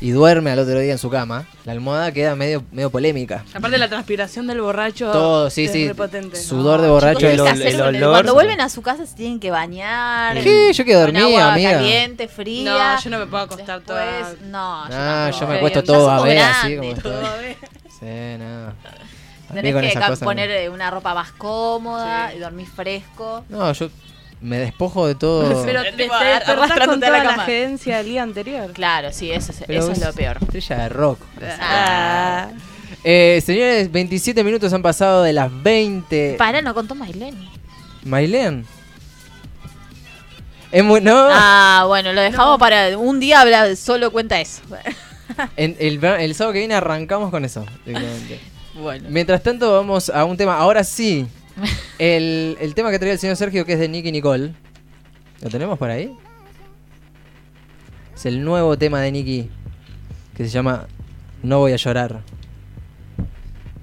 [SPEAKER 2] y duerme al otro día en su cama, la almohada queda medio, medio polémica.
[SPEAKER 4] Aparte la transpiración del borracho.
[SPEAKER 2] Todo, sí,
[SPEAKER 4] es
[SPEAKER 2] sí.
[SPEAKER 4] repotente.
[SPEAKER 2] Sudor
[SPEAKER 3] No,
[SPEAKER 2] de borracho.
[SPEAKER 3] chicos,
[SPEAKER 5] el
[SPEAKER 3] tienen
[SPEAKER 5] ol-
[SPEAKER 3] que hacer
[SPEAKER 5] el
[SPEAKER 3] un-
[SPEAKER 5] olor.
[SPEAKER 3] Cuando vuelven a su casa se tienen que bañar.
[SPEAKER 2] Sí, yo quedé
[SPEAKER 3] con
[SPEAKER 2] dormida,
[SPEAKER 3] agua
[SPEAKER 2] amiga.
[SPEAKER 3] caliente, fría.
[SPEAKER 4] No, yo no me puedo acostar toda.
[SPEAKER 3] Después, No, yo,
[SPEAKER 2] Ah, yo
[SPEAKER 3] tampoco.
[SPEAKER 2] me
[SPEAKER 4] Pero
[SPEAKER 2] acuesto
[SPEAKER 4] ya
[SPEAKER 2] todo
[SPEAKER 3] somos
[SPEAKER 2] a ver así como
[SPEAKER 3] grandes,
[SPEAKER 2] estoy.
[SPEAKER 4] Todo, ¿eh?
[SPEAKER 2] Sí, no. A mí
[SPEAKER 3] Tenés
[SPEAKER 2] con
[SPEAKER 3] que
[SPEAKER 2] esas
[SPEAKER 3] ca-
[SPEAKER 2] cosas no.
[SPEAKER 3] poner eh, una ropa más cómoda
[SPEAKER 4] Sí.
[SPEAKER 3] y dormir fresco.
[SPEAKER 2] No, yo me despojo de todo.
[SPEAKER 4] Pero
[SPEAKER 3] Te
[SPEAKER 4] te,
[SPEAKER 3] va a
[SPEAKER 4] te despertás
[SPEAKER 3] arrastrar
[SPEAKER 4] con
[SPEAKER 3] contra la
[SPEAKER 4] toda la,
[SPEAKER 3] cama.
[SPEAKER 4] gerencia del día anterior.
[SPEAKER 3] Claro, sí, eso es,
[SPEAKER 2] Pero
[SPEAKER 3] eso es
[SPEAKER 2] vos-
[SPEAKER 3] lo peor.
[SPEAKER 2] Estrella de rock.
[SPEAKER 4] Ah.
[SPEAKER 2] Eh, señores, 27 minutos han pasado de las 20.
[SPEAKER 3] Pará, no contó Mailén.
[SPEAKER 2] Mailén. Es muy- no.
[SPEAKER 3] Ah, bueno, lo dejamos para un día habla, solo cuenta eso.
[SPEAKER 2] En- el, ver- el sábado que viene arrancamos con eso. directamente.
[SPEAKER 3] bueno.
[SPEAKER 2] Mientras tanto, vamos a un tema. Ahora sí. El, el tema que traía el señor Sergio, que es de Nicky Nicole. ¿Lo tenemos por ahí? Es el nuevo tema de Nicky. Que se llama No voy a llorar.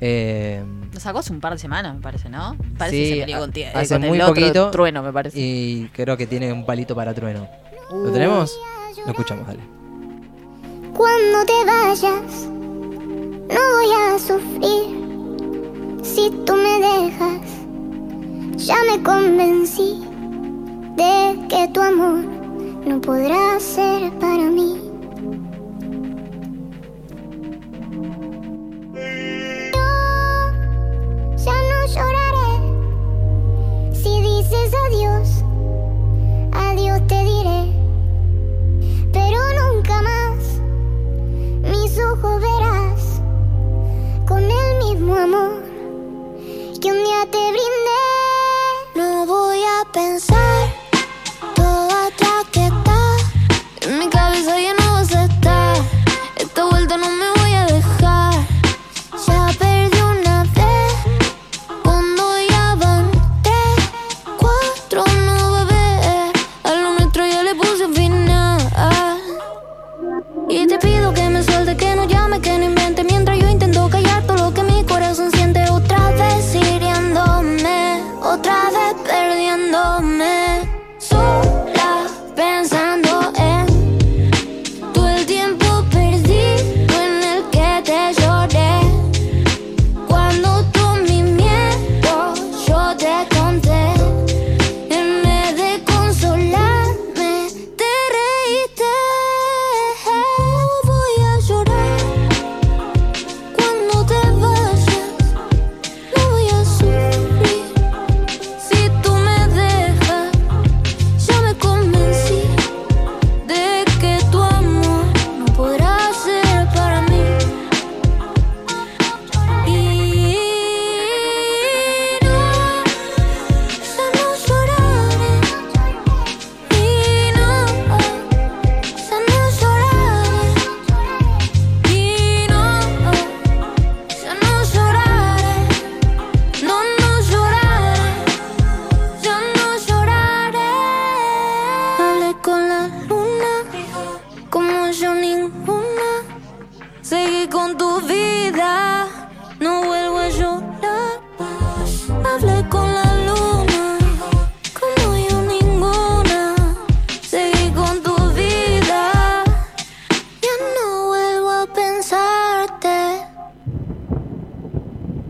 [SPEAKER 2] Eh,
[SPEAKER 3] Lo sacó hace un par de semanas, me parece, ¿no? Parece
[SPEAKER 2] Sí,
[SPEAKER 3] que se peleó
[SPEAKER 2] a-
[SPEAKER 3] con, tie- eh,
[SPEAKER 2] hace
[SPEAKER 3] con el
[SPEAKER 2] muy
[SPEAKER 3] otro
[SPEAKER 2] poquito.
[SPEAKER 3] trueno, me parece.
[SPEAKER 2] y creo que tiene un palito para trueno. ¿Lo tenemos? Lo escuchamos, dale.
[SPEAKER 7] Cuando te vayas, no voy a sufrir. Si tú me dejas, ya me convencí de que tu amor no podrá ser para mí. Yo ya no lloraré. Si dices adiós, adiós te diré. Pero nunca más mis ojos verás con el mismo amor que un día te brindé. No voy a pensar todo atrás que está en mi cabeza llena Oh,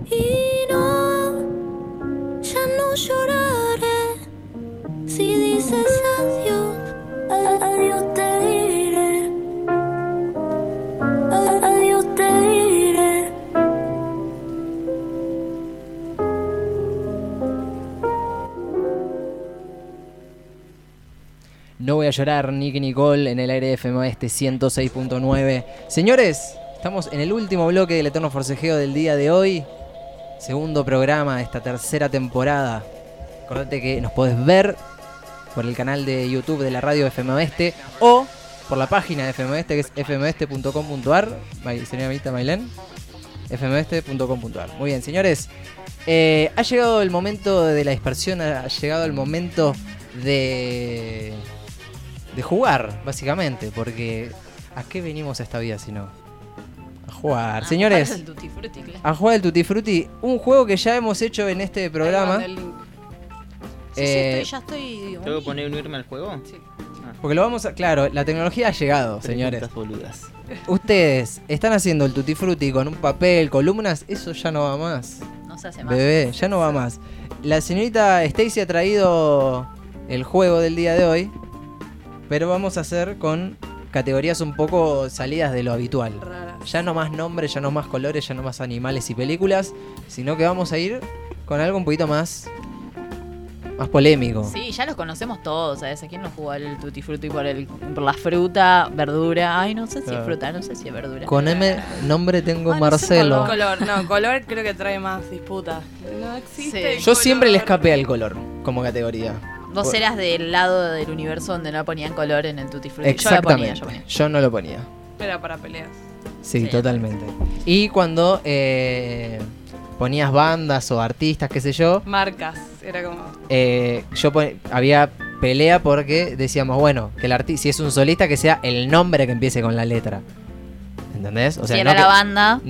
[SPEAKER 7] Y no, ya no lloraré si dices adiós. a- Adiós te diré. A- Adiós te diré.
[SPEAKER 2] No voy a llorar, Nick Nicole, en el aire de FM este 106.9. Señores, estamos en el último bloque del Eterno Forcejeo del día de hoy. Segundo programa de esta tercera temporada. Acordate que nos podés ver por el canal de YouTube de la radio FM Oeste o por la página de FM Oeste, que es fmoeste.com.ar. May- Señora Anita Mailén. fmoeste.com.ar. Muy bien, señores. Eh, ha llegado el momento de la dispersión, ha llegado el momento de, de jugar, básicamente, porque ¿a qué venimos a esta vida si no? A jugar. Señores,
[SPEAKER 3] Uh. Ah, El Tutti Frutti, claro.
[SPEAKER 2] a jugar el Tutti Frutti, un juego que ya hemos hecho en este programa.
[SPEAKER 4] Ahí manda el link.
[SPEAKER 3] Sí,
[SPEAKER 2] eh,
[SPEAKER 3] sí, estoy, ya estoy.
[SPEAKER 5] ¿Tengo que poner unirme al juego?
[SPEAKER 4] Sí.
[SPEAKER 2] Porque lo vamos a. Claro, la tecnología ha llegado, señores.
[SPEAKER 5] Preguntas boludas.
[SPEAKER 2] Ustedes están haciendo el tutti frutti con un papel, columnas, eso ya no va más.
[SPEAKER 3] No se hace más.
[SPEAKER 2] Bebé, ya no va más. La señorita Stacy ha traído el juego del día de hoy, pero vamos a hacer con categorías un poco salidas de lo habitual.
[SPEAKER 4] Rara.
[SPEAKER 2] Ya no más nombres, ya no más colores, ya no más animales y películas, sino que vamos a ir con algo un poquito más más polémico.
[SPEAKER 3] Sí, ya los conocemos todos, ¿sabes? ¿A quién no jugó el Tutti Frutti por, el, por la fruta, verdura? Ay, no sé si
[SPEAKER 2] Claro.
[SPEAKER 3] es fruta, no sé si es verdura.
[SPEAKER 2] Con M nombre tengo
[SPEAKER 3] Ay, no sé,
[SPEAKER 2] Marcelo.
[SPEAKER 4] Color, no, color creo que trae más disputas. No existe.
[SPEAKER 3] Sí.
[SPEAKER 4] el
[SPEAKER 2] Yo siempre le
[SPEAKER 4] color.
[SPEAKER 2] escapé al color como categoría.
[SPEAKER 3] Vos eras del lado del universo donde no ponían color en el Tutti Frutti.
[SPEAKER 2] Exactamente.
[SPEAKER 3] Yo la ponía, yo ponía.
[SPEAKER 2] Yo no lo ponía.
[SPEAKER 4] Era para peleas.
[SPEAKER 2] Sí,
[SPEAKER 3] Sí.
[SPEAKER 2] totalmente. Y cuando eh, ponías bandas o artistas, qué sé yo,
[SPEAKER 4] Marcas. Era como.
[SPEAKER 2] eh, yo pon- había pelea porque decíamos, bueno, que el arti- si es un solista, que sea el nombre que empiece con la letra. ¿Entendés? O
[SPEAKER 3] si
[SPEAKER 2] no
[SPEAKER 3] era la
[SPEAKER 2] que-
[SPEAKER 3] banda.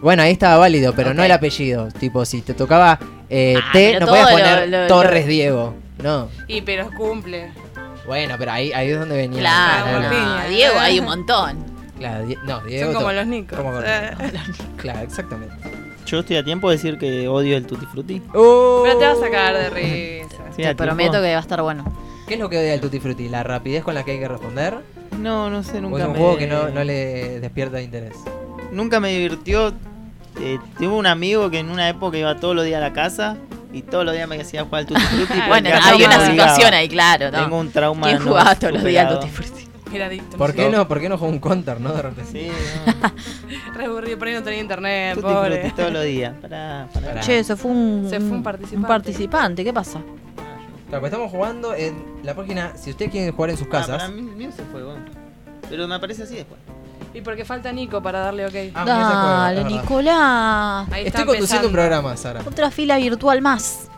[SPEAKER 2] Bueno, ahí estaba válido, pero no
[SPEAKER 3] Ok.
[SPEAKER 2] el apellido. Tipo, si te tocaba eh,
[SPEAKER 3] Ah,
[SPEAKER 2] T,
[SPEAKER 3] pero
[SPEAKER 2] no podías
[SPEAKER 3] todo lo-
[SPEAKER 2] poner
[SPEAKER 3] lo- lo-
[SPEAKER 2] Torres Diego. No.
[SPEAKER 4] Y pero cumple.
[SPEAKER 2] Bueno, pero ahí, ahí es donde venía.
[SPEAKER 3] Claro,
[SPEAKER 2] Claro,
[SPEAKER 4] Martín.
[SPEAKER 3] no, Diego, hay un montón.
[SPEAKER 2] claro, Die- no, Diego.
[SPEAKER 4] Son como
[SPEAKER 2] to-
[SPEAKER 4] los Nicos.
[SPEAKER 2] como
[SPEAKER 4] Eh.
[SPEAKER 2] Cortés. Claro, exactamente.
[SPEAKER 5] Yo estoy a tiempo de decir que odio el Tutti Frutti.
[SPEAKER 2] Uh,
[SPEAKER 4] Pero te vas a cagar de risa.
[SPEAKER 5] Sí,
[SPEAKER 3] Te
[SPEAKER 5] a tiempo.
[SPEAKER 3] prometo que va a estar bueno.
[SPEAKER 2] ¿Qué es lo que odia el Tutti Frutti? ¿La rapidez con la que hay que responder?
[SPEAKER 5] No, no sé,
[SPEAKER 2] ¿O
[SPEAKER 5] nunca
[SPEAKER 2] es un
[SPEAKER 5] me...
[SPEAKER 2] juego que no, no le despierta interés?
[SPEAKER 5] Nunca me divirtió. Eh, tuve un amigo que en una época iba todos los días a la casa y todos los días me hacía jugar al Tutti Frutti. porque
[SPEAKER 3] Bueno,
[SPEAKER 5] acá
[SPEAKER 3] había
[SPEAKER 5] me
[SPEAKER 3] una
[SPEAKER 5] obligaba.
[SPEAKER 3] situación ahí, claro,
[SPEAKER 5] Tengo
[SPEAKER 3] ¿no?
[SPEAKER 5] un trauma
[SPEAKER 3] ¿Quién
[SPEAKER 5] no
[SPEAKER 3] jugaba todos los días al
[SPEAKER 5] superado.
[SPEAKER 3] Tutti Frutti?
[SPEAKER 4] Era adicto.
[SPEAKER 2] ¿Por qué
[SPEAKER 5] No.
[SPEAKER 2] no? ¿Por qué no juega un counter, no? De repente.
[SPEAKER 5] Sí, no.
[SPEAKER 4] Re aburrido, por ahí no tenía internet,
[SPEAKER 5] Tutti Frutti
[SPEAKER 4] pobre.
[SPEAKER 5] todos los días. Pará, pará.
[SPEAKER 2] Pará.
[SPEAKER 3] Che, se fue un,
[SPEAKER 4] Se fue un participante.
[SPEAKER 3] un participante, ¿qué pasa?
[SPEAKER 2] Claro, pues estamos jugando en la página. Si ustedes quieren jugar en sus
[SPEAKER 5] Ah,
[SPEAKER 2] casas.
[SPEAKER 5] pará, mí- mío se fue, bueno. Pero me aparece así después.
[SPEAKER 4] Y porque falta Nico para darle ok.
[SPEAKER 2] Ah, mira ese juego,
[SPEAKER 3] Dale,
[SPEAKER 2] es verdad.
[SPEAKER 3] Nicolás.
[SPEAKER 4] Ahí está
[SPEAKER 2] Estoy conduciendo un
[SPEAKER 4] empezando.
[SPEAKER 2] programa, Sara.
[SPEAKER 3] Otra fila virtual más.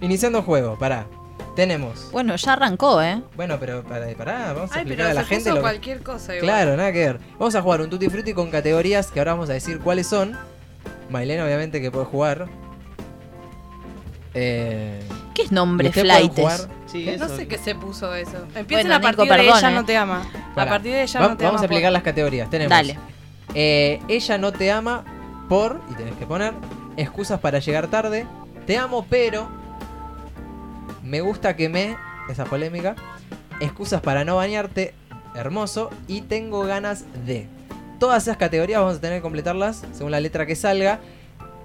[SPEAKER 2] Iniciando juego, pará. Tenemos.
[SPEAKER 3] Bueno, ya arrancó, ¿eh?
[SPEAKER 2] Bueno, pero pará, pará, vamos a
[SPEAKER 4] Ay, pero
[SPEAKER 2] explicar a la
[SPEAKER 4] se
[SPEAKER 2] gente
[SPEAKER 4] puso
[SPEAKER 2] lo que.
[SPEAKER 4] cualquier cosa igual.
[SPEAKER 2] Claro, nada que ver. Vamos a jugar un Tutti Frutti con categorías que ahora vamos a decir cuáles son. Mailena, obviamente, que puede jugar. Eh,
[SPEAKER 3] ¿Qué es nombre
[SPEAKER 2] ustedes pueden
[SPEAKER 3] flightes?
[SPEAKER 2] jugar-
[SPEAKER 5] Sí,
[SPEAKER 4] No
[SPEAKER 5] eso.
[SPEAKER 4] sé qué se puso eso. Empiecen
[SPEAKER 3] Bueno,
[SPEAKER 4] a partir
[SPEAKER 3] Nico,
[SPEAKER 4] de
[SPEAKER 3] perdón,
[SPEAKER 4] ella
[SPEAKER 3] eh.
[SPEAKER 4] no te ama.
[SPEAKER 2] Pará.
[SPEAKER 4] A partir de ella
[SPEAKER 2] Va-
[SPEAKER 4] no te ama.
[SPEAKER 2] Vamos a
[SPEAKER 4] por-
[SPEAKER 2] aplicar las categorías. Tenemos.
[SPEAKER 3] Dale.
[SPEAKER 2] eh, ella no te ama por. Y tenés que poner. Excusas para llegar tarde. Te amo, pero. Me gusta que me. Esa polémica. Excusas para no bañarte. Hermoso. Y tengo ganas de. Todas esas categorías vamos a tener que completarlas según la letra que salga.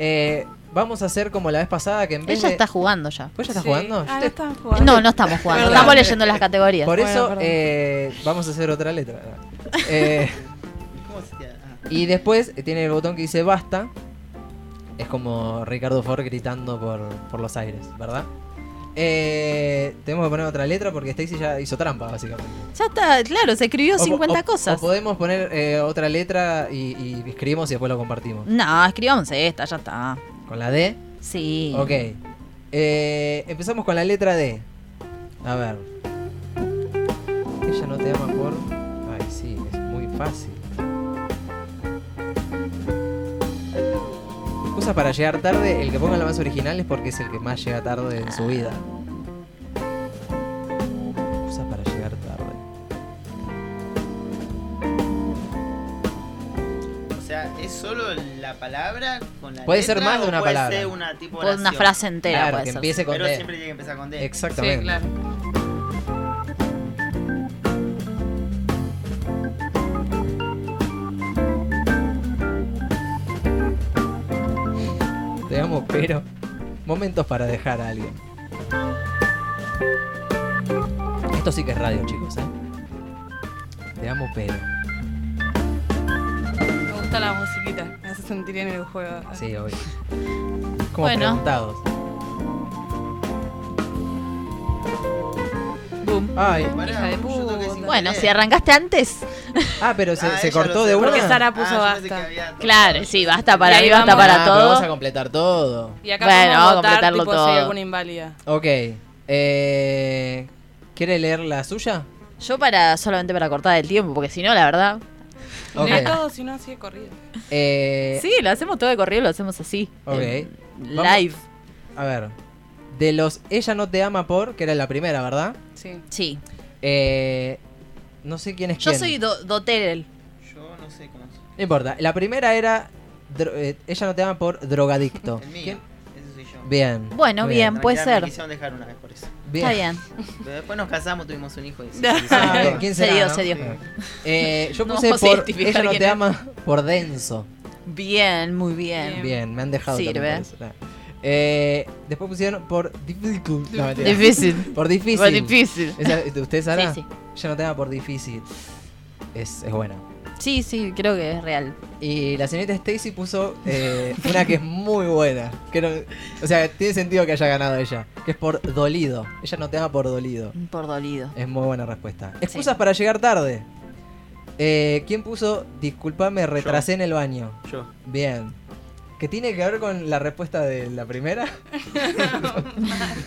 [SPEAKER 2] Eh, vamos a hacer como la vez pasada que en vez
[SPEAKER 3] Ella
[SPEAKER 2] de.
[SPEAKER 3] está jugando ya.
[SPEAKER 2] ¿Vos ya estás
[SPEAKER 4] Sí.
[SPEAKER 2] jugando? Yo
[SPEAKER 4] Ah,
[SPEAKER 2] te-
[SPEAKER 4] no están jugando.
[SPEAKER 3] No, no estamos jugando,
[SPEAKER 4] Perdón.
[SPEAKER 3] estamos leyendo las categorías.
[SPEAKER 2] Por
[SPEAKER 4] Bueno,
[SPEAKER 2] eso
[SPEAKER 4] perdón.
[SPEAKER 2] eh, vamos a hacer otra letra. Eh,
[SPEAKER 5] ¿Cómo se te- ah.
[SPEAKER 2] Y después eh, tiene el botón que dice basta. Es como Ricardo Ford gritando por, por los aires, ¿verdad? Eh, tenemos que poner otra letra porque Stacy ya hizo trampa, básicamente.
[SPEAKER 3] Ya está, claro, se escribió
[SPEAKER 2] O po-
[SPEAKER 3] 50
[SPEAKER 2] o-
[SPEAKER 3] cosas.
[SPEAKER 2] O podemos poner eh, otra letra y, y escribimos y después lo compartimos.
[SPEAKER 3] No, escribamos esta, ya está.
[SPEAKER 2] Con la D.
[SPEAKER 3] Sí.
[SPEAKER 2] Ok. Eh, empezamos con la letra D. A ver. Ella no te ama por. Ay, sí, es muy fácil. Excusa para llegar tarde, el que ponga la más original es porque es el que más llega tarde en su vida. Excusa para llegar tarde.
[SPEAKER 5] Ah, O sea, ¿Es solo la palabra con la
[SPEAKER 2] Puede ser
[SPEAKER 5] letra
[SPEAKER 2] más de
[SPEAKER 5] o
[SPEAKER 2] una
[SPEAKER 5] puede
[SPEAKER 2] palabra.
[SPEAKER 5] Ser una tipo
[SPEAKER 3] Con una
[SPEAKER 5] oración?
[SPEAKER 3] frase entera
[SPEAKER 2] Claro,
[SPEAKER 3] puede
[SPEAKER 2] que
[SPEAKER 3] ser.
[SPEAKER 2] empiece con
[SPEAKER 5] Pero
[SPEAKER 2] D.
[SPEAKER 5] siempre tiene que empezar con D.
[SPEAKER 2] Exactamente.
[SPEAKER 4] Sí, claro.
[SPEAKER 2] Te amo, pero momentos para dejar a alguien. Esto sí que es radio, chicos. ¿eh? Te amo, pero.
[SPEAKER 4] Me gusta la musiquita, me hace sentir en el juego.
[SPEAKER 2] Sí, obvio. Como
[SPEAKER 3] Bueno.
[SPEAKER 2] preguntados.
[SPEAKER 3] Boom.
[SPEAKER 2] Ay.
[SPEAKER 5] Pará,
[SPEAKER 4] Hija de
[SPEAKER 5] yo toqué
[SPEAKER 4] puta.
[SPEAKER 5] sin
[SPEAKER 3] Bueno,
[SPEAKER 5] querer.
[SPEAKER 3] si arrancaste antes,
[SPEAKER 2] Ah, pero se,
[SPEAKER 5] Ah,
[SPEAKER 2] se
[SPEAKER 5] ella
[SPEAKER 2] cortó
[SPEAKER 5] lo
[SPEAKER 2] de
[SPEAKER 5] cerró.
[SPEAKER 2] una.
[SPEAKER 4] Porque Sara puso
[SPEAKER 5] Ah, yo pensé que
[SPEAKER 4] basta.
[SPEAKER 5] había tocado.
[SPEAKER 3] claro, sí, basta para
[SPEAKER 4] Y
[SPEAKER 3] mí,
[SPEAKER 4] ahí
[SPEAKER 3] basta
[SPEAKER 4] vamos.
[SPEAKER 3] para
[SPEAKER 2] Ah, pero vamos a
[SPEAKER 3] todo.
[SPEAKER 2] completar todo.
[SPEAKER 4] Y acá
[SPEAKER 3] Bueno,
[SPEAKER 4] podemos
[SPEAKER 3] vamos a
[SPEAKER 4] votar
[SPEAKER 3] completarlo
[SPEAKER 4] tipo si hay
[SPEAKER 3] todo.
[SPEAKER 4] alguna inválida.
[SPEAKER 2] Ok. Eh, ¿Quiere leer la suya?
[SPEAKER 3] Yo para solamente para cortar el tiempo, porque si no, la verdad.
[SPEAKER 2] Ok.
[SPEAKER 4] De todo, si no, así de corrido.
[SPEAKER 2] Eh,
[SPEAKER 3] Sí, lo hacemos todo de corrido, lo hacemos así.
[SPEAKER 2] Ok.
[SPEAKER 3] en
[SPEAKER 2] Vamos.
[SPEAKER 3] Live.
[SPEAKER 2] A ver. De los Ella no te ama por, que era la primera, ¿verdad?
[SPEAKER 4] Sí.
[SPEAKER 3] Sí.
[SPEAKER 2] Eh, no sé quién es
[SPEAKER 3] Yo
[SPEAKER 2] quién.
[SPEAKER 3] soy do- Dotel.
[SPEAKER 5] Yo no sé cómo es.
[SPEAKER 2] No importa. La primera era. dro- eh, ella no te ama por drogadicto.
[SPEAKER 5] El
[SPEAKER 2] ¿Quién?
[SPEAKER 5] mío. Ese soy yo.
[SPEAKER 2] Bien.
[SPEAKER 3] Bueno,
[SPEAKER 2] muy
[SPEAKER 3] bien, puede
[SPEAKER 5] Tranquila,
[SPEAKER 3] ser.
[SPEAKER 5] Me quisieron dejar una vez por eso.
[SPEAKER 3] Está bien.
[SPEAKER 5] Pero después nos casamos, tuvimos un hijo. Y sí, sí,
[SPEAKER 2] Ah,
[SPEAKER 5] sí,
[SPEAKER 2] bien,
[SPEAKER 5] todo.
[SPEAKER 2] ¿quién
[SPEAKER 3] Se
[SPEAKER 2] será,
[SPEAKER 3] dio,
[SPEAKER 2] no?
[SPEAKER 3] se dio.
[SPEAKER 2] Eh, yo
[SPEAKER 3] No
[SPEAKER 2] puse
[SPEAKER 3] vamos a
[SPEAKER 2] por.
[SPEAKER 3] identificar
[SPEAKER 2] Ella no
[SPEAKER 3] quién
[SPEAKER 2] te
[SPEAKER 3] es.
[SPEAKER 2] ama por denso.
[SPEAKER 3] Bien, muy bien.
[SPEAKER 4] Bien.
[SPEAKER 2] Bien, me han dejado
[SPEAKER 3] Sirve.
[SPEAKER 2] también por eso, nada. Eh, después pusieron por difícil. No, mentira.
[SPEAKER 3] Difícil.
[SPEAKER 2] Por difícil.
[SPEAKER 3] Fue difícil.
[SPEAKER 2] Esa- ¿Usted Sara?
[SPEAKER 3] Sí, sí.
[SPEAKER 2] Ella no te ama por difícil. Es, es buena.
[SPEAKER 3] Sí, sí, creo que es real.
[SPEAKER 2] Y la señorita Stacy puso eh, una que es muy buena. Que no- o sea, tiene sentido que haya ganado ella. Que es por dolido. Ella no te ama por dolido.
[SPEAKER 3] Por dolido.
[SPEAKER 2] Es muy buena respuesta. Excusas para llegar tarde. Eh, ¿Quién puso? Disculpame, retrasé en el baño.
[SPEAKER 5] Yo.
[SPEAKER 2] Bien. ¿Qué tiene que ver con la respuesta de la primera?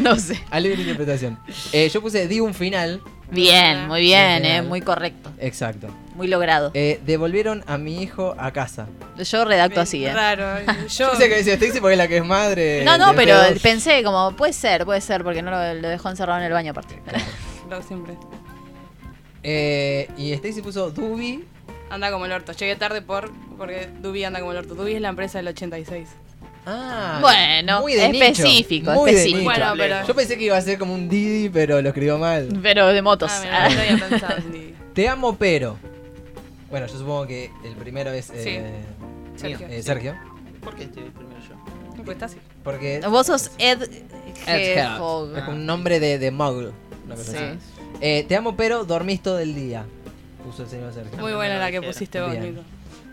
[SPEAKER 3] No sé.
[SPEAKER 2] A libre interpretación. Eh, yo puse di un final.
[SPEAKER 3] Bien, muy bien,
[SPEAKER 2] Genial.
[SPEAKER 3] eh, muy correcto.
[SPEAKER 2] Exacto.
[SPEAKER 3] Muy logrado.
[SPEAKER 2] Eh, devolvieron a mi hijo a casa.
[SPEAKER 3] Yo redacto así, eh.
[SPEAKER 4] Raro. Yo,
[SPEAKER 2] Yo sé que dice Stacy porque es la que es madre.
[SPEAKER 3] No, no,
[SPEAKER 2] de
[SPEAKER 3] pero
[SPEAKER 2] pedos.
[SPEAKER 3] pensé como, puede ser, puede ser, porque no lo, lo dejó encerrado en el baño aparte.
[SPEAKER 4] lo siempre.
[SPEAKER 2] Eh, y Stacy puso Dubi.
[SPEAKER 4] Anda como el orto. Llegué tarde por porque Dubi anda como el orto. Dubi es la empresa del 86.
[SPEAKER 2] Ah,
[SPEAKER 3] Bueno,
[SPEAKER 2] muy de nicho,
[SPEAKER 3] específico,
[SPEAKER 2] muy de
[SPEAKER 3] específico.
[SPEAKER 2] nicho.
[SPEAKER 4] Bueno, pero
[SPEAKER 2] Yo pensé que iba a ser como un Didi, pero lo escribió mal.
[SPEAKER 3] Pero de motos.
[SPEAKER 4] Ah,
[SPEAKER 3] Ah.
[SPEAKER 4] mira, no había pensado ni-
[SPEAKER 2] Te amo, pero. Bueno, yo supongo que el primero es eh,
[SPEAKER 4] Sergio.
[SPEAKER 2] eh, Sergio.
[SPEAKER 5] ¿Por qué estoy primero yo?
[SPEAKER 2] Eh,
[SPEAKER 4] Pues está así.
[SPEAKER 2] Porque
[SPEAKER 3] Vos sos Ed
[SPEAKER 2] Hedgehog.
[SPEAKER 3] Hedgehog.
[SPEAKER 2] es un nombre de, de muggle. una cosa
[SPEAKER 3] Sí.
[SPEAKER 5] Ah,
[SPEAKER 2] así. Eh, te amo, pero dormís todo el día. Puso el señor Sergio.
[SPEAKER 4] Muy buena la que pusiste vos,
[SPEAKER 2] Bien.
[SPEAKER 4] Nico.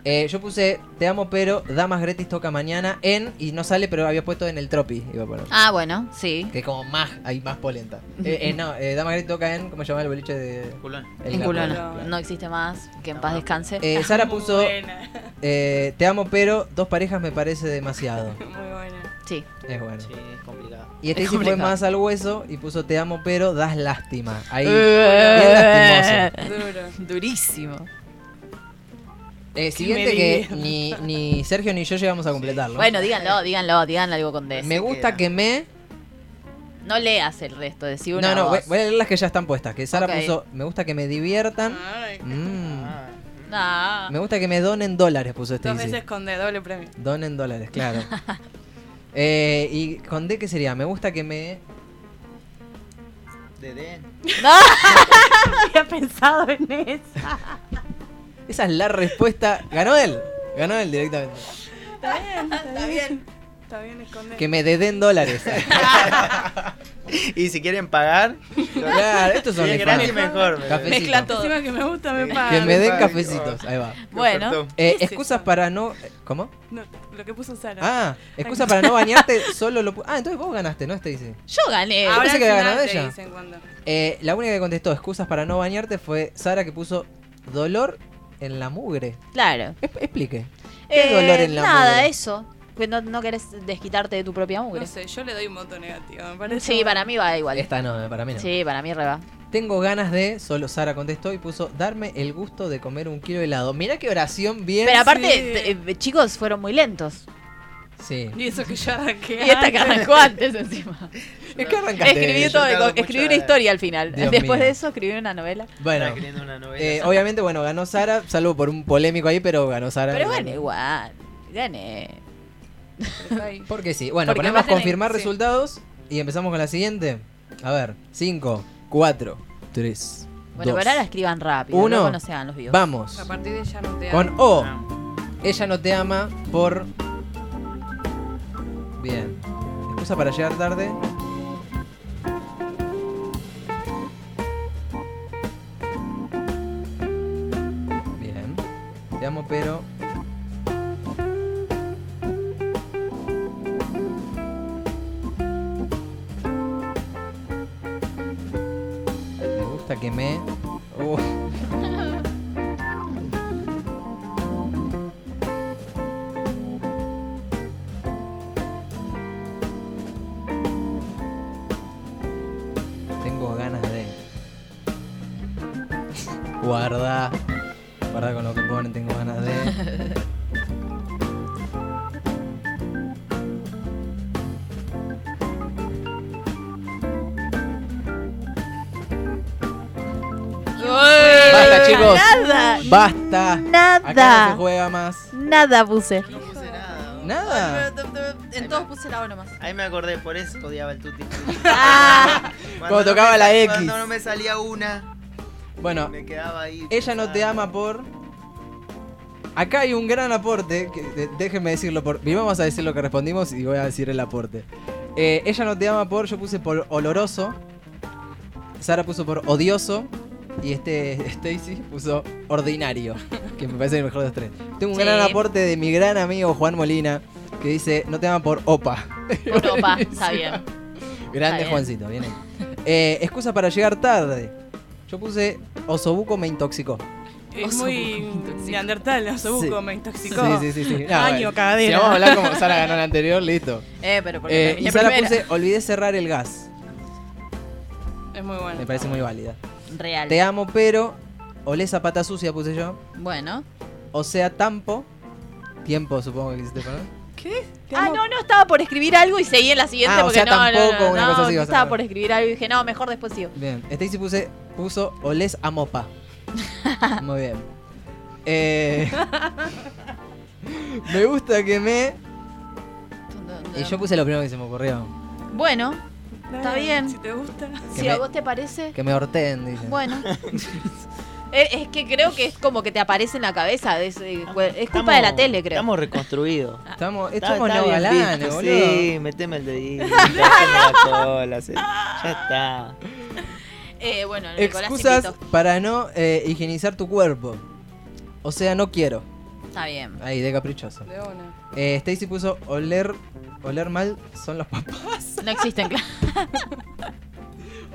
[SPEAKER 2] Eh, yo puse Te amo, pero Damas Gratis toca mañana en. Y no sale, pero había puesto en el Tropi. Iba a poner.
[SPEAKER 3] Ah, bueno, sí.
[SPEAKER 2] Que como más, hay más polenta. Eh, eh, no, eh, Dama Grey toca en, ¿cómo se llama el boliche de...?
[SPEAKER 5] Culón.
[SPEAKER 2] El
[SPEAKER 3] en
[SPEAKER 2] Gato.
[SPEAKER 3] Culona.
[SPEAKER 4] Claro.
[SPEAKER 3] No existe más. Que en paz descanse.
[SPEAKER 2] Eh, Sara puso,
[SPEAKER 4] Muy buena.
[SPEAKER 2] eh, te amo pero dos parejas me parece demasiado.
[SPEAKER 4] Muy buena.
[SPEAKER 3] Sí.
[SPEAKER 2] Es bueno.
[SPEAKER 5] Sí, es complicado.
[SPEAKER 2] Y Stacy fue
[SPEAKER 3] complicado.
[SPEAKER 2] más al hueso y puso te amo pero das lástima. Ahí, bien
[SPEAKER 3] Eh,
[SPEAKER 2] lastimoso.
[SPEAKER 4] Duro.
[SPEAKER 3] Durísimo.
[SPEAKER 2] Eh, siguiente que ni, ni Sergio ni yo llegamos a completarlo.
[SPEAKER 3] Bueno, díganlo, díganlo, díganlo algo con D.
[SPEAKER 2] me gusta que me...
[SPEAKER 3] No leas el resto, decí
[SPEAKER 2] No,
[SPEAKER 3] una
[SPEAKER 2] no, voy,
[SPEAKER 3] vos.
[SPEAKER 2] voy a leer las que ya están puestas. Que Sara
[SPEAKER 3] Ok.
[SPEAKER 2] puso, me gusta que me diviertan.
[SPEAKER 4] Ay,
[SPEAKER 2] Mm.
[SPEAKER 5] Ah,
[SPEAKER 3] Ah.
[SPEAKER 2] Me gusta que me donen dólares, puso este Stacy.
[SPEAKER 4] Dos veces con D, doble premio.
[SPEAKER 2] Donen dólares, claro. Eh, ¿Y con D qué sería? Me gusta que me...
[SPEAKER 5] Dedé.
[SPEAKER 3] había pensado en eso.
[SPEAKER 2] Esa es la respuesta. Ganó él. Ganó él directamente.
[SPEAKER 4] Está bien, está bien. Está bien, esconde.
[SPEAKER 2] Que me deden dólares.
[SPEAKER 5] Y si quieren pagar,
[SPEAKER 2] claro, estos son
[SPEAKER 5] si es gratis,
[SPEAKER 2] los
[SPEAKER 5] mejor. bebé.
[SPEAKER 2] Cafecito.
[SPEAKER 4] Mezcla todo. Encima que me gusta, me paga.
[SPEAKER 2] Que me den
[SPEAKER 5] Ay,
[SPEAKER 2] cafecitos. Ahí va.
[SPEAKER 3] Bueno.
[SPEAKER 5] Ofertón.
[SPEAKER 2] Eh,
[SPEAKER 4] ¿Qué es
[SPEAKER 2] excusas
[SPEAKER 4] eso?
[SPEAKER 2] para no... ¿Cómo?
[SPEAKER 4] No, lo que puso Sara.
[SPEAKER 2] Ah, excusas para no bañarte, solo lo... pu- Ah, entonces vos ganaste, ¿no? Este dice.
[SPEAKER 3] Yo gané.
[SPEAKER 2] Ah.
[SPEAKER 4] Eh, Ahora
[SPEAKER 2] pensé que
[SPEAKER 4] al
[SPEAKER 2] había
[SPEAKER 4] final
[SPEAKER 2] ganado
[SPEAKER 4] te
[SPEAKER 2] ella.
[SPEAKER 4] dicen cuando.
[SPEAKER 2] Eh, la única que contestó excusas para no bañarte fue Sara que puso dolor en la mugre.
[SPEAKER 3] Claro. Eh,
[SPEAKER 2] Esp- explique. ¿Qué dolor en la
[SPEAKER 3] nada,
[SPEAKER 2] mugre?
[SPEAKER 3] eso. Que no, no querés desquitarte de tu propia mugre.
[SPEAKER 4] No sé, yo le doy un voto negativo, me parece.
[SPEAKER 3] Sí, para mí va igual.
[SPEAKER 2] Esta no, eh, para mí no.
[SPEAKER 3] Sí, para mí reba.
[SPEAKER 2] Tengo ganas de, solo Sara contestó y puso, darme el gusto de comer un kilo de helado. Mira qué oración bien.
[SPEAKER 3] Pero aparte, eh,
[SPEAKER 4] Sí.
[SPEAKER 3] t- eh, chicos, fueron muy lentos.
[SPEAKER 2] Sí.
[SPEAKER 4] Y eso que yo arranqué.
[SPEAKER 3] Y esta que
[SPEAKER 4] antes.
[SPEAKER 3] arrancó antes encima.
[SPEAKER 2] Es que arrancaste.
[SPEAKER 3] Escribí,
[SPEAKER 5] yo
[SPEAKER 3] todo,
[SPEAKER 5] tardo
[SPEAKER 3] escribí
[SPEAKER 5] mucho
[SPEAKER 3] una
[SPEAKER 5] en-
[SPEAKER 3] historia al final.
[SPEAKER 2] Dios
[SPEAKER 3] Después
[SPEAKER 2] mío.
[SPEAKER 3] de eso escribí una novela.
[SPEAKER 2] Bueno,
[SPEAKER 5] Estaba escribiendo una novela.
[SPEAKER 2] eh, obviamente, bueno, ganó Sara, salvo por un polémico ahí, pero ganó Sara.
[SPEAKER 3] Pero bueno, igual. Gané.
[SPEAKER 4] Está ahí.
[SPEAKER 2] Porque sí. Bueno,
[SPEAKER 4] Porque
[SPEAKER 2] ponemos
[SPEAKER 4] aparte la-
[SPEAKER 2] confirmar
[SPEAKER 4] sí.
[SPEAKER 2] resultados y empezamos con la siguiente. A ver, 5, 4, 3.
[SPEAKER 3] Bueno, pero ahora escriban rápido.
[SPEAKER 2] Uno.
[SPEAKER 3] Luego no se hagan los videos.
[SPEAKER 2] Vamos.
[SPEAKER 4] A partir de ya no te
[SPEAKER 2] Con
[SPEAKER 4] amo.
[SPEAKER 2] O.
[SPEAKER 5] Ah,
[SPEAKER 2] Ella no te ama por. Bien. Excusa para llegar tarde. Bien. Te amo, pero. Me gusta que me. Uh. Tengo ganas de. Guarda. Guarda con lo que ponen, tengo ganas de.
[SPEAKER 4] ¡Uy!
[SPEAKER 2] Basta, chicos.
[SPEAKER 3] Nada.
[SPEAKER 2] Basta. Acá no se
[SPEAKER 3] Nada.
[SPEAKER 2] juega más.
[SPEAKER 3] Nada puse.
[SPEAKER 5] No puse nada. ¿no?
[SPEAKER 2] Nada.
[SPEAKER 3] En todos puse la O nomás.
[SPEAKER 5] Ahí me acordé, por eso odiaba el tutti.
[SPEAKER 3] Ah,
[SPEAKER 5] Cuando no
[SPEAKER 2] tocaba
[SPEAKER 5] me
[SPEAKER 2] la
[SPEAKER 5] sal-
[SPEAKER 2] X.
[SPEAKER 5] Cuando no me salía una,
[SPEAKER 2] Bueno,
[SPEAKER 5] me quedaba ahí.
[SPEAKER 2] ella no te
[SPEAKER 5] pensando.
[SPEAKER 2] ama por. Acá hay un gran aporte. que- de- déjenme decirlo por. Primero vamos a decir lo que respondimos y voy a decir el aporte. Eh, ella no te ama por. Yo puse por oloroso. Sara puso por odioso. Y este Stacy puso ordinario. Que me parece el mejor de los tres. Tengo un
[SPEAKER 3] Sí.
[SPEAKER 2] gran aporte de mi gran amigo Juan Molina. Que dice: No te ama por opa.
[SPEAKER 3] por opa, está bien. Está
[SPEAKER 2] Grande
[SPEAKER 3] bien.
[SPEAKER 2] Juancito, viene. Eh, excusa para llegar tarde. Yo puse Osobuco me intoxicó.
[SPEAKER 4] Es muy neandertal, osobuco, me intoxicó.
[SPEAKER 2] Sí, sí, sí. sí. No,
[SPEAKER 4] Año,
[SPEAKER 2] bueno, Si
[SPEAKER 4] cadera.
[SPEAKER 2] vamos a hablar como Sara ganó la anterior, listo.
[SPEAKER 3] Eh, pero porque
[SPEAKER 2] Eh,
[SPEAKER 3] terminé
[SPEAKER 2] y Sara
[SPEAKER 3] primera.
[SPEAKER 2] puse olvidé cerrar el gas.
[SPEAKER 4] Es muy bueno.
[SPEAKER 2] Me parece muy válida.
[SPEAKER 3] Real.
[SPEAKER 2] Te amo, pero olé zapata sucia, puse yo.
[SPEAKER 3] Bueno.
[SPEAKER 2] O sea, tampo. Tiempo, supongo que quisiste poner.
[SPEAKER 4] ¿Qué? Te
[SPEAKER 3] Ah,
[SPEAKER 4] amo.
[SPEAKER 3] no, no, estaba por escribir algo y seguí en la siguiente
[SPEAKER 2] Ah, o
[SPEAKER 3] porque
[SPEAKER 2] sea,
[SPEAKER 3] no, no,
[SPEAKER 2] tampoco
[SPEAKER 3] no, no,
[SPEAKER 2] una
[SPEAKER 3] no,
[SPEAKER 2] cosa así,
[SPEAKER 3] yo
[SPEAKER 2] o sea,
[SPEAKER 3] estaba
[SPEAKER 2] no.
[SPEAKER 3] por escribir algo y dije, no, mejor después sigo.
[SPEAKER 2] Bien. Stacy puse, puso olés a mopa. Muy bien. Eh, me gusta que me. Y yo puse lo primero que se me ocurrió.
[SPEAKER 3] Bueno,
[SPEAKER 4] Dale,
[SPEAKER 3] está bien.
[SPEAKER 4] Si te gusta.
[SPEAKER 2] Que
[SPEAKER 3] si
[SPEAKER 2] me-
[SPEAKER 3] a vos te parece,
[SPEAKER 2] Que me horteen, dice.
[SPEAKER 3] bueno. Eh, es que creo que es como que te aparece en la cabeza. Es, eh, es culpa
[SPEAKER 5] Estamos-
[SPEAKER 3] de la tele, creo. Ah,
[SPEAKER 5] Estamos reconstruidos.
[SPEAKER 2] Estamos,
[SPEAKER 5] Está-
[SPEAKER 2] estamos
[SPEAKER 5] está
[SPEAKER 2] no
[SPEAKER 5] bien
[SPEAKER 2] galanes,
[SPEAKER 5] visto,
[SPEAKER 2] boludo.
[SPEAKER 5] Sí, meteme el dedito. la cola, se- ya está.
[SPEAKER 3] Eh, bueno, Nicolás
[SPEAKER 2] Excusas
[SPEAKER 3] Cipito.
[SPEAKER 2] para no eh, higienizar tu cuerpo. O sea, no quiero.
[SPEAKER 3] Está bien.
[SPEAKER 2] Ahí, de caprichoso.
[SPEAKER 4] De una.
[SPEAKER 2] Eh, Stacy puso oler oler mal son los papás.
[SPEAKER 3] No existen, claro.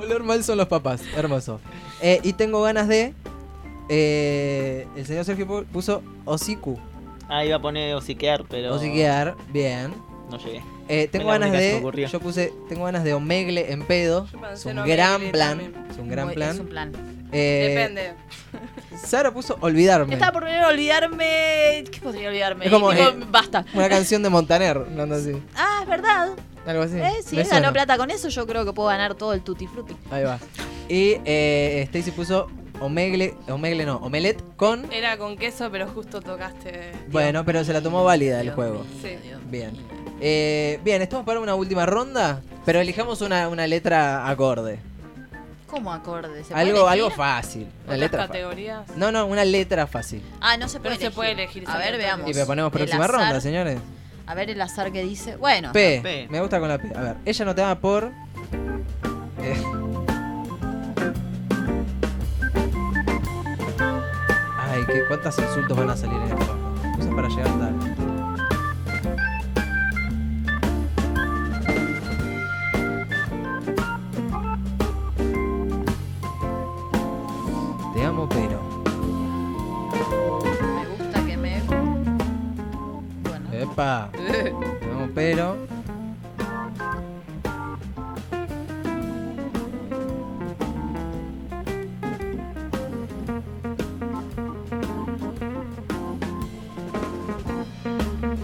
[SPEAKER 2] Oler mal son los papás. Hermoso. Eh, y tengo ganas de. eh, el señor Sergio pu- puso hocicu.
[SPEAKER 5] Ah, iba a poner hociquear, pero
[SPEAKER 2] Hociquear, bien.
[SPEAKER 5] no llegué.
[SPEAKER 2] Eh, tengo
[SPEAKER 5] la
[SPEAKER 2] ganas
[SPEAKER 5] única que se me
[SPEAKER 2] de.
[SPEAKER 5] ocurrió.
[SPEAKER 2] Yo puse. Tengo ganas de omegle en pedo.
[SPEAKER 4] Yo pensé
[SPEAKER 2] Es un
[SPEAKER 4] en omegle
[SPEAKER 2] gran plan.
[SPEAKER 4] también.
[SPEAKER 2] Es un gran
[SPEAKER 3] Muy-
[SPEAKER 2] plan.
[SPEAKER 3] Es un plan.
[SPEAKER 2] Eh,
[SPEAKER 4] Depende.
[SPEAKER 2] Sara puso olvidarme.
[SPEAKER 3] Estaba por primero olvidarme. ¿Qué podría olvidarme?
[SPEAKER 2] Es como,
[SPEAKER 3] Tipo,
[SPEAKER 2] eh,
[SPEAKER 3] basta.
[SPEAKER 2] Una canción de Montaner, una onda así.
[SPEAKER 3] Ah, es verdad.
[SPEAKER 2] Algo así.
[SPEAKER 3] Eh, si
[SPEAKER 2] Me
[SPEAKER 3] él ganó
[SPEAKER 2] suena.
[SPEAKER 3] plata con eso, yo creo que puedo ganar todo el tutti frutti.
[SPEAKER 2] Ahí va. Y eh, Stacy puso omegle, omegle no, omelette con.
[SPEAKER 3] Eh,
[SPEAKER 4] Era con queso, pero justo tocaste.
[SPEAKER 2] Bueno, pero se la tomó válida el
[SPEAKER 3] Dios
[SPEAKER 2] juego.
[SPEAKER 3] mío,
[SPEAKER 4] Sí.
[SPEAKER 3] Dios
[SPEAKER 2] Bien.
[SPEAKER 3] mío.
[SPEAKER 2] Eh, bien, estamos para una última ronda, pero elijamos una, una letra acorde.
[SPEAKER 3] ¿Cómo acorde? ¿Se puede
[SPEAKER 2] Algo,
[SPEAKER 3] elegir?
[SPEAKER 2] algo fácil. Una
[SPEAKER 4] Otras
[SPEAKER 2] letra fa-
[SPEAKER 4] categorías.
[SPEAKER 2] No, no, una letra fácil.
[SPEAKER 3] Ah, no se
[SPEAKER 4] No
[SPEAKER 3] puede
[SPEAKER 4] se
[SPEAKER 3] elegir.
[SPEAKER 4] puede elegir,
[SPEAKER 3] A ver,
[SPEAKER 4] señor.
[SPEAKER 3] veamos.
[SPEAKER 2] Y proponemos
[SPEAKER 3] El
[SPEAKER 2] próxima
[SPEAKER 3] azar-
[SPEAKER 2] ronda, señores.
[SPEAKER 3] A ver el azar que dice. Bueno,
[SPEAKER 2] P.
[SPEAKER 5] P.
[SPEAKER 2] Me gusta con la P. A ver, ella no te ama por. Eh. Ay, que cuántos insultos van a salir en esto. Cosas para llegar tarde. Te amo, pero.
[SPEAKER 3] me gusta que me. Bueno.
[SPEAKER 2] Eh, Epa. Te amo, pero.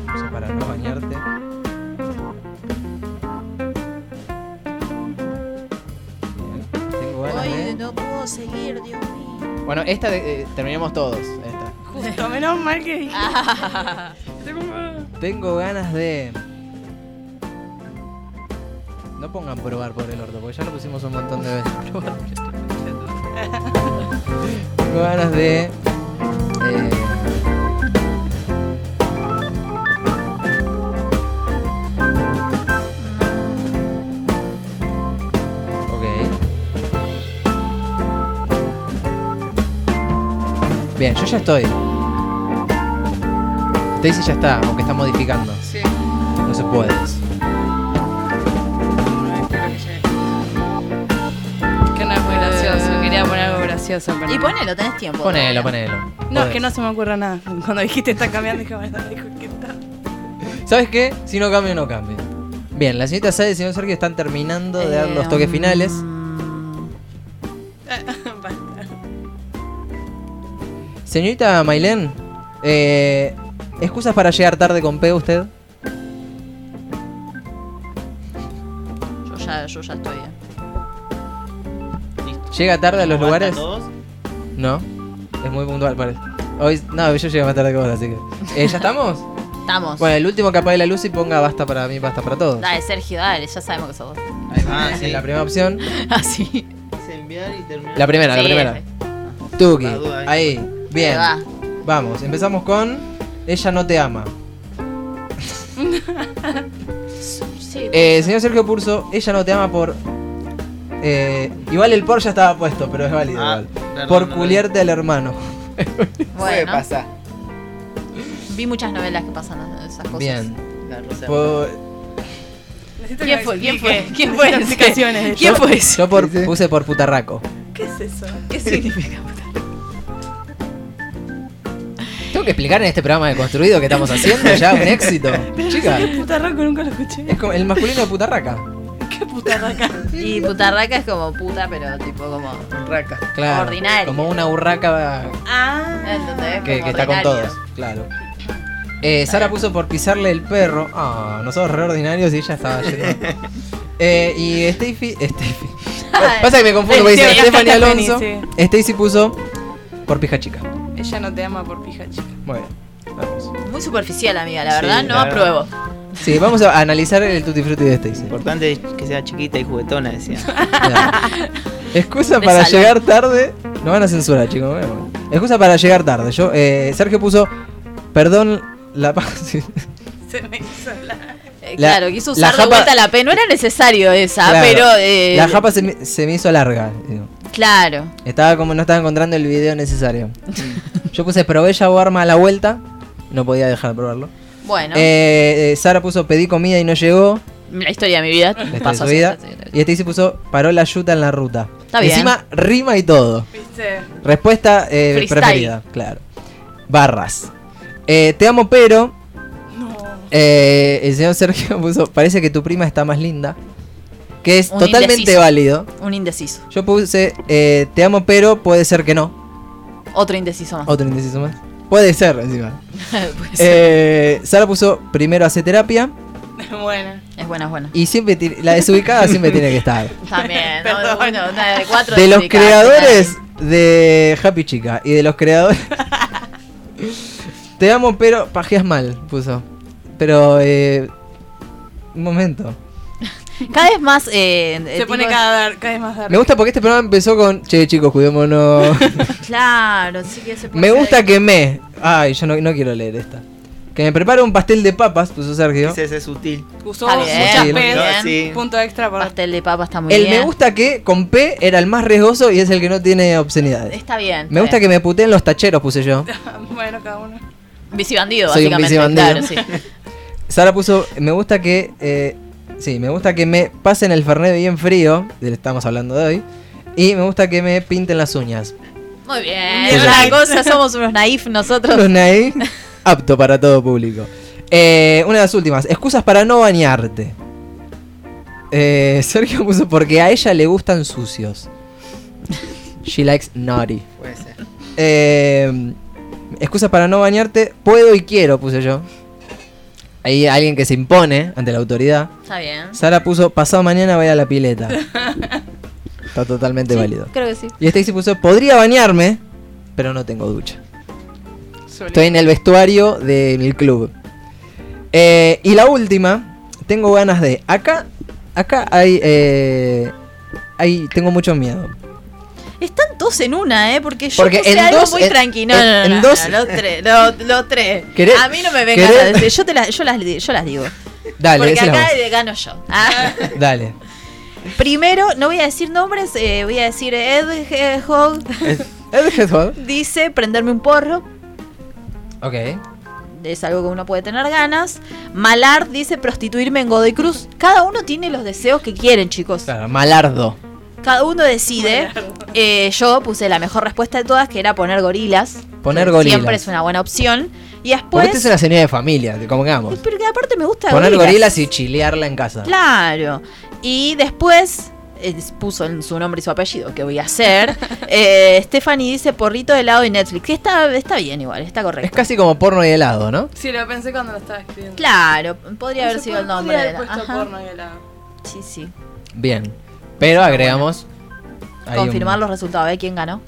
[SPEAKER 2] Usa para no bañarte. eh.
[SPEAKER 8] puedo seguir, Dios mío.
[SPEAKER 2] Bueno, esta de- eh, terminamos todos. Esta.
[SPEAKER 4] Justo, menos mal que dije. Estoy como-
[SPEAKER 2] Tengo ganas de. No pongan probar por el orto, porque ya lo pusimos un montón de veces. Tengo ganas de. eh, Ok. Bien, yo ya estoy. Daisy ya está, aunque está modificando.
[SPEAKER 4] Sí,
[SPEAKER 2] No se puede.
[SPEAKER 4] no espero que llegue. Que no es muy
[SPEAKER 2] Eh.
[SPEAKER 4] gracioso, quería poner algo gracioso. pero
[SPEAKER 3] Y
[SPEAKER 4] no.
[SPEAKER 3] ponelo, tenés tiempo.
[SPEAKER 2] Ponelo,
[SPEAKER 3] todavía.
[SPEAKER 2] ponelo.
[SPEAKER 4] No, es
[SPEAKER 2] Podés.
[SPEAKER 4] que no se me ocurre nada. Cuando dijiste está cambiando, dije, bueno, dijo que está.
[SPEAKER 2] ¿Sabes qué? Si no cambio, no cambio. Bien, la señorita Sade y el señor Sergio están terminando de dar los
[SPEAKER 3] Eh,
[SPEAKER 2] toques
[SPEAKER 3] mm,
[SPEAKER 2] finales. Señorita Mailén, eh, ¿excusas para llegar tarde con P usted?
[SPEAKER 3] Yo ya, yo ya estoy. eh.
[SPEAKER 5] Listo.
[SPEAKER 2] ¿Llega tarde a los
[SPEAKER 5] ¿Aguanta
[SPEAKER 2] lugares?
[SPEAKER 5] todos?
[SPEAKER 2] No. Es muy puntual, parece. Hoy, no, yo llegué más tarde que vos, así que. Eh, ¿Ya estamos?
[SPEAKER 3] Estamos.
[SPEAKER 2] Bueno, el último que apague la luz y ponga basta para mí, basta para todos.
[SPEAKER 3] Dale, Sergio, dale, ya sabemos que sos vos.
[SPEAKER 5] Ah,
[SPEAKER 2] Es
[SPEAKER 5] sí.
[SPEAKER 2] La primera opción.
[SPEAKER 3] Así.
[SPEAKER 5] Es enviar y terminar.
[SPEAKER 2] La primera, la
[SPEAKER 3] Sí,
[SPEAKER 2] primera.
[SPEAKER 3] sí.
[SPEAKER 2] Tuki.
[SPEAKER 5] La duda ahí.
[SPEAKER 2] Ahí. Bien.
[SPEAKER 3] va.
[SPEAKER 2] Vamos, empezamos con Ella no te ama.
[SPEAKER 8] Sí.
[SPEAKER 2] Eh, señor Sergio Purso, Ella no te ama por... eh, igual el por ya estaba puesto, pero es válido.
[SPEAKER 5] Ah,
[SPEAKER 2] igual.
[SPEAKER 5] perdón,
[SPEAKER 2] por
[SPEAKER 5] no lo
[SPEAKER 2] culiarte al hermano.
[SPEAKER 5] Puede
[SPEAKER 3] Bueno,
[SPEAKER 5] pasar.
[SPEAKER 3] vi muchas novelas que pasan esas cosas.
[SPEAKER 2] Bien.
[SPEAKER 5] La rosa.
[SPEAKER 2] Por-
[SPEAKER 4] Necesito
[SPEAKER 3] ¿Quién
[SPEAKER 4] que me
[SPEAKER 3] fue? ¿Quién
[SPEAKER 4] explique
[SPEAKER 3] fue? ¿Quién fue?
[SPEAKER 4] las implicaciones.
[SPEAKER 3] ¿Quién fue eso?
[SPEAKER 2] yo por-
[SPEAKER 5] Sí, sí.
[SPEAKER 2] puse por putarraco.
[SPEAKER 4] ¿Qué es eso? ¿Qué significa?
[SPEAKER 2] Tengo que explicar en este programa de construido que estamos haciendo ya un éxito. Chica,
[SPEAKER 4] Puta roco, nunca lo escuché.
[SPEAKER 2] es como el masculino de putarraca.
[SPEAKER 4] Qué puta raca.
[SPEAKER 3] Y putarraca es como puta, pero tipo como.
[SPEAKER 5] Raca.
[SPEAKER 2] Claro.
[SPEAKER 3] Ordinario.
[SPEAKER 2] Como una burraca
[SPEAKER 4] Ah,
[SPEAKER 3] ¿Entendés?
[SPEAKER 2] que,
[SPEAKER 3] Como
[SPEAKER 2] que está con
[SPEAKER 3] ordinario.
[SPEAKER 2] todos. Claro. Eh, Sara puso por pisarle el perro. Ah, nosotros re ordinarios y ella estaba yendo. Eh, y Steffi. Steffi. Pasa que me confundo, porque dice
[SPEAKER 4] Sí,
[SPEAKER 2] Stephanie
[SPEAKER 4] Stephanie,
[SPEAKER 2] Alonso. Stacy puso por pija chica.
[SPEAKER 4] ella no te ama por pija, chica.
[SPEAKER 2] Muy bien. Vamos.
[SPEAKER 3] Muy superficial, amiga, la verdad,
[SPEAKER 5] Sí,
[SPEAKER 3] no
[SPEAKER 5] la
[SPEAKER 3] apruebo.
[SPEAKER 2] Sí, vamos a analizar el tutti frutti de Stacy.
[SPEAKER 5] Importante es que sea chiquita y juguetona, decía.
[SPEAKER 2] Claro. Excusa
[SPEAKER 3] De
[SPEAKER 2] para
[SPEAKER 3] salón.
[SPEAKER 2] llegar tarde. No van a censurar, chicos. no van a- Excusa para llegar tarde. Yo, eh, Sergio puso. Perdón, la paz.
[SPEAKER 4] Se me hizo la.
[SPEAKER 3] Eh,
[SPEAKER 2] La-
[SPEAKER 3] claro, quiso
[SPEAKER 2] la
[SPEAKER 3] usar de
[SPEAKER 2] japa-
[SPEAKER 3] vuelta la P. No era necesario esa,
[SPEAKER 2] Claro.
[SPEAKER 3] pero. eh,
[SPEAKER 2] La japa se me, se me hizo larga. digo.
[SPEAKER 3] Claro.
[SPEAKER 2] Estaba como no estaba encontrando el video necesario. Yo puse probé ya o arma a la vuelta. No podía dejar de probarlo.
[SPEAKER 3] Bueno,
[SPEAKER 2] Eh, eh, Sara puso pedí comida y no llegó.
[SPEAKER 3] la historia de mi vida.
[SPEAKER 2] Esta
[SPEAKER 3] pasó
[SPEAKER 2] de
[SPEAKER 3] así,
[SPEAKER 2] su vida.
[SPEAKER 3] así, así.
[SPEAKER 2] Y este se puso paró la yuta en la ruta.
[SPEAKER 3] Está bien.
[SPEAKER 2] Encima rima y todo.
[SPEAKER 4] ¿Viste?
[SPEAKER 2] Respuesta eh,
[SPEAKER 3] Freestyle.
[SPEAKER 2] preferida, claro. Barras. Eh, te amo, pero.
[SPEAKER 4] No.
[SPEAKER 2] eh, el señor Sergio puso. Parece que tu prima está más linda. Que es
[SPEAKER 3] Un
[SPEAKER 2] totalmente
[SPEAKER 3] indeciso.
[SPEAKER 2] válido.
[SPEAKER 3] Un indeciso.
[SPEAKER 2] Yo puse. eh, te amo, pero puede ser que no.
[SPEAKER 3] Otro indeciso más. Pues,
[SPEAKER 2] Otro indeciso más. Puede ser, encima.
[SPEAKER 3] Puede ser.
[SPEAKER 2] Eh, Sara puso primero hace terapia.
[SPEAKER 4] Bueno.
[SPEAKER 3] es buena, es buena.
[SPEAKER 2] Y siempre ti- la desubicada siempre tiene que estar.
[SPEAKER 3] También, ¿no?
[SPEAKER 4] Perdón.
[SPEAKER 3] Bueno, una de cuatro
[SPEAKER 2] De los
[SPEAKER 3] explicadas,
[SPEAKER 2] creadores de Happy Chica y de los creadores. Te amo, pero pajeas mal, puso. Pero, eh. Un momento.
[SPEAKER 3] ¿verdad? Cada vez más. eh, eh,
[SPEAKER 4] Se pone
[SPEAKER 3] tipo-
[SPEAKER 4] cada, dar- cada vez más dark.
[SPEAKER 2] Me gusta porque este programa empezó con. Che, chicos, cuidémonos.
[SPEAKER 3] Claro, sí que se puede
[SPEAKER 2] me
[SPEAKER 3] ser
[SPEAKER 2] gusta que me. Ay, yo no, no quiero leer esta. Que me prepare un pastel de papas, puso Sergio.
[SPEAKER 5] Ese ese es sutil.
[SPEAKER 4] Usó
[SPEAKER 3] Está bien,
[SPEAKER 4] muchas
[SPEAKER 2] muy
[SPEAKER 4] veces.
[SPEAKER 5] bien.
[SPEAKER 4] Punto extra por.
[SPEAKER 3] Pastel de papa está muy
[SPEAKER 2] El
[SPEAKER 3] bien.
[SPEAKER 2] me gusta que con P era el más riesgoso y es el que no tiene obscenidades.
[SPEAKER 3] Está bien.
[SPEAKER 2] Me gusta que me puteen los tacheros, puse yo.
[SPEAKER 4] Bueno, cada uno.
[SPEAKER 3] Bicibandido,
[SPEAKER 2] Soy un
[SPEAKER 3] básicamente.
[SPEAKER 2] bicibandido.
[SPEAKER 3] Claro, sí.
[SPEAKER 2] Sara puso, me gusta que... eh, sí, me gusta que me pasen el fernet bien frío, del que estamos hablando de hoy, y me gusta que me pinten las uñas.
[SPEAKER 3] Muy
[SPEAKER 2] Sí,
[SPEAKER 3] bien. Una
[SPEAKER 2] sí.
[SPEAKER 3] cosa, somos unos naif nosotros.
[SPEAKER 2] Los ahí, apto para todo público. Eh, una de las últimas, excusas para no bañarte. Eh, Sergio puso, porque a ella le gustan sucios. She likes naughty.
[SPEAKER 5] Puede ser.
[SPEAKER 2] Eh, excusas para no bañarte, puedo y quiero, puse yo. Hay alguien que se impone ante la autoridad.
[SPEAKER 3] Está bien.
[SPEAKER 2] Sara puso, pasado mañana voy a la pileta. Está totalmente
[SPEAKER 3] Sí,
[SPEAKER 2] válido.
[SPEAKER 3] Creo que sí.
[SPEAKER 2] Y Stacy puso, podría bañarme, pero no tengo ducha. Estoy en el vestuario del club. Eh, y la última, tengo ganas de... Acá, acá hay... eh, hay tengo mucho miedo.
[SPEAKER 3] Están todos en una, ¿eh? Porque yo
[SPEAKER 2] Porque
[SPEAKER 3] puse
[SPEAKER 2] en
[SPEAKER 3] algo
[SPEAKER 2] dos-
[SPEAKER 3] muy
[SPEAKER 2] en-
[SPEAKER 3] tranquilo. No,
[SPEAKER 2] en-
[SPEAKER 3] no, no,
[SPEAKER 2] en
[SPEAKER 3] no,
[SPEAKER 2] dos-
[SPEAKER 3] los tres, no, los tres.
[SPEAKER 2] ¿Querés-
[SPEAKER 3] a mí no me vengan
[SPEAKER 2] querés-
[SPEAKER 3] a decir, yo, te las, yo, las, di- yo las digo.
[SPEAKER 2] Dale,
[SPEAKER 3] porque
[SPEAKER 2] decílas
[SPEAKER 3] acá
[SPEAKER 2] vos.
[SPEAKER 3] gano yo. Ah.
[SPEAKER 2] Dale.
[SPEAKER 3] Primero, no voy a decir nombres, eh, voy a decir Ed eh, Hogg
[SPEAKER 2] Ed Hedgehog.
[SPEAKER 3] dice prenderme un porro.
[SPEAKER 2] Ok.
[SPEAKER 3] Es algo que uno puede tener ganas. Malard dice prostituirme en Godoy Cruz. Cada uno tiene los deseos que quieren, chicos.
[SPEAKER 2] Claro, malardo.
[SPEAKER 3] Cada uno decide. Eh, yo puse la mejor respuesta de todas, que era poner gorilas.
[SPEAKER 2] Poner
[SPEAKER 3] que
[SPEAKER 2] gorilas.
[SPEAKER 3] Siempre es una buena opción. Y
[SPEAKER 2] Porque
[SPEAKER 4] Pues
[SPEAKER 3] después.
[SPEAKER 2] esta es una señora de familia, que comamos.
[SPEAKER 3] Porque aparte me gusta
[SPEAKER 2] Poner gorilas y chilearla en casa.
[SPEAKER 3] Claro. Y después eh, puso en su nombre y su apellido, que voy a hacer. Eh, Stephanie dice porrito de helado y Netflix. Que está, está bien igual, está
[SPEAKER 2] Es
[SPEAKER 3] correcto.
[SPEAKER 2] casi como porno y helado, ¿no?
[SPEAKER 4] Sí, lo pensé cuando lo estaba escribiendo.
[SPEAKER 3] Claro, podría haber sido el nombre. de
[SPEAKER 4] Podría
[SPEAKER 3] la-
[SPEAKER 4] haber puesto
[SPEAKER 3] Ajá.
[SPEAKER 4] porno y helado.
[SPEAKER 3] Sí, sí.
[SPEAKER 2] Bien. Pero agregamos. ahí un-
[SPEAKER 3] Confirmar los resultados, a ver quién ganó.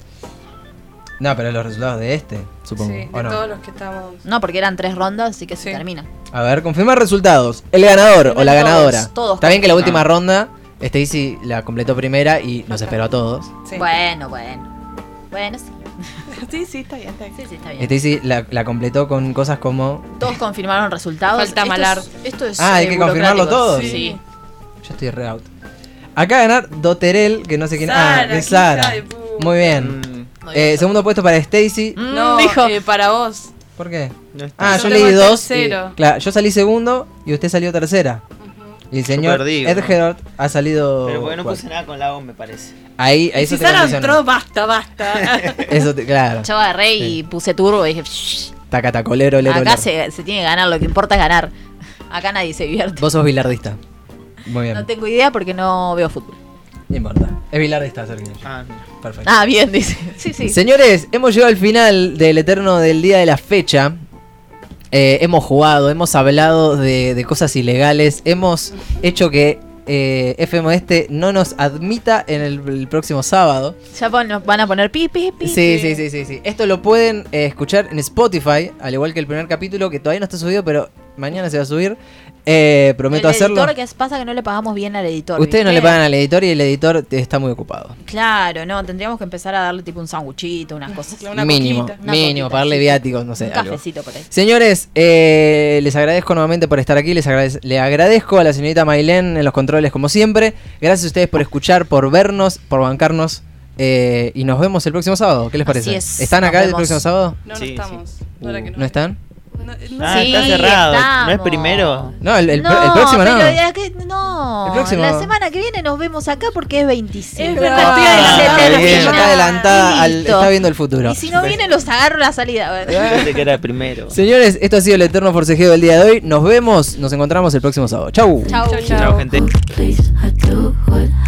[SPEAKER 2] No, pero los resultados de este, supongo.
[SPEAKER 4] Sí,
[SPEAKER 2] ¿o
[SPEAKER 4] de
[SPEAKER 2] no?
[SPEAKER 4] todos los que estábamos.
[SPEAKER 3] No, porque eran tres rondas, así que se
[SPEAKER 4] Sí.
[SPEAKER 3] termina.
[SPEAKER 2] A ver, confirmar resultados. El ganador o la
[SPEAKER 3] Todos,
[SPEAKER 2] ganadora.
[SPEAKER 3] todos
[SPEAKER 2] Está bien que la última
[SPEAKER 5] Ah.
[SPEAKER 2] ronda, Stacy la completó primera y nos esperó a todos.
[SPEAKER 4] Sí.
[SPEAKER 3] Bueno, bueno. Bueno, sí.
[SPEAKER 4] sí, sí, está bien, está bien.
[SPEAKER 3] Sí, sí, está bien.
[SPEAKER 2] Stacy la, la completó con cosas como.
[SPEAKER 3] Todos confirmaron resultados. Esto
[SPEAKER 4] Falta
[SPEAKER 3] es-
[SPEAKER 4] Malard.
[SPEAKER 3] Esto es.
[SPEAKER 2] Ah, hay
[SPEAKER 3] eh,
[SPEAKER 2] que confirmarlo
[SPEAKER 3] burocrático.
[SPEAKER 2] todos.
[SPEAKER 3] Sí.
[SPEAKER 4] Sí.
[SPEAKER 2] Yo estoy re out. Acá ganar Doterel, que no sé quién. ah,
[SPEAKER 4] Sara,
[SPEAKER 2] de
[SPEAKER 4] qué
[SPEAKER 2] Sara.
[SPEAKER 4] hija de puta.
[SPEAKER 2] Muy bien.
[SPEAKER 5] Mm,
[SPEAKER 3] Muy bien.
[SPEAKER 2] Eh, segundo puesto para Stacy.
[SPEAKER 3] Mm,
[SPEAKER 4] No,
[SPEAKER 3] dijo.
[SPEAKER 4] eh, para vos.
[SPEAKER 2] ¿Por qué?
[SPEAKER 5] no está.
[SPEAKER 2] Ah,
[SPEAKER 4] Yo
[SPEAKER 2] yo
[SPEAKER 4] tengo
[SPEAKER 2] leí
[SPEAKER 4] el
[SPEAKER 2] dos. y-
[SPEAKER 4] tercero.
[SPEAKER 2] claro, yo salí segundo y usted salió tercera. Y el señor
[SPEAKER 5] perdí,
[SPEAKER 2] Ed
[SPEAKER 5] ¿no?
[SPEAKER 2] Herod ha salido.
[SPEAKER 5] Pero pues, porque no
[SPEAKER 2] cuarto.
[SPEAKER 5] puse nada con la O, me parece.
[SPEAKER 2] Ahí, ahí
[SPEAKER 4] si
[SPEAKER 2] eso te
[SPEAKER 4] Sara
[SPEAKER 2] condiciona.
[SPEAKER 4] entró, basta, basta.
[SPEAKER 2] Eso te- claro.
[SPEAKER 3] Yo agarré y puse turbo y dije, "Shh,
[SPEAKER 2] Tacatacolero, lero,
[SPEAKER 3] acá
[SPEAKER 2] lero.
[SPEAKER 3] se, se tiene que ganar, lo que importa es ganar. Acá nadie se divierte.
[SPEAKER 2] Vos sos bilardista. Muy bien.
[SPEAKER 3] No tengo idea porque no veo fútbol.
[SPEAKER 2] No importa. Es bilardista, Sergio.
[SPEAKER 5] Ah, mira.
[SPEAKER 2] Perfecto.
[SPEAKER 3] Ah, bien, dice. Sí, sí.
[SPEAKER 2] Señores, hemos llegado al final del Eterno del Día de la Fecha. Eh, hemos jugado, hemos hablado de, de cosas ilegales, hemos hecho que eh, FM Este no nos admita en el, el próximo sábado.
[SPEAKER 3] Ya pon- nos van a poner pi, pi, pi.
[SPEAKER 2] Sí, sí, sí, sí, sí. Esto lo pueden eh, escuchar en Spotify, al igual que el primer capítulo, que todavía no está subido, pero mañana se va a subir. Eh, prometo
[SPEAKER 3] el
[SPEAKER 2] hacerlo.
[SPEAKER 3] editor que es- pasa que no le pagamos bien al editor.
[SPEAKER 2] Ustedes no
[SPEAKER 3] ¿viste?
[SPEAKER 2] le pagan al editor y el editor te- está muy ocupado.
[SPEAKER 3] Claro, no, tendríamos que empezar a darle tipo un sanguchito, unas cosas.
[SPEAKER 4] Una
[SPEAKER 2] mínimo,
[SPEAKER 4] coquita.
[SPEAKER 3] Una
[SPEAKER 2] mínimo,
[SPEAKER 3] coquita,
[SPEAKER 2] pagarle
[SPEAKER 3] sí, sí.
[SPEAKER 2] viáticos, no sé.
[SPEAKER 3] un
[SPEAKER 2] algo.
[SPEAKER 3] cafecito por ahí.
[SPEAKER 2] Señores, eh, les agradezco nuevamente por estar aquí. Les agradez- le agradezco a la señorita Mailén en los controles, como siempre. Gracias a ustedes por escuchar, por vernos, por bancarnos. eh, y nos vemos el próximo sábado. ¿Qué les
[SPEAKER 3] Así
[SPEAKER 2] parece?
[SPEAKER 3] es,
[SPEAKER 2] ¿Están
[SPEAKER 3] nos
[SPEAKER 2] acá el
[SPEAKER 3] vemos.
[SPEAKER 2] próximo sábado?
[SPEAKER 4] No, no
[SPEAKER 5] Sí, sí.
[SPEAKER 4] estamos. Ahora que
[SPEAKER 2] Uh, ¿No están?
[SPEAKER 4] No- no
[SPEAKER 5] Ah,
[SPEAKER 4] sé.
[SPEAKER 3] Sí,
[SPEAKER 5] está cerrado. ¿No es
[SPEAKER 3] estamos.
[SPEAKER 5] primero?
[SPEAKER 2] No, el, el-
[SPEAKER 3] no,
[SPEAKER 2] el próximo no.
[SPEAKER 3] pero ya que- no.
[SPEAKER 2] El próximo.
[SPEAKER 3] La semana que viene nos vemos acá porque es 25.
[SPEAKER 4] Es verdad, estoy adelantada.
[SPEAKER 3] Se termina.
[SPEAKER 5] Bien,
[SPEAKER 2] Ah, está adelantada, al-
[SPEAKER 3] Listo.
[SPEAKER 2] está viendo el futuro.
[SPEAKER 3] Y si no vienen, los agarro a la salida.
[SPEAKER 5] Yo pensé que era el primero.
[SPEAKER 2] Señores, esto ha sido el eterno forcejeo del día de hoy. Nos vemos, nos encontramos el próximo sábado. Chau.
[SPEAKER 3] Chau,
[SPEAKER 5] Chao, gente.
[SPEAKER 9] Please, I do what